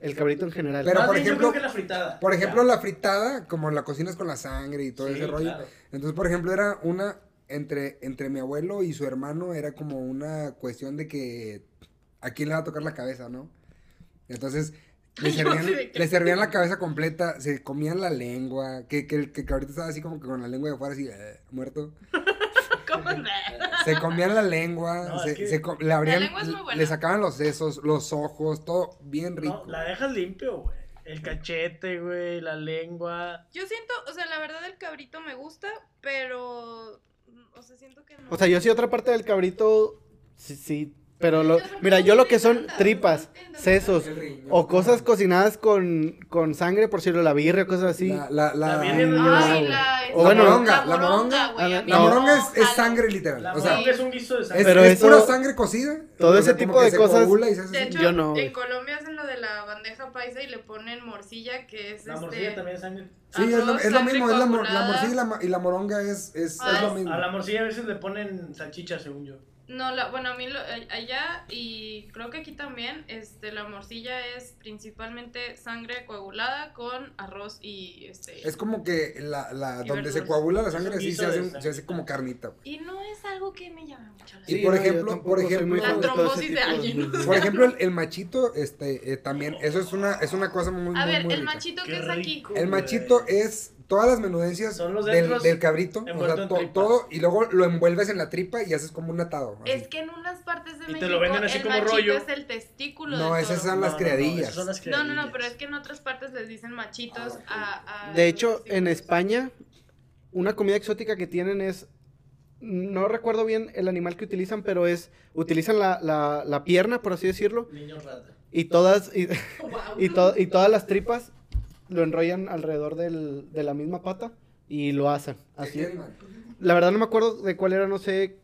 Speaker 2: el cabrito en general.
Speaker 5: Pero,
Speaker 4: Más
Speaker 5: por
Speaker 4: bien, yo
Speaker 5: ejemplo-
Speaker 4: creo que la fritada.
Speaker 5: Por ejemplo,
Speaker 4: Ya.
Speaker 5: la fritada, como la cocinas con la sangre y todo
Speaker 4: Sí,
Speaker 5: ese rollo.
Speaker 4: claro.
Speaker 5: Entonces, por ejemplo, era una entre entre mi abuelo y su hermano era como una cuestión de que a quién le va a tocar la cabeza, ¿no?
Speaker 3: <laughs>
Speaker 5: Entonces le
Speaker 3: Yo
Speaker 5: servían,
Speaker 3: sí de que-
Speaker 5: le servían la cabeza completa, se comían la lengua, que, que, el- que, que ahorita estaba así como que con la lengua de fuera así, eh, muerto.
Speaker 3: <laughs> ¿Cómo no?
Speaker 5: Se comían la lengua,
Speaker 4: <laughs> No,
Speaker 5: se,
Speaker 4: es que-
Speaker 5: se co- le abrían,
Speaker 3: lengua es muy buena.
Speaker 5: le sacaban los sesos, los ojos, todo bien rico.
Speaker 4: No, la dejas limpio, güey. El cachete, güey, la lengua.
Speaker 3: Yo siento, o sea, la verdad el cabrito me gusta, pero. O sea, siento que no.
Speaker 2: O sea, yo sí otra parte del cabrito, sí, sí, pero lo, mira, yo lo que son tripas, sesos
Speaker 5: El riñón.
Speaker 2: o cosas cocinadas con, con sangre, por decirlo, la birria o cosas así.
Speaker 5: La, la, la-
Speaker 4: La Virgen de
Speaker 2: no,
Speaker 4: Dios.
Speaker 3: Ay,
Speaker 2: güey.
Speaker 3: la,
Speaker 2: O bueno,
Speaker 5: moronga, la moronga,
Speaker 3: güey, a
Speaker 2: la
Speaker 3: mí
Speaker 5: la
Speaker 2: No,
Speaker 5: moronga es, es
Speaker 3: jalo.
Speaker 5: sangre literal.
Speaker 4: La
Speaker 5: o sea,
Speaker 4: moronga es un guiso de
Speaker 5: Es,
Speaker 4: sangre.
Speaker 2: Pero
Speaker 5: es
Speaker 2: eso-
Speaker 5: pura sangre cocida.
Speaker 2: todo
Speaker 5: o sea,
Speaker 2: ese
Speaker 5: como
Speaker 2: tipo
Speaker 5: que
Speaker 2: de
Speaker 5: se
Speaker 2: cosas-
Speaker 5: coagula y se hace
Speaker 3: De
Speaker 5: así.
Speaker 3: hecho,
Speaker 2: Yo no, güey.
Speaker 3: en Colombia hacen lo de la bandeja paisa y le ponen morcilla, que es
Speaker 4: La morcilla
Speaker 3: este.
Speaker 4: también es sangre.
Speaker 5: Sí, es lo,
Speaker 3: arroz,
Speaker 5: es lo
Speaker 3: sangre
Speaker 5: mismo. Es la, mor- la
Speaker 3: coagulada.
Speaker 5: morcilla y la, ma- y la moronga es, es,
Speaker 3: Ah,
Speaker 5: es lo
Speaker 3: es-
Speaker 5: mismo.
Speaker 4: A la morcilla a veces le ponen salchicha, según yo.
Speaker 3: No, la, bueno, a mí lo- a- allá y creo que aquí también, este, la morcilla es principalmente sangre coagulada con arroz y este.
Speaker 5: Es como que la, la,
Speaker 3: Y
Speaker 5: donde se
Speaker 3: verduras.
Speaker 5: coagula la
Speaker 4: Es un
Speaker 5: sangre sí
Speaker 4: guiso
Speaker 5: se hace,
Speaker 4: de
Speaker 5: un- se hace
Speaker 4: sangre.
Speaker 5: como carnita. güey.
Speaker 3: Y no es algo que me llame mucho la
Speaker 5: Y
Speaker 3: atención.
Speaker 5: por
Speaker 2: no, yo
Speaker 5: ejemplo-
Speaker 2: tampoco
Speaker 5: por
Speaker 2: soy
Speaker 5: ejemplo-
Speaker 2: muy
Speaker 5: La
Speaker 2: fan de todo ese
Speaker 3: trombosis de
Speaker 2: tipo
Speaker 3: alguien, o sea.
Speaker 5: Por ejemplo, el, el machito, este, eh, también, eso es una, es una cosa muy,
Speaker 3: A
Speaker 5: muy,
Speaker 3: ver,
Speaker 5: muy
Speaker 3: el
Speaker 5: rica.
Speaker 3: machito
Speaker 4: Qué
Speaker 3: que es aquí.
Speaker 4: rico.
Speaker 5: El machito es todas las menudencias
Speaker 4: Son los
Speaker 5: del,
Speaker 4: dentros
Speaker 5: del cabrito, o
Speaker 4: envuelto
Speaker 5: sea,
Speaker 4: en
Speaker 5: to-
Speaker 4: tripa.
Speaker 5: todo, y luego lo envuelves en la tripa y haces como un atado. así.
Speaker 3: Es que en unas partes de
Speaker 4: Y
Speaker 3: México
Speaker 4: te lo venden así
Speaker 3: el
Speaker 4: como
Speaker 3: machito
Speaker 4: rollo.
Speaker 3: es el testículo
Speaker 5: No,
Speaker 3: del
Speaker 5: ese
Speaker 3: toro.
Speaker 5: es Son las criadillas.
Speaker 4: esas son las
Speaker 3: No, no, no,
Speaker 4: criadillas.
Speaker 3: pero es que en otras partes les dicen machitos
Speaker 4: Ah,
Speaker 3: a, a
Speaker 2: De hecho, en
Speaker 3: los-
Speaker 2: España, una comida exótica que tienen es, no recuerdo bien el animal que utilizan, pero es, utilizan la, la, la pierna, por así decirlo,
Speaker 4: Niño rata.
Speaker 2: y todas, y, <laughs>
Speaker 3: Guau.
Speaker 2: y, to- y todas las tripas lo enrollan alrededor del- de la misma pata y lo hacen. Así
Speaker 5: Bien, man.
Speaker 2: La verdad no me acuerdo de cuál era, no sé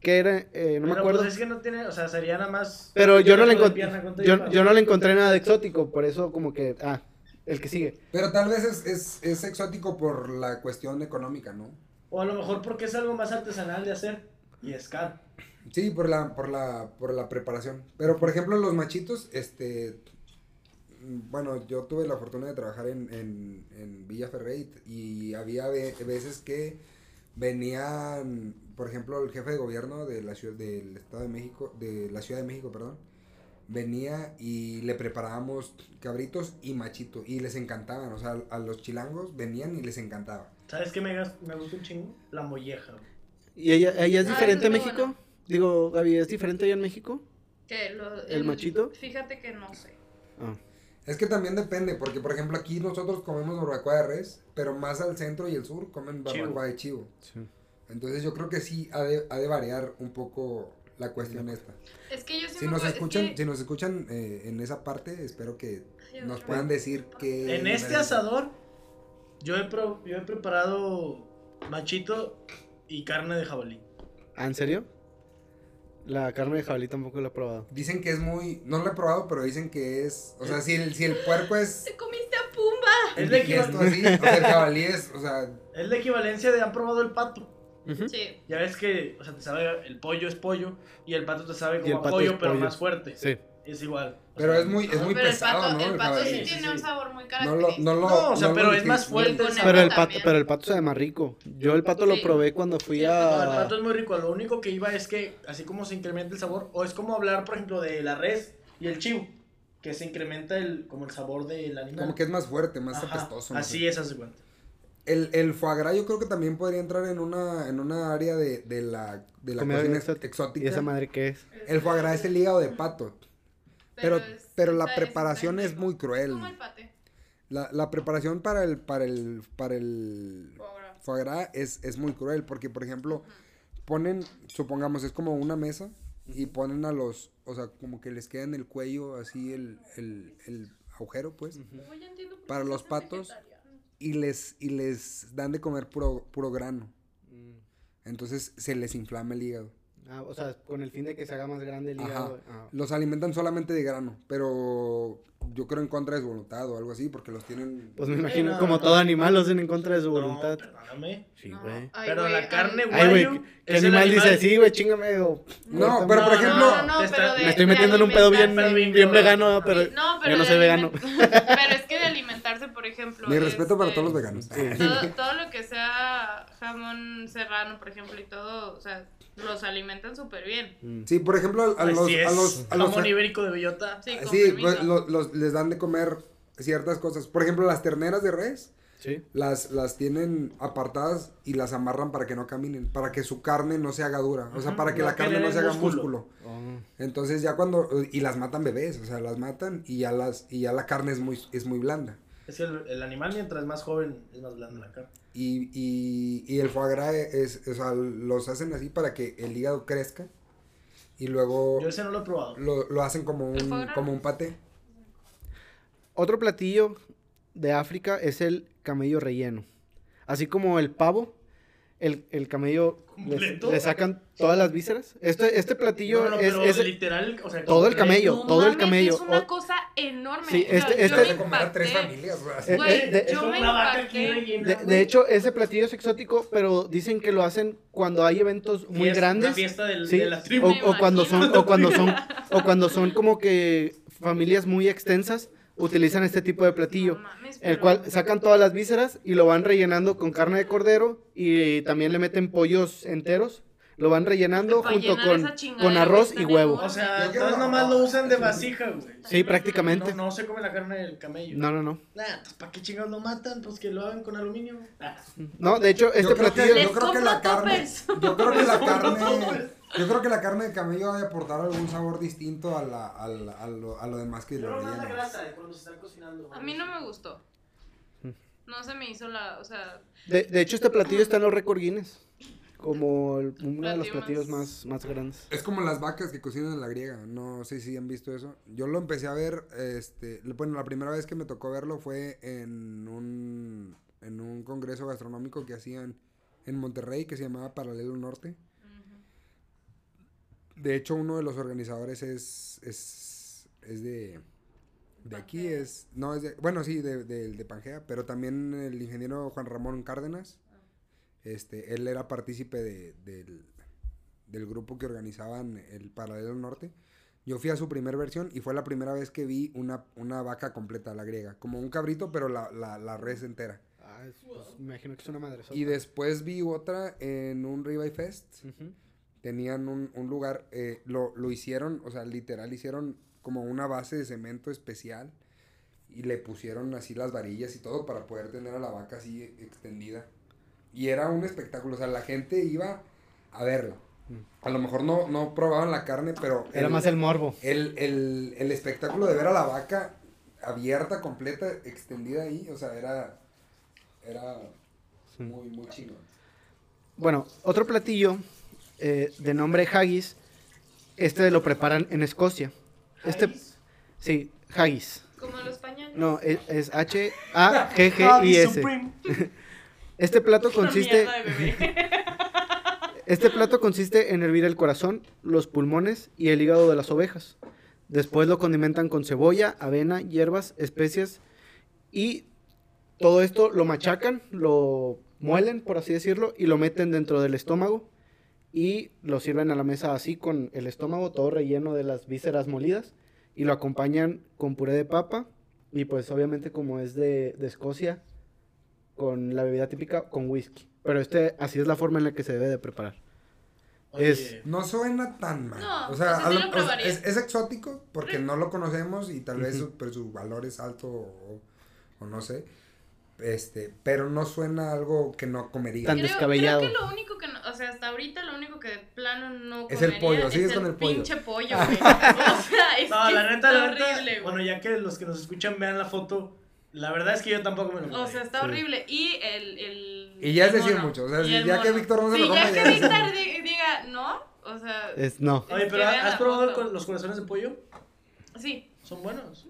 Speaker 2: qué era, eh, no me
Speaker 4: Pero,
Speaker 2: acuerdo.
Speaker 4: pues, es que no tiene, o sea, sería nada más.
Speaker 2: Pero yo no, le
Speaker 4: Con
Speaker 2: encont-
Speaker 4: pierna, con
Speaker 2: yo,
Speaker 4: tripa.
Speaker 2: yo no le encontré nada de exótico, por eso como que, ah, el que sigue.
Speaker 5: Pero tal vez es, es, es exótico por la cuestión económica, ¿no?
Speaker 4: O a lo mejor porque es algo más artesanal de hacer. Y es caro.
Speaker 5: Sí, por la, por la, por la preparación. Pero por ejemplo, los machitos, este mm, bueno, yo tuve la fortuna de trabajar en, en, en Villa Ferrey y había ve- veces que venían, por ejemplo, el jefe de gobierno de la ciudad del Estado de México, de la Ciudad de México, perdón, venía y le preparábamos cabritos y machito y les encantaban, o sea, a los chilangos venían y les encantaba.
Speaker 4: ¿Sabes qué me, gas- me gusta un chingo? La molleja. güey.
Speaker 2: ¿Y ella, ella es
Speaker 3: Ah,
Speaker 2: diferente en
Speaker 3: eso está
Speaker 2: México?
Speaker 3: bueno.
Speaker 2: Digo, Gaby, ¿es diferente allá en México?
Speaker 3: Que lo-
Speaker 2: ¿El machito?
Speaker 3: Fíjate que no sé.
Speaker 2: Ah.
Speaker 5: Es que también depende, porque por ejemplo aquí nosotros comemos barbacoa de res, pero más al centro y el sur comen
Speaker 4: Chivo.
Speaker 5: barbacoa de chivo. Entonces yo creo que sí ha de, ha de variar un poco la cuestión esta.
Speaker 3: Es que Pues yo sí
Speaker 5: Si
Speaker 3: me
Speaker 5: nos
Speaker 3: acuerdo- es
Speaker 5: escuchan,
Speaker 3: que-
Speaker 5: si nos escuchan eh, en esa parte, espero que
Speaker 3: Ay,
Speaker 5: nos
Speaker 3: otra
Speaker 5: puedan
Speaker 3: vez.
Speaker 5: decir que
Speaker 4: En este asador, yo he, pro- yo he preparado machito y carne de jabalí.
Speaker 2: ¿Ah, en serio? La carne de jabalí tampoco la he probado.
Speaker 5: Dicen que es muy. No lo he probado, pero dicen que es. O sea, si el, si el puerco
Speaker 3: <laughs>
Speaker 5: es.
Speaker 3: ¡Te comiste a Pumba!
Speaker 4: Es la,
Speaker 5: indigesto
Speaker 4: equival-
Speaker 5: así, o sea, el jabalí es. O sea,
Speaker 4: es la equivalencia de han probado el pato.
Speaker 5: ¿Mm?
Speaker 2: Ujú.
Speaker 3: Sí.
Speaker 4: Ya ves que, o sea, te sabe, el pollo es pollo y el pato te sabe
Speaker 2: Y
Speaker 4: como
Speaker 2: el
Speaker 4: a
Speaker 2: pato
Speaker 4: pollo,
Speaker 2: es
Speaker 4: pero
Speaker 2: pollo.
Speaker 4: más fuerte.
Speaker 2: Sí.
Speaker 4: Es igual. O
Speaker 5: pero
Speaker 4: sea,
Speaker 5: es muy, es muy
Speaker 3: pero
Speaker 5: pesado,
Speaker 3: el pato,
Speaker 5: ¿no?
Speaker 3: el pato sí
Speaker 5: jabalí.
Speaker 4: sí,
Speaker 3: tiene
Speaker 4: sí.
Speaker 3: un sabor muy
Speaker 5: No lo,
Speaker 3: característico.
Speaker 5: no lo.
Speaker 4: No, o sea,
Speaker 5: no lo
Speaker 4: pero es más
Speaker 5: identifico.
Speaker 4: fuerte.
Speaker 3: Con el
Speaker 2: Pero el, pato,
Speaker 3: también.
Speaker 2: pero el pato sabe más rico. Yo el pato lo
Speaker 3: Sí.
Speaker 2: probé cuando fui
Speaker 4: No, el
Speaker 2: a...
Speaker 4: pato es muy rico. Lo único que iba es que, así como se incrementa el sabor, o es como hablar, por ejemplo, de la res y el chivo, que se incrementa el, como el sabor del animal.
Speaker 5: Como que es más fuerte, más
Speaker 4: Ajá,
Speaker 5: apestoso. no sé.
Speaker 4: Así es, hace cuenta.
Speaker 5: El, el foie gras yo creo que también podría entrar en una, en una área de, de la, de la
Speaker 2: Comida
Speaker 5: cocina ex-
Speaker 2: exótica.
Speaker 5: exótica.
Speaker 2: ¿Y esa madre qué es?
Speaker 5: El foie gras es el hígado de pato, pero,
Speaker 3: es-
Speaker 5: pero la
Speaker 3: está-
Speaker 5: preparación
Speaker 3: está
Speaker 5: es muy cruel.
Speaker 3: Como el pate.
Speaker 5: La, la preparación para el, para el, para el foie gras es, es muy cruel porque, por ejemplo, ponen, supongamos, es como una mesa y ponen a los, o sea, como que les queda en el cuello así el, el, el agujero, pues. Para los patos. y les y les dan de comer puro, puro grano. Entonces se les inflama el hígado.
Speaker 2: Mm. Ah, o sea, con el fin de que se haga más grande el
Speaker 5: Ajá.
Speaker 2: hígado. Ah.
Speaker 5: Los alimentan solamente de grano, pero yo creo en contra de su voluntad o algo así, porque los tienen...
Speaker 2: Pues me imagino,
Speaker 4: no,
Speaker 2: como
Speaker 4: no.
Speaker 2: todo animal, lo hacen en contra de su voluntad.
Speaker 4: No, perdóname.
Speaker 2: Sí, güey.
Speaker 4: pero la carne
Speaker 2: Ay, güey,
Speaker 4: guayu
Speaker 2: ¿qué- ¿qué
Speaker 4: es el
Speaker 2: animal, dice? Sí, güey, chingame. o-
Speaker 5: No, pero
Speaker 4: No,
Speaker 5: por ejemplo...
Speaker 4: no, no, te está-
Speaker 2: Me estoy metiendo en un pedo bien,
Speaker 4: alimentación.
Speaker 2: bien vegano, ah, pero...
Speaker 3: No, pero
Speaker 2: yo no
Speaker 3: de
Speaker 2: soy
Speaker 3: aliment-
Speaker 2: vegano.
Speaker 3: <laughs> pero es que de alimentarse, por ejemplo.
Speaker 5: Mi respeto para
Speaker 3: este,
Speaker 5: todos los veganos.
Speaker 3: Todo, todo lo que sea jamón serrano, por ejemplo, y todo, o sea, los alimentan súper bien.
Speaker 2: Mm.
Speaker 5: Sí, por ejemplo, a, a los...
Speaker 4: Así es.
Speaker 5: a los, a los-
Speaker 4: Jamón ibérico de bellota.
Speaker 3: Sí, con
Speaker 5: sí,
Speaker 3: permiso.
Speaker 5: pues, lo- los- les dan de comer ciertas cosas. Por ejemplo, las terneras de res
Speaker 2: Sí.
Speaker 5: las, las tienen apartadas y las amarran para que no caminen, para que su carne no se haga dura, o sea,
Speaker 4: Ujú,
Speaker 5: para que
Speaker 4: no
Speaker 5: la carne no
Speaker 4: generen
Speaker 5: se haga
Speaker 4: músculo.
Speaker 5: músculo.
Speaker 2: Oh.
Speaker 5: Entonces ya cuando y las matan bebés, o sea, las matan y ya las y ya la carne es muy es muy blanda.
Speaker 4: Es que el, el animal mientras más joven es más blanda la carne.
Speaker 5: Y, y, y el foie gras es, o sea, los hacen así para que el hígado crezca y luego
Speaker 4: Yo ese no lo he probado.
Speaker 5: lo, lo hacen como
Speaker 3: ¿El foie
Speaker 5: un
Speaker 3: gras?
Speaker 5: como un paté.
Speaker 2: Otro platillo de África es el camello relleno. Así como el pavo, el, el camello le,
Speaker 4: ¿Completo?
Speaker 2: le sacan todas las vísceras. Este, este platillo
Speaker 4: No, no,
Speaker 2: es,
Speaker 4: pero
Speaker 2: es-
Speaker 4: literal, o sea,
Speaker 2: todo el
Speaker 4: completo.
Speaker 2: camello,
Speaker 3: No
Speaker 2: todo el
Speaker 3: mames,
Speaker 2: camello.
Speaker 3: Es una
Speaker 2: o-
Speaker 3: cosa enorme.
Speaker 2: Sí,
Speaker 3: O sea,
Speaker 2: este-
Speaker 3: yo
Speaker 2: este-
Speaker 3: me
Speaker 5: Hace comer a tres
Speaker 3: impacté.
Speaker 5: familias, o sea,
Speaker 2: Eh,
Speaker 4: Güey,
Speaker 2: eh, de-
Speaker 4: es
Speaker 3: yo me
Speaker 4: una vaca aquí
Speaker 3: impacté.
Speaker 4: rellena,
Speaker 2: de,
Speaker 4: güey.
Speaker 2: de hecho, ese platillo es exótico, pero dicen que lo hacen cuando hay eventos muy
Speaker 4: Fiesta-
Speaker 2: grandes.
Speaker 4: Una fiesta del-
Speaker 2: Sí,
Speaker 4: de la
Speaker 2: o,
Speaker 4: tribu.
Speaker 3: Me
Speaker 2: o cuando son,
Speaker 3: imagino.
Speaker 2: o cuando son,
Speaker 4: <laughs>
Speaker 2: o cuando son como que familias muy extensas utilizan este tipo de platillo.
Speaker 3: No mames,
Speaker 2: El
Speaker 3: pero-
Speaker 2: cual sacan todas las vísceras y lo van rellenando con carne de cordero y también le meten pollos enteros. Lo van rellenando
Speaker 3: Para
Speaker 2: junto
Speaker 3: llenar
Speaker 2: con,
Speaker 3: esa chingadera,
Speaker 2: con arroz
Speaker 3: güey,
Speaker 2: y
Speaker 3: está
Speaker 2: huevo.
Speaker 3: enorme.
Speaker 4: O sea,
Speaker 5: Yo creo-
Speaker 4: entonces nomás lo usan de vasija, güey.
Speaker 2: Sí,
Speaker 4: No,
Speaker 2: prácticamente.
Speaker 4: no se come la carne del camello.
Speaker 2: No, no, no.
Speaker 4: Nah, pues ¿para qué chingados lo matan? Pues que lo hagan con aluminio. güey. Ah,
Speaker 2: No, de hecho, este
Speaker 5: yo creo
Speaker 2: platillo.
Speaker 5: que,
Speaker 3: Les
Speaker 5: yo creo que
Speaker 3: compro
Speaker 5: la carne,
Speaker 3: toppers.
Speaker 5: yo creo
Speaker 3: <laughs>
Speaker 5: que la carne,
Speaker 4: toppers.
Speaker 5: yo creo que la carne de camello ha de aportar algún sabor distinto a la, a la- a lo, a lo demás que lo
Speaker 4: Pero no la
Speaker 5: rellenan.
Speaker 4: grasa de cuando se está cocinando.
Speaker 3: A mí no me gustó. No se me hizo la, o sea,
Speaker 2: De, de hecho, este platillo está en los récord Guinness. Como el- uno de los
Speaker 3: Platillo
Speaker 2: platillos más,
Speaker 3: más-
Speaker 2: más grandes.
Speaker 5: Es como las vacas que cocinan en la griega. No sé si han visto eso. Yo lo empecé a ver, este, l- bueno, la primera vez que me tocó verlo fue en un, en un congreso gastronómico que hacían en Monterrey que se llamaba Paralelo Norte. De hecho, uno de los organizadores es, es, es de, de aquí,
Speaker 3: Pangea.
Speaker 5: es, no, es de, bueno, sí, de, de- de Pangea, pero también el ingeniero Juan Ramón Cárdenas, este, él era partícipe de- del, del grupo que organizaban el Paralelo Norte. Yo fui a su primer versión y fue la primera vez que vi una, una vaca completa, la griega, como un cabrito, pero la, la, la res entera.
Speaker 2: Ah, es- pues, me imagino que es una madre.
Speaker 5: Y después vi otra en un Ribeye Fest, tenían un, un lugar, eh, lo, lo hicieron, o sea, literal hicieron como una base de cemento especial y le pusieron así las varillas y todo para poder tener a la vaca así extendida. Y era un espectáculo, o sea, la gente iba a verla. A lo mejor no, no probaban la carne, pero
Speaker 2: Mm. Era más el morbo.
Speaker 5: el, el- el espectáculo de ver a la vaca abierta, completa, extendida ahí, o sea, era, era muy, muy chingón.
Speaker 2: Bueno, otro platillo eh, de nombre haggis, este lo preparan en Escocia. Este, sí, haggis.
Speaker 3: como los pañales.
Speaker 2: No, es, H
Speaker 3: <laughs>
Speaker 2: A ah, G G I S.
Speaker 4: Supreme.
Speaker 2: Este plato
Speaker 3: Una
Speaker 2: consiste
Speaker 3: <laughs> mierda de bebé.
Speaker 2: Este plato consiste en hervir el corazón, los pulmones y el hígado de las ovejas. Después lo condimentan con cebolla, avena, hierbas, especias y todo esto lo machacan, lo muelen, por así decirlo, y lo meten dentro del estómago y lo sirven a la mesa así con el estómago todo relleno de las vísceras molidas y lo acompañan con puré de papa y pues obviamente como es de, de Escocia con la bebida típica con whisky. Pero este así es la forma en la que se debe de preparar.
Speaker 4: Oye,
Speaker 2: Es-
Speaker 5: No suena tan mal.
Speaker 3: No,
Speaker 5: o sea,
Speaker 3: o sea,
Speaker 5: a
Speaker 3: sí
Speaker 5: lo-
Speaker 3: lo
Speaker 5: o-
Speaker 3: probaría.
Speaker 5: es, es exótico porque no lo conocemos y tal vez
Speaker 2: Ujú.
Speaker 5: su, pero su valor es alto o, o no sé. Este, pero no suena algo que no comería.
Speaker 2: Tan
Speaker 3: creo,
Speaker 2: descabellado.
Speaker 3: Creo que lo único que, no- o sea, hasta ahorita lo único que de plano no
Speaker 5: Es el
Speaker 3: comería
Speaker 5: pollo, sigues con el pollo.
Speaker 3: pinche
Speaker 5: <laughs>
Speaker 3: pollo, güey. O sea, es
Speaker 4: No,
Speaker 3: que
Speaker 4: la neta,
Speaker 3: está
Speaker 4: la neta.
Speaker 3: horrible, güey.
Speaker 4: bueno, ya que los que nos escuchan vean la foto, la verdad es que yo tampoco me lo
Speaker 3: O
Speaker 4: comería.
Speaker 3: sea, está
Speaker 2: Sí.
Speaker 3: horrible. Y el, el.
Speaker 5: Y ya es
Speaker 3: el
Speaker 5: decir
Speaker 3: mono.
Speaker 5: mucho, o sea,
Speaker 3: Y
Speaker 5: si
Speaker 3: el
Speaker 5: ya que
Speaker 3: mono.
Speaker 5: Víctor no se
Speaker 3: Sí,
Speaker 5: lo
Speaker 3: ya
Speaker 5: come,
Speaker 3: que
Speaker 5: ya-
Speaker 3: Víctor di- diga, no, o sea.
Speaker 4: Eh,
Speaker 2: Es no.
Speaker 4: Oye,
Speaker 3: que
Speaker 4: pero
Speaker 3: vean
Speaker 4: ¿has
Speaker 3: la
Speaker 4: probado el
Speaker 3: foto.
Speaker 4: cor- los corazones de pollo?
Speaker 3: Sí,
Speaker 4: Son buenos.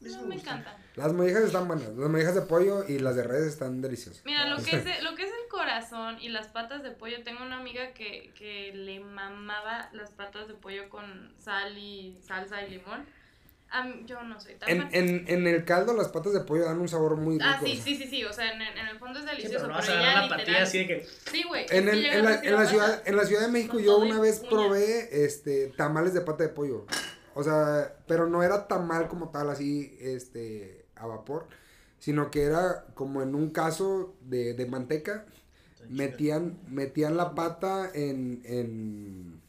Speaker 4: A mí sí
Speaker 3: no
Speaker 4: me
Speaker 3: me
Speaker 4: gustan.
Speaker 3: encanta.
Speaker 5: Las mollejas están buenas. Las mollejas de pollo y las de res están deliciosas.
Speaker 3: Mira, lo que,
Speaker 4: <laughs>
Speaker 3: es, lo que es el corazón y las patas de pollo, tengo una amiga que, que le mamaba las patas de pollo con sal y salsa y limón. A mí- yo no soy tan
Speaker 5: En,
Speaker 3: fan.
Speaker 5: en, en el caldo las patas de pollo dan un sabor muy rico.
Speaker 3: Ah,
Speaker 5: o
Speaker 3: sí,
Speaker 5: sea.
Speaker 3: sí, sí, sí, o sea, en, el- en el fondo es
Speaker 4: Sí, pero
Speaker 3: delicioso,
Speaker 4: no
Speaker 3: pero,
Speaker 4: vas a
Speaker 3: ella
Speaker 4: agarrar la
Speaker 3: literal...
Speaker 4: patilla así de que.
Speaker 3: Sí, güey.
Speaker 5: En, el- en la, en la ciudad, en la Ciudad de México yo
Speaker 3: todo y
Speaker 5: una vez
Speaker 3: uñas.
Speaker 5: probé este, tamales de pata de pollo. O sea, pero no era tamal como tal, así este, a vapor, sino que era como en un caso de, de manteca, metían, metían la pata en, en,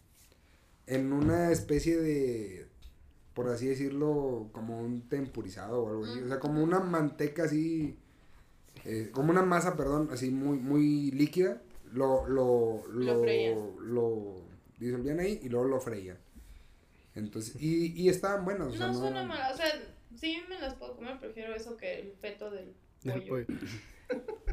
Speaker 5: en una especie de, por así decirlo, como un tempurizado o algo así. O sea, como una manteca así, eh, como una masa, perdón, así muy, muy líquida. Lo, lo,
Speaker 3: Lo
Speaker 5: lo,
Speaker 3: freías.
Speaker 5: lo disolvían ahí y luego lo freían. Entonces, y, y estaban buenos. o sea,
Speaker 3: No suena
Speaker 5: eran-
Speaker 3: mal, o sea, sí me las puedo comer, prefiero eso que el feto del
Speaker 2: Del
Speaker 3: pollo.
Speaker 2: pollo.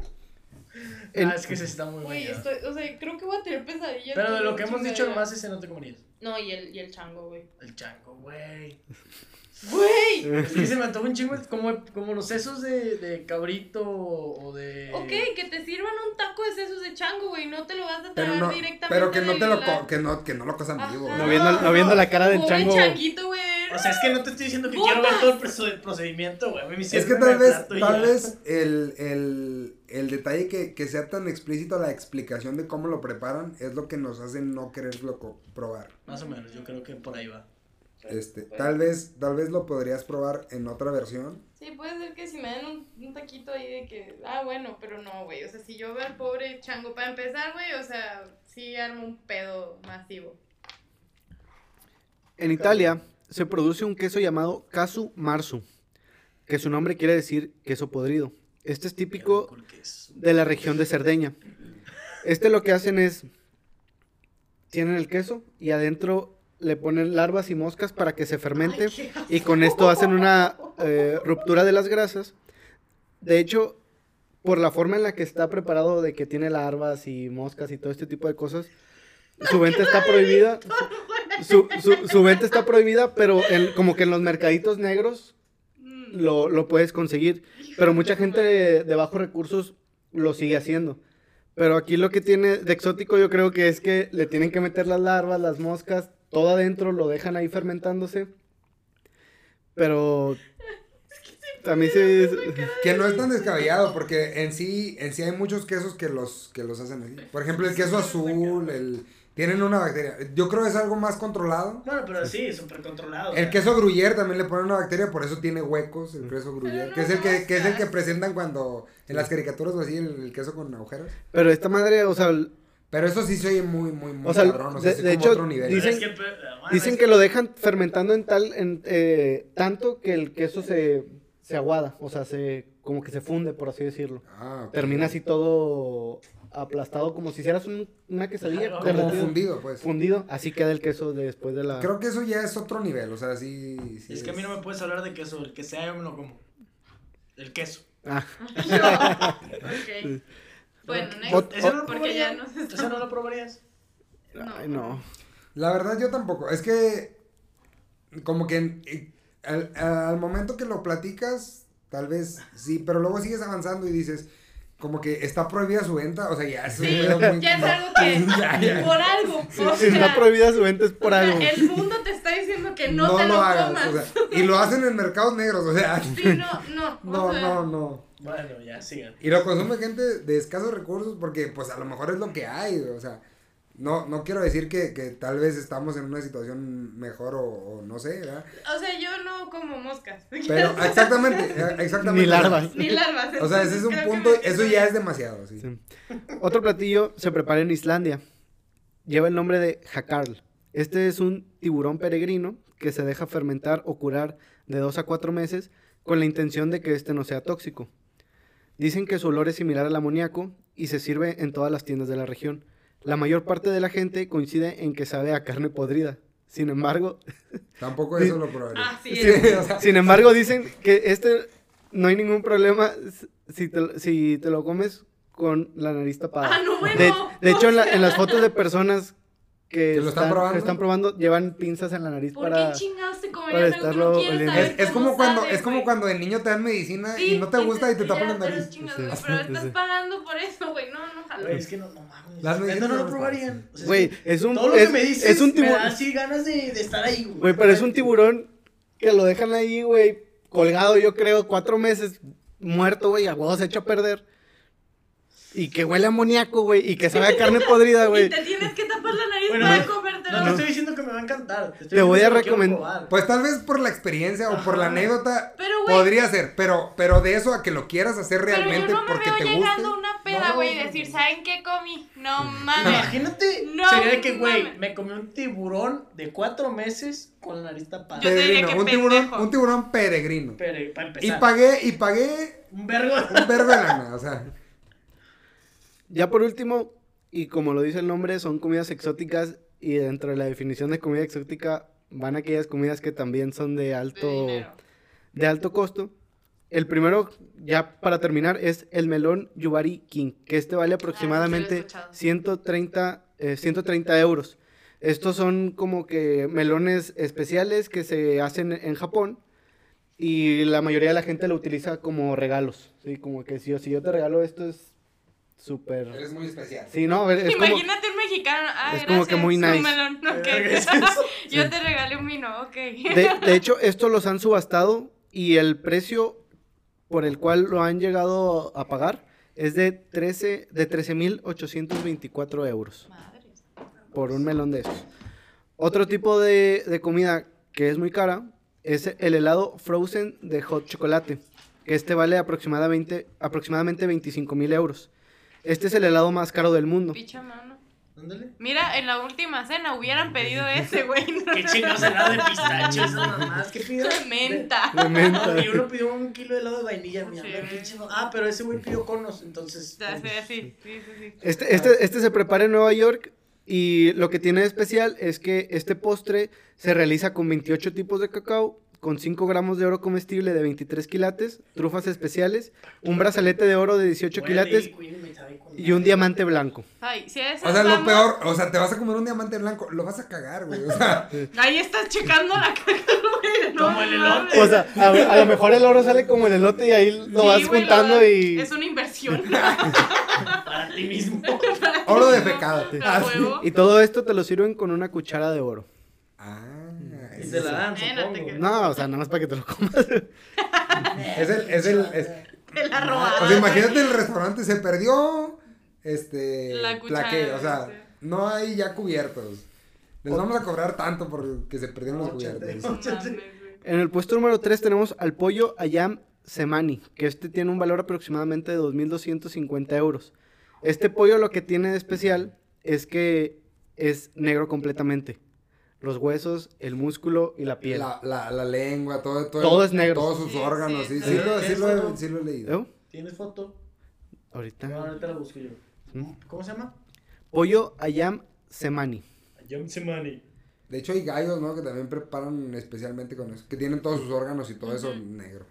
Speaker 2: El-
Speaker 4: Ah, es que se está muy
Speaker 3: Güey,
Speaker 4: bueno.
Speaker 3: estoy, o sea, creo que voy a tener pesadillas.
Speaker 4: Pero de
Speaker 3: con
Speaker 4: lo
Speaker 3: un
Speaker 4: que hemos
Speaker 3: chingo
Speaker 4: dicho,
Speaker 3: de-
Speaker 4: el más ese no te comerías.
Speaker 3: No, y el, y el chango, güey.
Speaker 4: El chanco, güey.
Speaker 3: <laughs> ¡Güey!
Speaker 4: Sí, se me antojó un chingo, como, como los sesos de, de cabrito o de.
Speaker 3: Ok, que te sirvan un taco de sesos de chango, güey, no te lo vas a
Speaker 5: Pero,
Speaker 3: tragar
Speaker 5: no,
Speaker 3: directamente.
Speaker 5: pero que no
Speaker 3: de
Speaker 5: te lo
Speaker 3: la-
Speaker 5: co- que no, que no lo cosan
Speaker 3: Ajá.
Speaker 5: vivo.
Speaker 2: No viendo, no viendo la cara del
Speaker 3: Pobre
Speaker 2: chango.
Speaker 3: changuito, güey.
Speaker 4: O sea, es que no te estoy diciendo que
Speaker 3: ¡Botas!
Speaker 4: quiero ver todo el proce- procedimiento, güey. A mí me
Speaker 5: Es que
Speaker 4: sirven
Speaker 5: tal
Speaker 4: el
Speaker 5: vez,
Speaker 4: plato y
Speaker 5: tal
Speaker 4: ya.
Speaker 5: vez el, el, el detalle que, que sea tan explícito la explicación de cómo lo preparan es lo que nos hace no quererlo co- probar.
Speaker 4: Más o menos, yo creo que por ahí va.
Speaker 5: Este,
Speaker 3: pues,
Speaker 5: tal vez, tal vez lo podrías probar en otra versión.
Speaker 3: Sí, puede ser que si me den un, un taquito ahí de que, ah, bueno, pero no, güey. O sea, si yo veo al pobre chango para empezar, güey, o sea, sí armo un pedo masivo.
Speaker 2: En Italia se produce un queso llamado casu marzu, que su nombre quiere decir queso podrido. Este es típico
Speaker 4: Porque es-
Speaker 2: de la región de Cerdeña. Este lo que hacen es, tienen el queso y adentro le ponen larvas y moscas para que se fermente y con esto hacen una eh, ruptura de las grasas. De hecho, por la forma en la que está preparado de que tiene larvas y moscas y todo este tipo de cosas, su venta está prohibida. Su, su- su venta está prohibida, pero en- como que en los mercaditos negros
Speaker 3: Mm.
Speaker 2: lo, lo puedes conseguir. Pero mucha gente de, de bajos recursos lo sigue haciendo. Pero aquí lo que tiene de exótico yo creo que es que le tienen que meter las larvas, las moscas, todo adentro, lo dejan ahí fermentándose. Pero... A mí sí... es-
Speaker 5: Que no es tan descabellado, porque en sí, en sí hay muchos quesos que los, que los hacen así. Por ejemplo, el queso azul, el, tienen una bacteria. Yo creo que es algo más controlado.
Speaker 4: Bueno, pero sí, súper controlado. o
Speaker 5: El
Speaker 4: sea.
Speaker 5: queso gruyere también le ponen una bacteria, por eso tiene huecos, el queso gruyere.
Speaker 3: no
Speaker 5: Que es el que, que es el que
Speaker 3: moscas.
Speaker 5: presentan cuando, en las caricaturas o así, el, el queso con agujeros.
Speaker 2: Pero esta madre, o sea,
Speaker 5: Pero eso sí se oye muy, muy, muy
Speaker 2: O sea,
Speaker 5: cabrón. O sea,
Speaker 2: de-
Speaker 5: es
Speaker 2: de
Speaker 5: como
Speaker 2: hecho,
Speaker 5: otro nivel.
Speaker 2: dicen-
Speaker 4: Es que, pero, ah, bueno,
Speaker 2: dicen
Speaker 4: es-
Speaker 2: que lo dejan fermentando en tal, en, eh, tanto que el queso se, se aguada, o sea, se, como que se funde, por así decirlo.
Speaker 5: Ah, ok.
Speaker 2: Termina así todo aplastado, como si hicieras un- una quesadilla
Speaker 4: Como
Speaker 5: Como
Speaker 2: derretido,
Speaker 5: fundido, pues.
Speaker 2: fundido. Así queda el queso después de la...
Speaker 5: Creo que eso ya es otro nivel, o sea, sí. sí
Speaker 4: Es que a mí no me puedes hablar de queso, el que sea yo me lo como. El queso.
Speaker 2: Ah,
Speaker 3: Ok. Bueno,
Speaker 2: Ot-
Speaker 3: next.
Speaker 4: ¿Ese no lo
Speaker 3: Porque ya
Speaker 4: probarías?
Speaker 3: no se
Speaker 4: ¿Ese no lo probarías?
Speaker 3: No.
Speaker 2: ay, no.
Speaker 5: La verdad yo tampoco, es que como que en- eh, al, al momento que lo platicas, tal vez sí, pero luego sigues avanzando y dices, como que está prohibida su venta, o sea, ya es un
Speaker 3: Sí,
Speaker 5: pedo muy-
Speaker 3: <laughs> ya es algo que.
Speaker 5: <laughs> Ya, ya.
Speaker 3: Por algo. O sea,
Speaker 2: Si está prohibida su venta es
Speaker 3: o
Speaker 2: por
Speaker 3: sea,
Speaker 2: algo.
Speaker 3: el mundo te está diciendo que no,
Speaker 5: No
Speaker 3: te
Speaker 5: lo
Speaker 3: lo,
Speaker 5: hagas,
Speaker 3: comas.
Speaker 5: o sea, y lo hacen en mercados negros, o sea,
Speaker 3: Sí, no, no. o
Speaker 5: <laughs> no,
Speaker 3: sea,
Speaker 5: no, no.
Speaker 4: Bueno, ya sigan.
Speaker 5: Y lo consume gente de escasos recursos porque, pues, a lo mejor es lo que hay, o sea, no, no quiero decir que, que tal vez estamos en una situación mejor o, o no sé, ¿verdad?
Speaker 3: O sea, yo no como moscas. <laughs>
Speaker 5: Pero exactamente, eh, exactamente.
Speaker 2: Ni larvas.
Speaker 3: Ni larvas.
Speaker 5: O sea, ese
Speaker 3: entonces
Speaker 5: es un
Speaker 3: creo que
Speaker 5: punto,
Speaker 3: me-
Speaker 5: eso ya es demasiado, sí.
Speaker 2: Sí. Otro platillo se prepara en Islandia. Lleva el nombre de jacarl. Este es un tiburón peregrino que se deja fermentar o curar de 2 a 4 meses con la intención de que este no sea tóxico. Dicen que su olor es similar al amoníaco y se sirve en todas las tiendas de la región. La mayor parte de la gente coincide en que sabe a carne podrida. Sin embargo,
Speaker 5: Tampoco eso lo probaría.
Speaker 3: <laughs> Ah, sí.
Speaker 5: Sí,
Speaker 3: es-
Speaker 5: <laughs> o sea,
Speaker 2: sin embargo dicen que este no hay ningún problema si te, si te lo comes con la nariz tapada.
Speaker 3: Ah, no, bueno.
Speaker 2: De, de hecho, en, la- en las fotos de personas que,
Speaker 5: ¿Que lo están probando?
Speaker 2: que están probando, llevan pinzas en la nariz
Speaker 3: ¿Por
Speaker 2: para...
Speaker 3: qué chingados te
Speaker 2: para
Speaker 3: comerías algo que
Speaker 2: estarlo
Speaker 3: no quieres
Speaker 2: oliendo.
Speaker 3: saber
Speaker 5: Es, es
Speaker 3: cómo
Speaker 5: como cuando,
Speaker 3: sabe,
Speaker 5: es como
Speaker 3: güey?
Speaker 5: cuando de niño te dan medicina
Speaker 3: Sí,
Speaker 5: y no te gusta y te tapan la
Speaker 3: ya, pero
Speaker 5: nariz.
Speaker 3: chingas,
Speaker 2: Sí,
Speaker 3: güey, pero
Speaker 2: sí,
Speaker 3: estás
Speaker 2: sí.
Speaker 3: pagando por eso, güey. No, no,
Speaker 4: Güey,
Speaker 3: jalo.
Speaker 4: es que no, no mames. neta
Speaker 5: Las medidas
Speaker 4: no
Speaker 5: no
Speaker 4: lo
Speaker 5: las
Speaker 4: probarían. O sea,
Speaker 2: Güey,
Speaker 4: es
Speaker 2: es
Speaker 4: que
Speaker 2: un...
Speaker 4: todo lo
Speaker 2: es,
Speaker 4: que me dices
Speaker 2: es un tiburón.
Speaker 4: me da así ganas de, de estar ahí, güey.
Speaker 2: Güey, pero es un tiburón que lo dejan ahí, güey, colgado, yo creo, cuatro meses, muerto, güey, a huevo se echa a perder. Y que huele a amoníaco, güey, y que sabe a carne podrida,
Speaker 3: Y
Speaker 2: güey.
Speaker 3: te tienes que tapar la nariz
Speaker 4: Bueno,
Speaker 3: para
Speaker 4: no,
Speaker 3: comértelo.
Speaker 4: No te estoy diciendo que me va a encantar. Te, estoy
Speaker 2: Te voy
Speaker 4: diciendo
Speaker 2: a
Speaker 4: que quiero
Speaker 2: recomend-
Speaker 4: probar.
Speaker 5: Pues tal vez por la experiencia o por la anécdota
Speaker 3: Pero, güey.
Speaker 5: podría ser, pero, pero de eso a que lo quieras hacer
Speaker 3: pero
Speaker 5: realmente
Speaker 3: yo no me
Speaker 5: porque
Speaker 3: veo
Speaker 5: te
Speaker 3: llegando a
Speaker 5: guste.
Speaker 3: una peda,
Speaker 4: No,
Speaker 3: güey, y
Speaker 4: no,
Speaker 3: decir,
Speaker 4: no.
Speaker 3: ¿saben qué comí? No mames.
Speaker 4: Imagínate,
Speaker 3: No,
Speaker 4: sería de que, güey,
Speaker 3: mames.
Speaker 4: me comí un tiburón de cuatro meses con la nariz tapada.
Speaker 3: Yo te diría que
Speaker 5: un tiburón,
Speaker 3: pendejo.
Speaker 5: un tiburón peregrino.
Speaker 4: Pero, para
Speaker 5: Y
Speaker 4: empezar,
Speaker 5: pagué, y pagué
Speaker 4: un vergo.
Speaker 5: un vergo de lana, o sea.
Speaker 2: Ya por último, y como lo dice el nombre, son comidas exóticas y dentro de la definición de comida exótica van aquellas comidas que también son de
Speaker 3: De
Speaker 2: alto, de,
Speaker 3: dinero.
Speaker 2: alto costo. El primero, ya para terminar, es el melón Yubari King, que este
Speaker 3: Ah,
Speaker 2: vale aproximadamente
Speaker 3: escuchado.
Speaker 2: 130, eh, 130 euros. Estos son como que melones especiales que se hacen en Japón y la mayoría de la gente lo utiliza como regalos. ¿sí? Como que si, si yo te regalo esto es súper...
Speaker 5: muy especial.
Speaker 2: Sí, no, a ver, es como,
Speaker 3: Imagínate un mexicano. Ah,
Speaker 2: es como que muy
Speaker 3: gracias,
Speaker 2: nice.
Speaker 3: un melón,
Speaker 2: <laughs>
Speaker 3: ok.
Speaker 4: ¿Qué es
Speaker 3: <laughs>
Speaker 4: eso?
Speaker 3: Yo te regalé un vino, ok. <laughs>
Speaker 2: de, de hecho, estos los han subastado y el precio por el cual lo han llegado a pagar es de 13 de 13.824 euros
Speaker 3: Madre.
Speaker 2: por un melón de esos. Otro tipo de, de comida que es muy cara es el helado frozen de hot chocolate, que este vale aproximadamente, aproximadamente 25.000 euros. Este es el helado más caro del mundo.
Speaker 3: Picha mano.
Speaker 4: Ándale.
Speaker 3: Mira, en la última cena hubieran pedido ese, güey.
Speaker 4: <laughs> Qué chingados helado de
Speaker 3: <laughs>
Speaker 4: pistache, esas mamás. ¿Qué pido?
Speaker 3: De menta.
Speaker 2: De menta.
Speaker 4: No, y uno pidió un kilo de helado de vainilla, mi
Speaker 3: Sí.
Speaker 4: amor, pinche- Ah, pero ese güey pidió conos,
Speaker 3: <laughs>
Speaker 4: entonces. pues,
Speaker 3: Ya sé, así. Sí, sí, sí.
Speaker 2: Este, este, este se prepara en Nueva York y lo que tiene de especial es que este postre se realiza con 28 tipos de cacao, con 5 gramos de oro comestible de 23 quilates, trufas especiales, un brazalete de oro de 18 quilates y un diamante blanco.
Speaker 3: Ay, si a eso
Speaker 5: O sea, lo
Speaker 3: vamos,
Speaker 5: peor, o sea, te vas a comer un diamante blanco, lo vas a cagar, güey. O sea,
Speaker 3: Ahí estás checando la <laughs> caca, güey.
Speaker 4: Como el elote.
Speaker 2: O sea, a, a lo mejor el oro sale como el elote y ahí lo
Speaker 3: Sí,
Speaker 2: vas
Speaker 3: güey, lo
Speaker 2: juntando
Speaker 3: das.
Speaker 2: y...
Speaker 3: Es una inversión.
Speaker 4: Para ti
Speaker 3: <laughs>
Speaker 4: mismo.
Speaker 5: oro defecado.
Speaker 3: A huevo.
Speaker 2: Y todo esto te lo sirven con una cuchara de oro.
Speaker 5: Ah,
Speaker 4: Y
Speaker 5: es,
Speaker 4: te la dan,
Speaker 3: Eh, no te
Speaker 4: supongo.
Speaker 3: creas.
Speaker 2: No, o sea, nada más para que te lo comas.
Speaker 5: es el, es el, es-
Speaker 3: Te la
Speaker 5: o
Speaker 3: robaron.
Speaker 5: sea, imagínate el restaurante se perdió, este,
Speaker 3: La cuchara,
Speaker 5: plaqué, o sea,
Speaker 3: sí.
Speaker 5: no hay ya cubiertos. Les vamos a cobrar tanto porque se perdieron los
Speaker 4: Ochenta.
Speaker 5: <laughs> cubiertos.
Speaker 3: No mames,
Speaker 2: <laughs>
Speaker 3: güey.
Speaker 2: En el puesto número 3 tenemos al pollo Ayam Semani, que este tiene un valor aproximadamente de 2.250 euros. Este pollo lo que tiene de especial es que es negro completamente. Los huesos, el músculo y la piel.
Speaker 5: La, la, la lengua, todo, todo,
Speaker 2: Todo es negro.
Speaker 5: Todos sus
Speaker 3: Sí,
Speaker 5: órganos,
Speaker 3: sí,
Speaker 5: sí, sí,
Speaker 4: sí.
Speaker 5: lo, sí, lo,
Speaker 4: Eso.
Speaker 5: sí lo he leído.
Speaker 2: ¿Eh?
Speaker 4: ¿Tienes foto? No,
Speaker 2: Ahorita.
Speaker 4: ahorita la busco yo.
Speaker 2: Mm.
Speaker 4: ¿Cómo se llama?
Speaker 2: Pollo Ayam Semani.
Speaker 4: John Simani.
Speaker 5: De hecho, hay gallos, ¿no? Que también preparan especialmente con eso. Que tienen todos sus órganos y todo eso negro.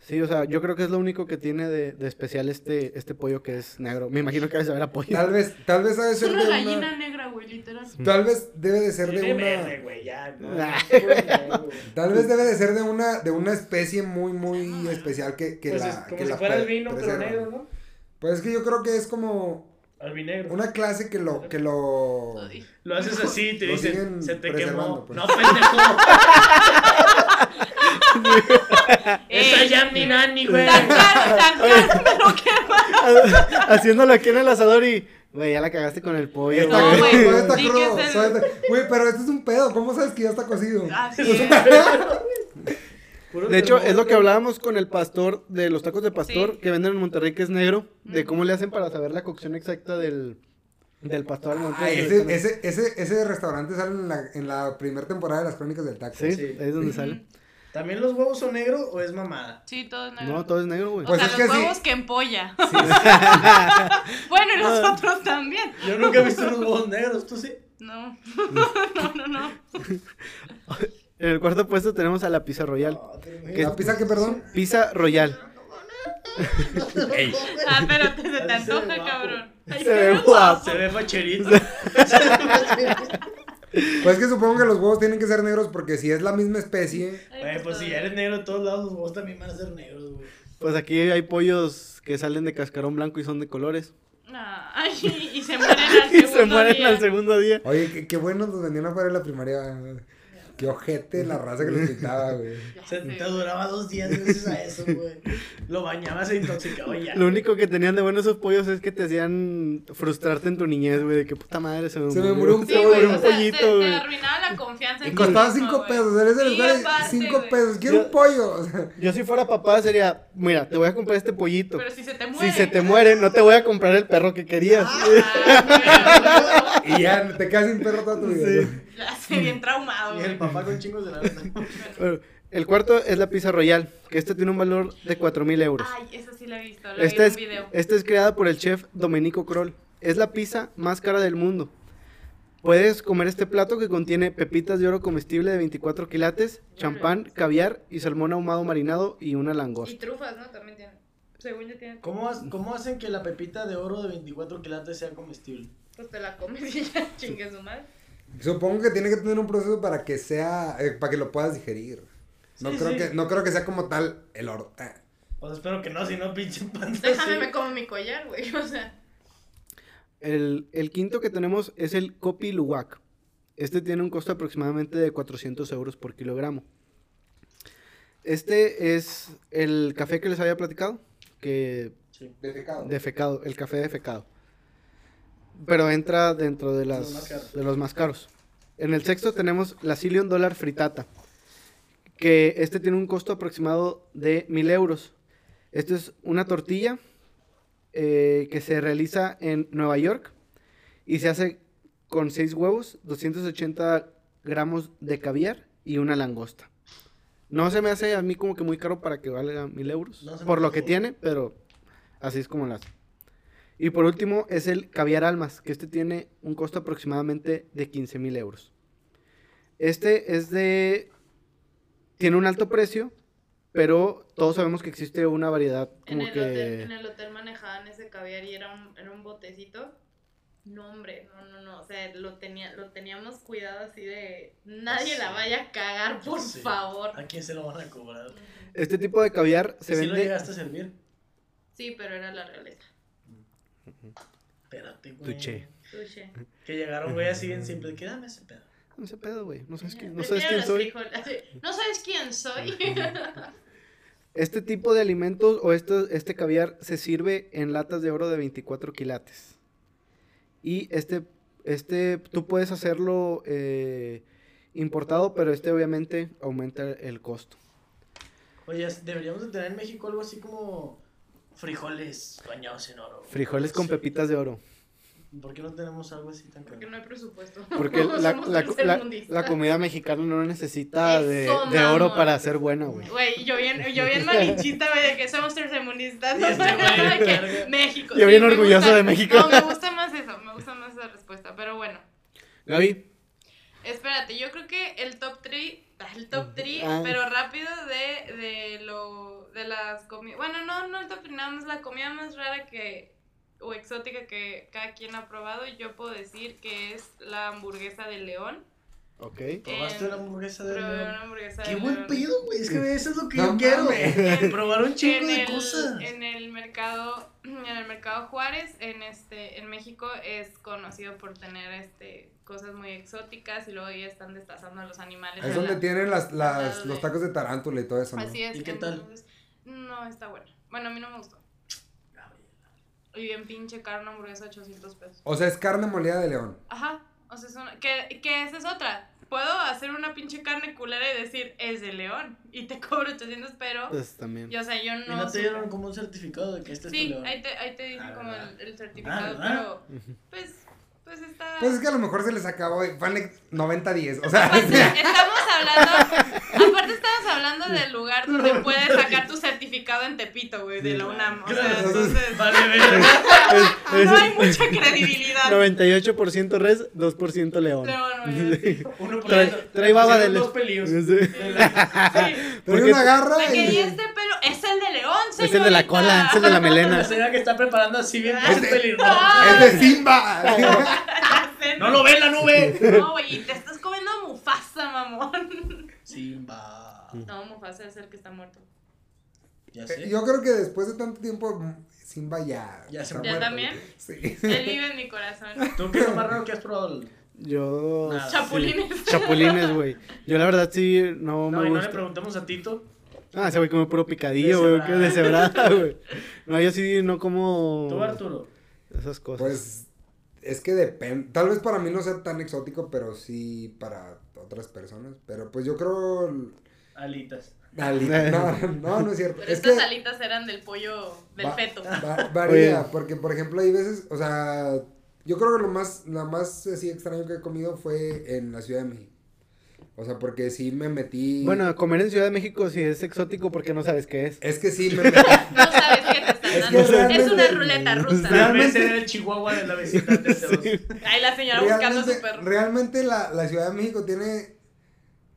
Speaker 2: Sí, o sea, yo creo que es lo único que tiene de, de especial este, este pollo que es negro. Me imagino que debe saber a pollo.
Speaker 5: Tal vez, tal vez ha de
Speaker 3: Es
Speaker 5: ser
Speaker 3: una
Speaker 5: de
Speaker 3: gallina
Speaker 5: una.
Speaker 3: negra, güey, literal.
Speaker 5: Tal vez debe de ser de
Speaker 4: Tiene verde,
Speaker 5: una.
Speaker 4: güey, ya. no.
Speaker 2: Ah.
Speaker 5: Tal vez debe de ser de una, de una especie muy, muy especial que, que
Speaker 4: Pues
Speaker 5: la.
Speaker 4: es como
Speaker 5: que
Speaker 4: si
Speaker 5: la
Speaker 4: fuera el
Speaker 5: pre-
Speaker 4: vino, pero
Speaker 5: preserva.
Speaker 4: negro, ¿no?
Speaker 5: Pues es que yo creo que es como
Speaker 4: Albinegro.
Speaker 5: una clase que lo, que lo.
Speaker 3: Ay,
Speaker 4: Lo haces así y te
Speaker 5: Lo
Speaker 4: dicen,
Speaker 5: siguen
Speaker 4: se te quemó.
Speaker 5: preservando, pues.
Speaker 4: No, pendejo.
Speaker 3: <laughs>
Speaker 4: Esa
Speaker 3: ey,
Speaker 4: ya mi nani, güey.
Speaker 3: Eh,
Speaker 4: <laughs>
Speaker 3: Tan caro, tan caro, pero qué mal.
Speaker 2: <laughs> Haciéndolo aquí en el asador y. Güey, ya la cagaste con el pollo,
Speaker 5: Está
Speaker 3: No,
Speaker 2: güey.
Speaker 5: crudo,
Speaker 3: güey,
Speaker 5: todavía está
Speaker 3: di que
Speaker 5: crudo.
Speaker 3: es el-
Speaker 5: todavía está- Güey, pero este es un pedo. ¿Cómo sabes que ya está cocido?
Speaker 3: Así
Speaker 4: Es un
Speaker 3: es.
Speaker 4: perro. Puro
Speaker 2: De hecho,
Speaker 4: termo-
Speaker 2: es lo que hablábamos con el pastor de los tacos de pastor
Speaker 3: Sí.
Speaker 2: que venden en Monterrey, que es negro, de
Speaker 3: Ujú.
Speaker 2: cómo le hacen para saber la cocción exacta del, del pastor al momento de
Speaker 5: Ay,
Speaker 2: hacer-
Speaker 5: Ah, ese, ese, ese, ese restaurante sale en la, en la primera temporada de las crónicas del taxi.
Speaker 2: Sí,
Speaker 4: Sí.
Speaker 2: ahí es donde sale.
Speaker 4: ¿También los huevos son negros o es mamada?
Speaker 3: Sí, todo es negro.
Speaker 2: No, todo es negro, güey.
Speaker 5: Pues
Speaker 3: o sea,
Speaker 5: es
Speaker 3: los
Speaker 5: que sí.
Speaker 3: huevos que empolla. <laughs> bueno, y los otros también.
Speaker 4: Yo nunca he visto unos huevos negros, ¿tú sí?
Speaker 3: No. <laughs> no, no, no.
Speaker 2: En el cuarto puesto tenemos a la pizza royal.
Speaker 4: No, te
Speaker 2: ¿Qué?
Speaker 4: imaginas.
Speaker 5: ¿La pizza que perdón?
Speaker 2: Pizza royal.
Speaker 3: Ah, espérate, se te
Speaker 4: Así se ve
Speaker 3: antoja,
Speaker 4: guapo.
Speaker 3: cabrón. Ay,
Speaker 2: Se
Speaker 3: qué
Speaker 2: ve guapo.
Speaker 4: Se ve facherito.
Speaker 5: Pues es que supongo que los huevos tienen que ser negros porque si es la misma especie.
Speaker 3: Ay,
Speaker 4: Güey, pues si ya eres negro de todos lados, los huevos también van a ser negros, güey.
Speaker 2: Pues aquí hay pollos que salen de cascarón blanco y son de colores.
Speaker 3: Ah, Ay, y se mueren
Speaker 2: <laughs>
Speaker 3: al
Speaker 2: Y
Speaker 3: segundo
Speaker 2: se mueren
Speaker 3: día.
Speaker 2: al segundo día.
Speaker 5: Oye, qué, qué buenos los vendían afuera de la primaria. Qué ojete la raza que los pintaba, güey.
Speaker 4: Se
Speaker 3: Sí.
Speaker 4: te duraba dos días gracias a eso, güey. Lo bañabas e intoxicaba y ya.
Speaker 2: Lo único que tenían de bueno esos pollos es que te hacían frustrarte en tu niñez, güey, de que puta madre se me
Speaker 5: Se me
Speaker 2: murió
Speaker 5: murió un
Speaker 3: Sí, güey,
Speaker 5: Sobre
Speaker 3: o sea,
Speaker 5: un
Speaker 3: te,
Speaker 2: pollito,
Speaker 3: te
Speaker 2: güey.
Speaker 3: arruinaba la confianza.
Speaker 5: Y
Speaker 3: en ti
Speaker 5: costaba
Speaker 3: mismo,
Speaker 5: 5
Speaker 3: güey.
Speaker 5: pesos. Eres
Speaker 3: Sí,
Speaker 5: el
Speaker 3: aparte,
Speaker 5: 5
Speaker 3: güey.
Speaker 5: pesos. Quiero un
Speaker 2: Yo-
Speaker 5: pollo. <laughs> o sea.
Speaker 2: Yo si fuera papá sería, mira, te voy a comprar este pollito.
Speaker 3: Pero si se te muere.
Speaker 2: Si se te muere, no te voy a comprar el perro que querías.
Speaker 3: Ah,
Speaker 5: Y ya te quedas sin perro toda tu vida.
Speaker 2: Sí.
Speaker 5: ¿no?
Speaker 3: güey, Ya se bien traumado,
Speaker 4: Y el
Speaker 3: güey.
Speaker 4: papá con chingos de la neta.
Speaker 2: Bueno, el cuarto es la pizza royal, que esta tiene un valor de 4.000 euros.
Speaker 3: Ay, eso sí lo he visto. Lo
Speaker 2: Esta
Speaker 3: vi
Speaker 2: es,
Speaker 3: en un video.
Speaker 2: esta es creada por el chef Domenico Kroll. Es la pizza más cara del mundo. Puedes comer este plato que contiene pepitas de oro comestible de 24 quilates, champán, caviar y salmón ahumado marinado y una
Speaker 3: Y
Speaker 2: langosta.
Speaker 3: trufas, ¿no? También tienen. Según yo tienen.
Speaker 4: ¿Cómo, has- ¿Cómo hacen que la pepita de oro de 24 quilates sea comestible?
Speaker 3: Pues te la comes y ya chingue su madre.
Speaker 5: Supongo que tiene que tener un proceso para que sea. eh, para que lo puedas digerir. No,
Speaker 4: Sí,
Speaker 5: creo
Speaker 4: sí.
Speaker 5: Que, no creo que sea como tal el oro. Ah.
Speaker 4: Pues espero que no, si no, pinche panda.
Speaker 3: Déjame,
Speaker 4: sí.
Speaker 3: me como mi collar, güey. <laughs> O sea.
Speaker 2: El, el quinto que tenemos es el Kopi Luwak. Este tiene un costo aproximadamente de 400 euros por kilogramo. Este es el café que les había platicado, que
Speaker 4: Sí.
Speaker 5: Defecado.
Speaker 2: Defecado, el café defecado. Pero entra dentro de,
Speaker 4: los más
Speaker 2: las,
Speaker 4: caros.
Speaker 2: de los más caros. En el sexto tenemos la Cillion Dollar Fritata, que este tiene un costo aproximado de mil euros. Esto es una tortilla eh, que se realiza en Nueva York y se hace con seis huevos, 280 gramos de caviar y una langosta. No se me hace a mí como que muy caro para que valga mil euros,
Speaker 4: No se me
Speaker 2: por lo
Speaker 4: hace.
Speaker 2: que tiene, pero así es como lo hace. Y por último es el caviar almas, que este tiene un costo aproximadamente de 15 mil euros. Este es de... Tiene un alto precio, pero todos sabemos que existe una variedad
Speaker 3: En
Speaker 2: como
Speaker 3: el,
Speaker 2: que...
Speaker 3: hotel, en el hotel manejaban ese caviar y era un, era un botecito. No, hombre, no, no, no. O sea, lo, tenía, lo teníamos cuidado así de. Nadie la vaya a cagar, por
Speaker 4: Sí.
Speaker 3: favor.
Speaker 4: ¿A quién se lo van a cobrar?
Speaker 2: Este tipo de caviar se
Speaker 4: ¿Y si lo
Speaker 2: vende...
Speaker 4: llegaste a servir?
Speaker 3: Sí, pero era la realeza.
Speaker 4: Espérate, güey.
Speaker 2: Tuche.
Speaker 3: Tuche.
Speaker 4: Que llegaron, güey, así bien simple. ¿Qué dame ese pedo?
Speaker 2: No sé pedo, güey. No sabes, quién- no
Speaker 3: Prefiero
Speaker 2: sabes quién
Speaker 3: los
Speaker 2: soy.
Speaker 3: frijoles, así, No sabes quién soy.
Speaker 2: Este tipo de alimentos o este, este caviar se sirve en latas de oro de 24 quilates. Y este, este tú puedes hacerlo eh, importado, pero este obviamente aumenta el costo.
Speaker 4: Oye, deberíamos de tener en México algo así como frijoles bañados en oro.
Speaker 2: Frijoles con pepitas de oro.
Speaker 4: ¿Por qué no tenemos algo así tan caro?
Speaker 3: <laughs> Porque no hay presupuesto. <laughs>
Speaker 2: Porque la,
Speaker 3: Somos
Speaker 2: la- la-
Speaker 3: tercermundistas.
Speaker 2: la comida mexicana no necesita de,
Speaker 3: Eso,
Speaker 2: de oro
Speaker 3: mamón.
Speaker 2: para ser buena, güey.
Speaker 3: Güey, yo bien, yo bien malinchita, güey, de que somos tercermundistas.
Speaker 4: Y
Speaker 3: No,
Speaker 4: este
Speaker 3: no, no, <laughs> de
Speaker 4: güey,
Speaker 3: que
Speaker 4: verga.
Speaker 3: México.
Speaker 2: Yo bien
Speaker 3: me
Speaker 2: orgulloso
Speaker 3: gusta-
Speaker 2: de México.
Speaker 3: No, me gusta más eso, me gusta más esa respuesta. Pero bueno,
Speaker 2: Gaby,
Speaker 3: espérate, yo creo que el top 3, el top 3,
Speaker 2: Ah.
Speaker 3: pero rápido de, de lo, de las comidas. Bueno, no, no el top 3, nada más la comida más rara que, o exótica que cada quien ha probado. Yo puedo decir que es la hamburguesa de león.
Speaker 2: ok.
Speaker 4: ¿Probaste
Speaker 3: Eh,
Speaker 4: la hamburguesa de
Speaker 3: Probé
Speaker 4: león?
Speaker 3: una hamburguesa de
Speaker 4: Ah, ¡Qué
Speaker 3: león.
Speaker 4: buen pedo, güey! Es que eso es lo que <laughs>
Speaker 5: No
Speaker 4: yo quiero.
Speaker 5: mames.
Speaker 4: Probar un chingo
Speaker 3: en
Speaker 4: de
Speaker 3: el,
Speaker 4: cosas.
Speaker 3: En el mercado en el mercado Juárez, en este, en México es conocido por tener este cosas muy exóticas y luego ya están destazando a los animales.
Speaker 5: Es
Speaker 3: en
Speaker 5: donde
Speaker 3: la-
Speaker 5: tienen las, las,
Speaker 3: Ajá,
Speaker 5: los
Speaker 3: donde-
Speaker 5: tacos de tarántula y todo eso, ¿no?
Speaker 3: Así es.
Speaker 4: ¿Y qué tal?
Speaker 3: entonces, no está bueno. Bueno, a mí no me gustó. Y bien pinche carne hamburguesa 800 pesos.
Speaker 5: O sea, es carne molida de león.
Speaker 3: Ajá, o sea, es una- que, que esa es otra. Puedo hacer una pinche carne culera y decir, es de león, y te cobro 800, pero,
Speaker 2: Entonces también. <laughs>
Speaker 3: y, o sea, yo
Speaker 4: Pues, ¿Y
Speaker 3: no...
Speaker 4: no te
Speaker 3: supe.
Speaker 4: dieron como un certificado de que este es
Speaker 3: sí,
Speaker 4: tu león?
Speaker 3: ahí te, ahí te dicen
Speaker 4: Ah,
Speaker 3: como
Speaker 4: ¿verdad?
Speaker 3: el, el certificado,
Speaker 4: Ah, ¿verdad?
Speaker 3: pero, pues, pues está...
Speaker 5: Pues es que a lo mejor se les acabó, eh, ponle 90-10. O
Speaker 4: <laughs>
Speaker 5: sea, <laughs>
Speaker 3: Pues sí, estamos hablando, aparte estamos hablando del lugar donde puedes sacar tu certificado en Tepito, güey, de la UNAM, o sea,
Speaker 4: Claro.
Speaker 3: entonces
Speaker 4: <laughs> Vale, verga.
Speaker 2: <laughs>
Speaker 3: no hay mucha credibilidad.
Speaker 2: 98% res, 2% león. <laughs>
Speaker 3: León, güey.
Speaker 4: Uno por
Speaker 2: Trae-
Speaker 4: ciento.
Speaker 2: trae baba
Speaker 4: Pusieron
Speaker 2: de
Speaker 4: dos pelillos.
Speaker 2: <laughs> Sí.
Speaker 4: De la-
Speaker 3: Sí,
Speaker 5: pero
Speaker 2: porque-
Speaker 5: una garra
Speaker 3: de que,
Speaker 5: y...
Speaker 3: "¿Y este pelo es el de León, señorita.
Speaker 2: Es el de la cola, es el de
Speaker 3: <laughs>
Speaker 2: la
Speaker 4: La
Speaker 2: melena.
Speaker 4: señora que está preparando así bien
Speaker 3: Ah.
Speaker 4: pinche pelirroja.
Speaker 5: ¡Es de Simba!
Speaker 3: <laughs>
Speaker 4: ¡No lo ve en la nube!
Speaker 3: No, güey, y te estás comiendo a Mufasa,
Speaker 2: <laughs>
Speaker 3: mamón.
Speaker 4: Simba.
Speaker 3: No, Mufasa es el que está muerto.
Speaker 4: Ya
Speaker 5: Eh,
Speaker 4: sé.
Speaker 5: Yo creo que después de tanto tiempo, mm, Simba ya...
Speaker 4: Ya se
Speaker 5: está
Speaker 4: murió.
Speaker 3: ¿Ya
Speaker 2: <laughs>
Speaker 5: muerto.
Speaker 3: también?
Speaker 5: Sí.
Speaker 3: Él vive en mi corazón.
Speaker 4: ¿Tú qué es lo más raro que has probado?
Speaker 2: Yo.
Speaker 4: Nada.
Speaker 2: Ah, sí.
Speaker 3: Chapulines.
Speaker 2: Chapulines, güey. Yo la verdad sí, no,
Speaker 4: No,
Speaker 2: me
Speaker 4: y no le
Speaker 2: gusta.
Speaker 4: preguntamos a Tito.
Speaker 2: ah, ese güey come puro picadillo, güey. Que
Speaker 4: Deshebrada.
Speaker 2: deshebrada, güey. No, yo sí no como.
Speaker 4: Tú, Arturo.
Speaker 2: Esas cosas.
Speaker 5: Pues es que depende. Tal vez para mí no sea tan exótico, pero sí para otras personas. Pero pues yo creo.
Speaker 4: Alitas.
Speaker 2: <laughs>
Speaker 5: Alita- No, no, no es cierto.
Speaker 3: Pero
Speaker 5: es
Speaker 3: estas
Speaker 5: que
Speaker 3: alitas eran del pollo, del
Speaker 5: va-
Speaker 2: <laughs>
Speaker 3: feto.
Speaker 5: va- varía,
Speaker 2: Oye.
Speaker 5: porque por ejemplo hay veces, o sea, yo creo que lo más, la más así extraño que he comido fue en la Ciudad de México. O sea, porque sí me metí.
Speaker 2: Bueno, comer en Ciudad de México sí es exótico porque no sabes qué es.
Speaker 5: es que sí
Speaker 2: <laughs>
Speaker 5: me metí.
Speaker 3: No sabes qué te están
Speaker 5: Es
Speaker 3: dando.
Speaker 5: que
Speaker 3: Es una
Speaker 5: realmente-
Speaker 3: ruleta rusa.
Speaker 4: Realmente
Speaker 5: Realmente-
Speaker 4: era el chihuahua de la vecindad de este dos.
Speaker 3: Ahí la señora buscando a
Speaker 5: realmente
Speaker 3: su perro.
Speaker 5: realmente la, la Ciudad de México tiene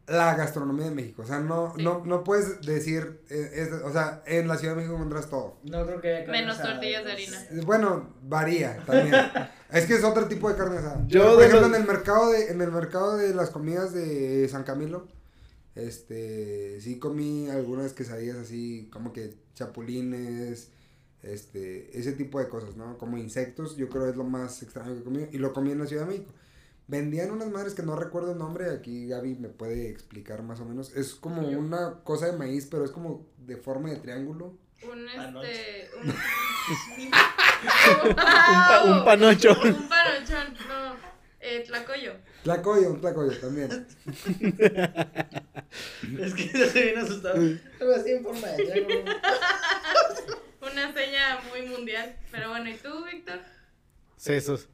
Speaker 5: la gastronomía de México. O sea, no,
Speaker 3: Sí.
Speaker 5: no, no puedes decir, eh, es- o sea, en la Ciudad de México encuentras todo.
Speaker 4: No creo que haya carne
Speaker 3: Menos
Speaker 4: asada.
Speaker 3: tortillas de harina.
Speaker 5: Bueno, varía también. es que es otro tipo de carne asada.
Speaker 2: Yo
Speaker 5: Pero, por
Speaker 2: de
Speaker 5: ejemplo,
Speaker 2: los-
Speaker 5: en el mercado de, en el mercado de las comidas de San Camilo, este sí comí algunas quesadillas así, como que chapulines, este, ese tipo de cosas, ¿no? Como insectos, yo creo es lo más extraño que he comido. Y lo comí en la Ciudad de México. Vendían unas madres que no recuerdo el nombre, aquí Gaby me puede explicar más o menos. Es como una cosa de maíz, pero es como de forma de triángulo.
Speaker 3: Un este.
Speaker 4: Panoche.
Speaker 2: <laughs>
Speaker 3: Un,
Speaker 2: Pa- Un
Speaker 3: panochón.
Speaker 2: panocho.
Speaker 3: Un panochón, no. Eh, tlacoyo.
Speaker 5: Tlacoyo, un tlacoyo también.
Speaker 4: Es que <laughs> ya se viene asustado. Algo así en forma de triángulo.
Speaker 3: Una seña muy mundial. Pero bueno, ¿y tú, Víctor?
Speaker 2: Sesos.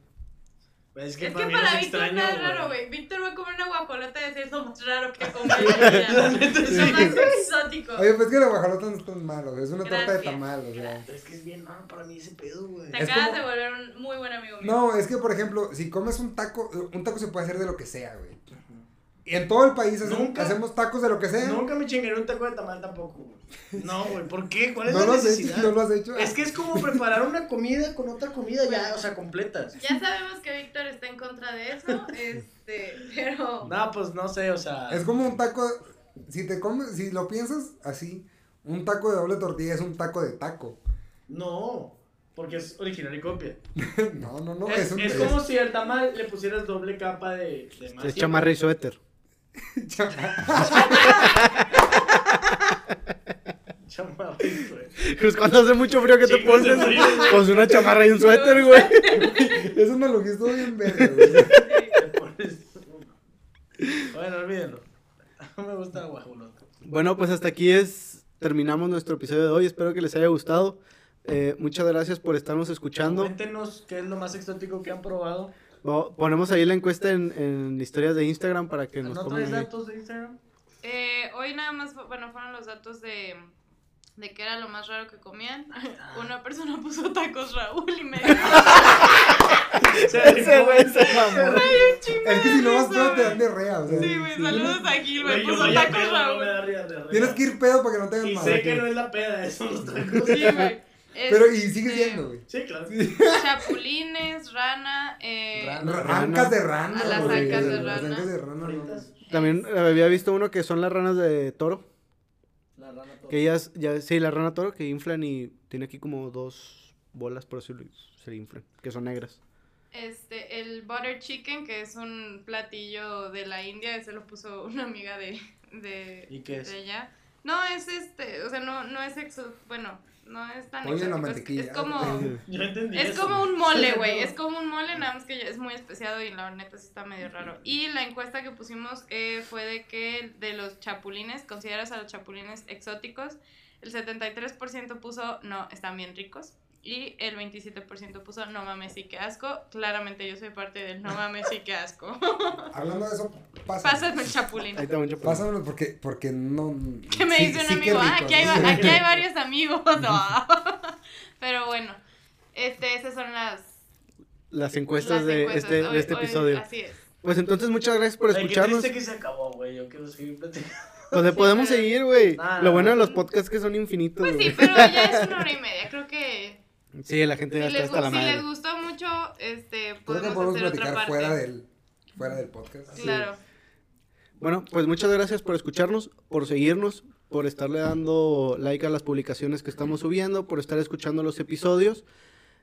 Speaker 4: Es que
Speaker 3: Es
Speaker 4: para
Speaker 3: que
Speaker 4: mí no es
Speaker 3: para Víctor
Speaker 4: extraño.
Speaker 3: nada es raro,
Speaker 4: güey.
Speaker 3: güey. Víctor va a comer una guajolota y decir lo más raro
Speaker 4: <laughs>
Speaker 3: que come. en la vida".
Speaker 4: La neta
Speaker 3: Lo más
Speaker 4: sí.
Speaker 3: exótico.
Speaker 5: Oye, pues que la guajolota no es tan malo, es una torta de
Speaker 3: Gracias.
Speaker 5: tamal, o sea.
Speaker 4: Es que es bien raro para mí ese pedo, güey.
Speaker 3: Te
Speaker 5: Es
Speaker 3: acabas
Speaker 5: como-
Speaker 3: de volver un muy buen amigo mío.
Speaker 5: No, es que por ejemplo, si comes un taco, un taco se puede hacer de lo que sea, güey. Y en todo el país hacen-
Speaker 4: Nunca.
Speaker 5: hacemos tacos de lo que
Speaker 3: ¿Eh?
Speaker 5: sea.
Speaker 4: Nunca me chingaré un taco de tamal tampoco, güey. No, güey, ¿por qué? ¿Cuál es
Speaker 5: No
Speaker 4: la
Speaker 5: lo has hecho,
Speaker 4: necesidad?
Speaker 5: no lo has hecho.
Speaker 4: Es que es como preparar una comida con otra comida ya, o sea, completas.
Speaker 3: Ya sabemos que Víctor está en contra de
Speaker 5: <laughs>
Speaker 3: eso, este, pero
Speaker 4: No, pues no sé, o sea.
Speaker 5: Es como un taco, si te comes, si lo piensas así, un taco de doble tortilla es un taco de taco.
Speaker 4: No, porque es original y copia.
Speaker 5: no, no, no,
Speaker 4: es,
Speaker 5: es, un
Speaker 4: es como si al tamal le pusieras doble capa de, de
Speaker 2: Se
Speaker 4: magia.
Speaker 2: chamarra y suéter.
Speaker 4: <laughs> Chamarrito, güey.
Speaker 2: Pues cuando hace mucho frío que te
Speaker 4: Chingas de
Speaker 2: pones,
Speaker 4: frío,
Speaker 2: pues una chamarra y un suéter, güey.
Speaker 5: es una logisto bien verde, güey.
Speaker 4: Te pones- Bueno, olvídenlo. <laughs> No me gusta la guajolota.
Speaker 2: Bueno, pues hasta aquí es terminamos nuestro episodio de hoy. Espero que les haya gustado. Eh, muchas gracias por estarnos escuchando.
Speaker 4: Cuéntenos qué es lo más exótico que han probado.
Speaker 2: Bo- Ponemos ahí la encuesta en, en historias de Instagram para que nos
Speaker 4: ¿No
Speaker 2: pongan
Speaker 4: traes
Speaker 2: ahí.
Speaker 4: datos <laughs> de Instagram?
Speaker 3: eh, hoy nada más, fu- bueno, fueron los datos de, de qué era lo más raro que comían.
Speaker 5: Ah.
Speaker 3: Una persona puso tacos Raúl y
Speaker 5: <laughs>
Speaker 3: me dio
Speaker 2: Ese güey se mamó.
Speaker 3: un chingo
Speaker 5: Es que si
Speaker 3: de
Speaker 5: lo vas
Speaker 3: risa,
Speaker 5: pedo te dan
Speaker 3: güey.
Speaker 5: diarrea, o sea.
Speaker 3: Sí, güey, saludos a Gil, güey,
Speaker 4: Güey, yo
Speaker 3: puso
Speaker 4: vaya
Speaker 3: tacos
Speaker 4: pedo, no me
Speaker 3: Raúl.
Speaker 4: da ría- ría- ría.
Speaker 5: Tienes que ir pedo para que no te hagan
Speaker 4: Y
Speaker 5: mal.
Speaker 4: sé que no es la peda, <laughs> eso los tacos.
Speaker 3: Sí,
Speaker 5: <laughs>
Speaker 3: güey.
Speaker 5: Pero, y sigue
Speaker 3: Este,
Speaker 5: siendo, güey.
Speaker 4: Sí, claro.
Speaker 3: Chapulines, rana, eh,
Speaker 4: Rana.
Speaker 5: Rancas de rana.
Speaker 3: A las
Speaker 5: güey,
Speaker 3: ancas de
Speaker 5: Las
Speaker 3: rana.
Speaker 5: ancas de rana. no.
Speaker 4: Fritas,
Speaker 2: También había visto uno que son las ranas de toro.
Speaker 4: la rana toda.
Speaker 2: Que ellas, ya, sí, la rana toro que inflan y tiene aquí como dos bolas, por eso se le inflan, que son negras.
Speaker 3: Este, el butter chicken, que es un platillo de la India, ese lo puso una amiga de, de,
Speaker 4: ¿Y qué es?
Speaker 3: de allá. No, es este, o sea, no, no es exo, bueno, no es tan
Speaker 5: Ponle
Speaker 3: exótico,
Speaker 5: la
Speaker 3: es-
Speaker 5: mantequilla.
Speaker 3: Es, como,
Speaker 4: Yo entendí
Speaker 3: es
Speaker 4: eso,
Speaker 3: como
Speaker 4: güey.
Speaker 3: un mole, güey,
Speaker 4: No.
Speaker 3: es como un mole, nada más que ya es muy especiado y la neta sí está medio raro. Y la encuesta que pusimos eh, fue de que de los chapulines, ¿consideras a los chapulines exóticos? El 73% puso, no, están bien ricos. Y el 27% puso, no mames, sí que asco. Claramente yo soy parte del no mames, sí que asco. <laughs>
Speaker 5: Hablando de eso, pásame.
Speaker 3: Pásame el chapulín.
Speaker 2: Ahí está mucho
Speaker 5: Pásamelo porque, porque no.
Speaker 3: Que me
Speaker 5: sí-
Speaker 3: dice un
Speaker 5: sí que
Speaker 3: amigo, ah,
Speaker 5: rico,
Speaker 3: aquí hay,
Speaker 5: sí que
Speaker 3: va- aquí hay
Speaker 5: rico".
Speaker 3: varios amigos. Ah. <laughs> Pero bueno, este, esas son las,
Speaker 2: Las
Speaker 3: las
Speaker 2: encuestas de
Speaker 3: encuestas.
Speaker 2: este, de
Speaker 3: Hoy-
Speaker 2: este
Speaker 3: hoy-
Speaker 2: episodio.
Speaker 3: Así es.
Speaker 2: Pues entonces muchas gracias por
Speaker 4: Ay, qué
Speaker 2: escucharnos.
Speaker 4: triste que se acabó, güey. Yo quiero seguir platicando.
Speaker 2: Donde
Speaker 3: Sí,
Speaker 2: podemos
Speaker 3: pero-
Speaker 2: seguir, güey.
Speaker 4: Ah,
Speaker 2: Lo bueno de
Speaker 4: no.
Speaker 2: los podcasts es que son infinitos,
Speaker 3: Pues sí,
Speaker 2: güey.
Speaker 3: pero ya es una hora y media. Creo que
Speaker 2: Sí, la gente
Speaker 3: si
Speaker 2: ya está
Speaker 3: les,
Speaker 2: hasta la
Speaker 3: gu- si les
Speaker 2: madre.
Speaker 3: gustó mucho, este,
Speaker 5: Creo que
Speaker 3: podemos,
Speaker 5: podemos
Speaker 3: hacer otra
Speaker 5: platicar
Speaker 3: parte.
Speaker 5: fuera del, fuera del podcast.
Speaker 3: Claro.
Speaker 2: Bueno, pues muchas gracias por escucharnos, por seguirnos, por estarle dando like a las publicaciones que estamos subiendo, por estar escuchando los episodios.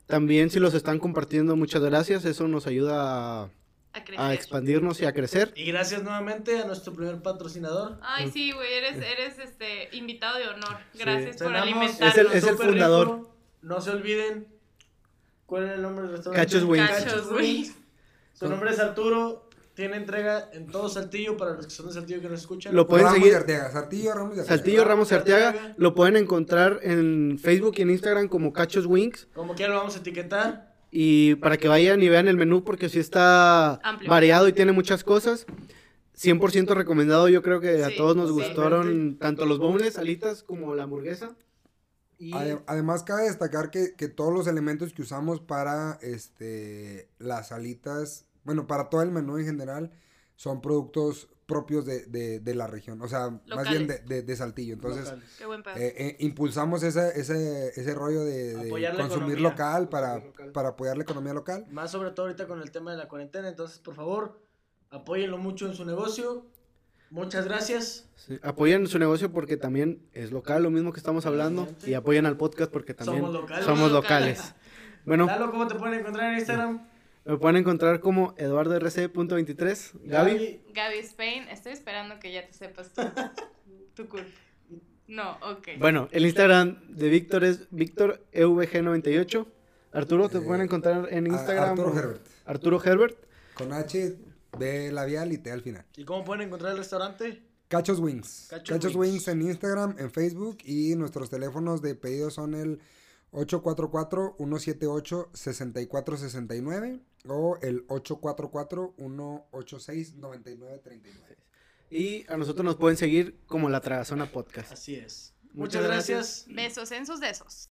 Speaker 2: También si los están compartiendo, muchas gracias. Eso nos ayuda a,
Speaker 3: A crecer.
Speaker 2: a expandirnos y a crecer.
Speaker 4: Y gracias nuevamente a nuestro primer patrocinador.
Speaker 3: Ay, sí, güey, eres, eres este, invitado de honor.
Speaker 4: Sí,
Speaker 3: Gracias por
Speaker 4: cenamos,
Speaker 3: alimentarnos.
Speaker 2: Es el- es el
Speaker 4: súper
Speaker 2: fundador.
Speaker 4: rico. No se olviden. ¿Cuál es el nombre del restaurante?
Speaker 2: Cachos Wings.
Speaker 3: Cachos Wings.
Speaker 4: Su nombre es Arturo. Tiene entrega en todo Saltillo para los que son de Saltillo que nos escuchan.
Speaker 2: Lo pueden
Speaker 5: Ramos
Speaker 2: seguir.
Speaker 5: de Arteaga, Saltillo, Ramos de Arteaga.
Speaker 2: Saltillo Ramos y Arteaga
Speaker 4: Arteaga.
Speaker 2: lo pueden encontrar en Facebook y en Instagram como Cachos Wings.
Speaker 4: Como quiera lo vamos a etiquetar.
Speaker 2: Y para que vayan y vean el menú porque sí está
Speaker 3: Amplio.
Speaker 2: variado y tiene muchas cosas. 100% recomendado, yo creo que a
Speaker 3: Sí,
Speaker 2: todos nos
Speaker 3: sí.
Speaker 2: gustaron tanto los bombles, alitas como la hamburguesa. Y
Speaker 5: Ade- Además, cabe destacar que, que todos los elementos que usamos para este, las alitas, bueno, para todo el menú en general, son productos propios de, de- de la región, o sea, más bien de,
Speaker 3: Locales.
Speaker 5: de- de Saltillo. Entonces,
Speaker 4: locales.
Speaker 3: Qué buen pedo.
Speaker 5: eh, eh, impulsamos ese, ese, ese rollo de, de
Speaker 4: Apoyar la
Speaker 5: consumir
Speaker 4: economía.
Speaker 5: local para,
Speaker 2: Consumir local.
Speaker 5: para apoyar la economía local.
Speaker 4: Más sobre todo ahorita con el tema de la cuarentena. Entonces, por favor, apóyenlo mucho en su negocio. Muchas gracias.
Speaker 2: sí, apoyen su negocio porque también es local, lo mismo que estamos hablando. Y apoyen al podcast porque también
Speaker 4: Somos locales.
Speaker 2: somos
Speaker 3: Somos locales. <laughs>
Speaker 2: locales. Bueno,
Speaker 4: Lalo, ¿cómo te pueden encontrar en Instagram?
Speaker 2: me pueden encontrar como eduardorc.23. Gaby,
Speaker 3: Gaby Spain, estoy esperando que ya te sepas tu,
Speaker 5: <laughs>
Speaker 3: tu culpa. No, ok.
Speaker 2: Bueno, el Instagram de Víctor E es VíctorEVG98. Arturo, te
Speaker 5: Eh,
Speaker 2: pueden encontrar en
Speaker 5: a-
Speaker 2: Instagram.
Speaker 5: Arturo
Speaker 2: o-
Speaker 5: Herbert.
Speaker 2: Arturo Herbert.
Speaker 5: Con H, B labial y T al final.
Speaker 4: ¿Y cómo pueden encontrar el restaurante?
Speaker 5: Cachos Wings.
Speaker 4: Cachos
Speaker 5: Cachos,
Speaker 4: Wings.
Speaker 5: Wings. en Instagram, en Facebook y nuestros teléfonos de pedido son el 844-178-6469 o el 844-186-9939.
Speaker 2: Y a nosotros nos pueden seguir como La Tragazona Podcast.
Speaker 4: Así es.
Speaker 2: Muchas
Speaker 4: Muchas
Speaker 2: gracias.
Speaker 4: gracias.
Speaker 3: Besos en sus besos.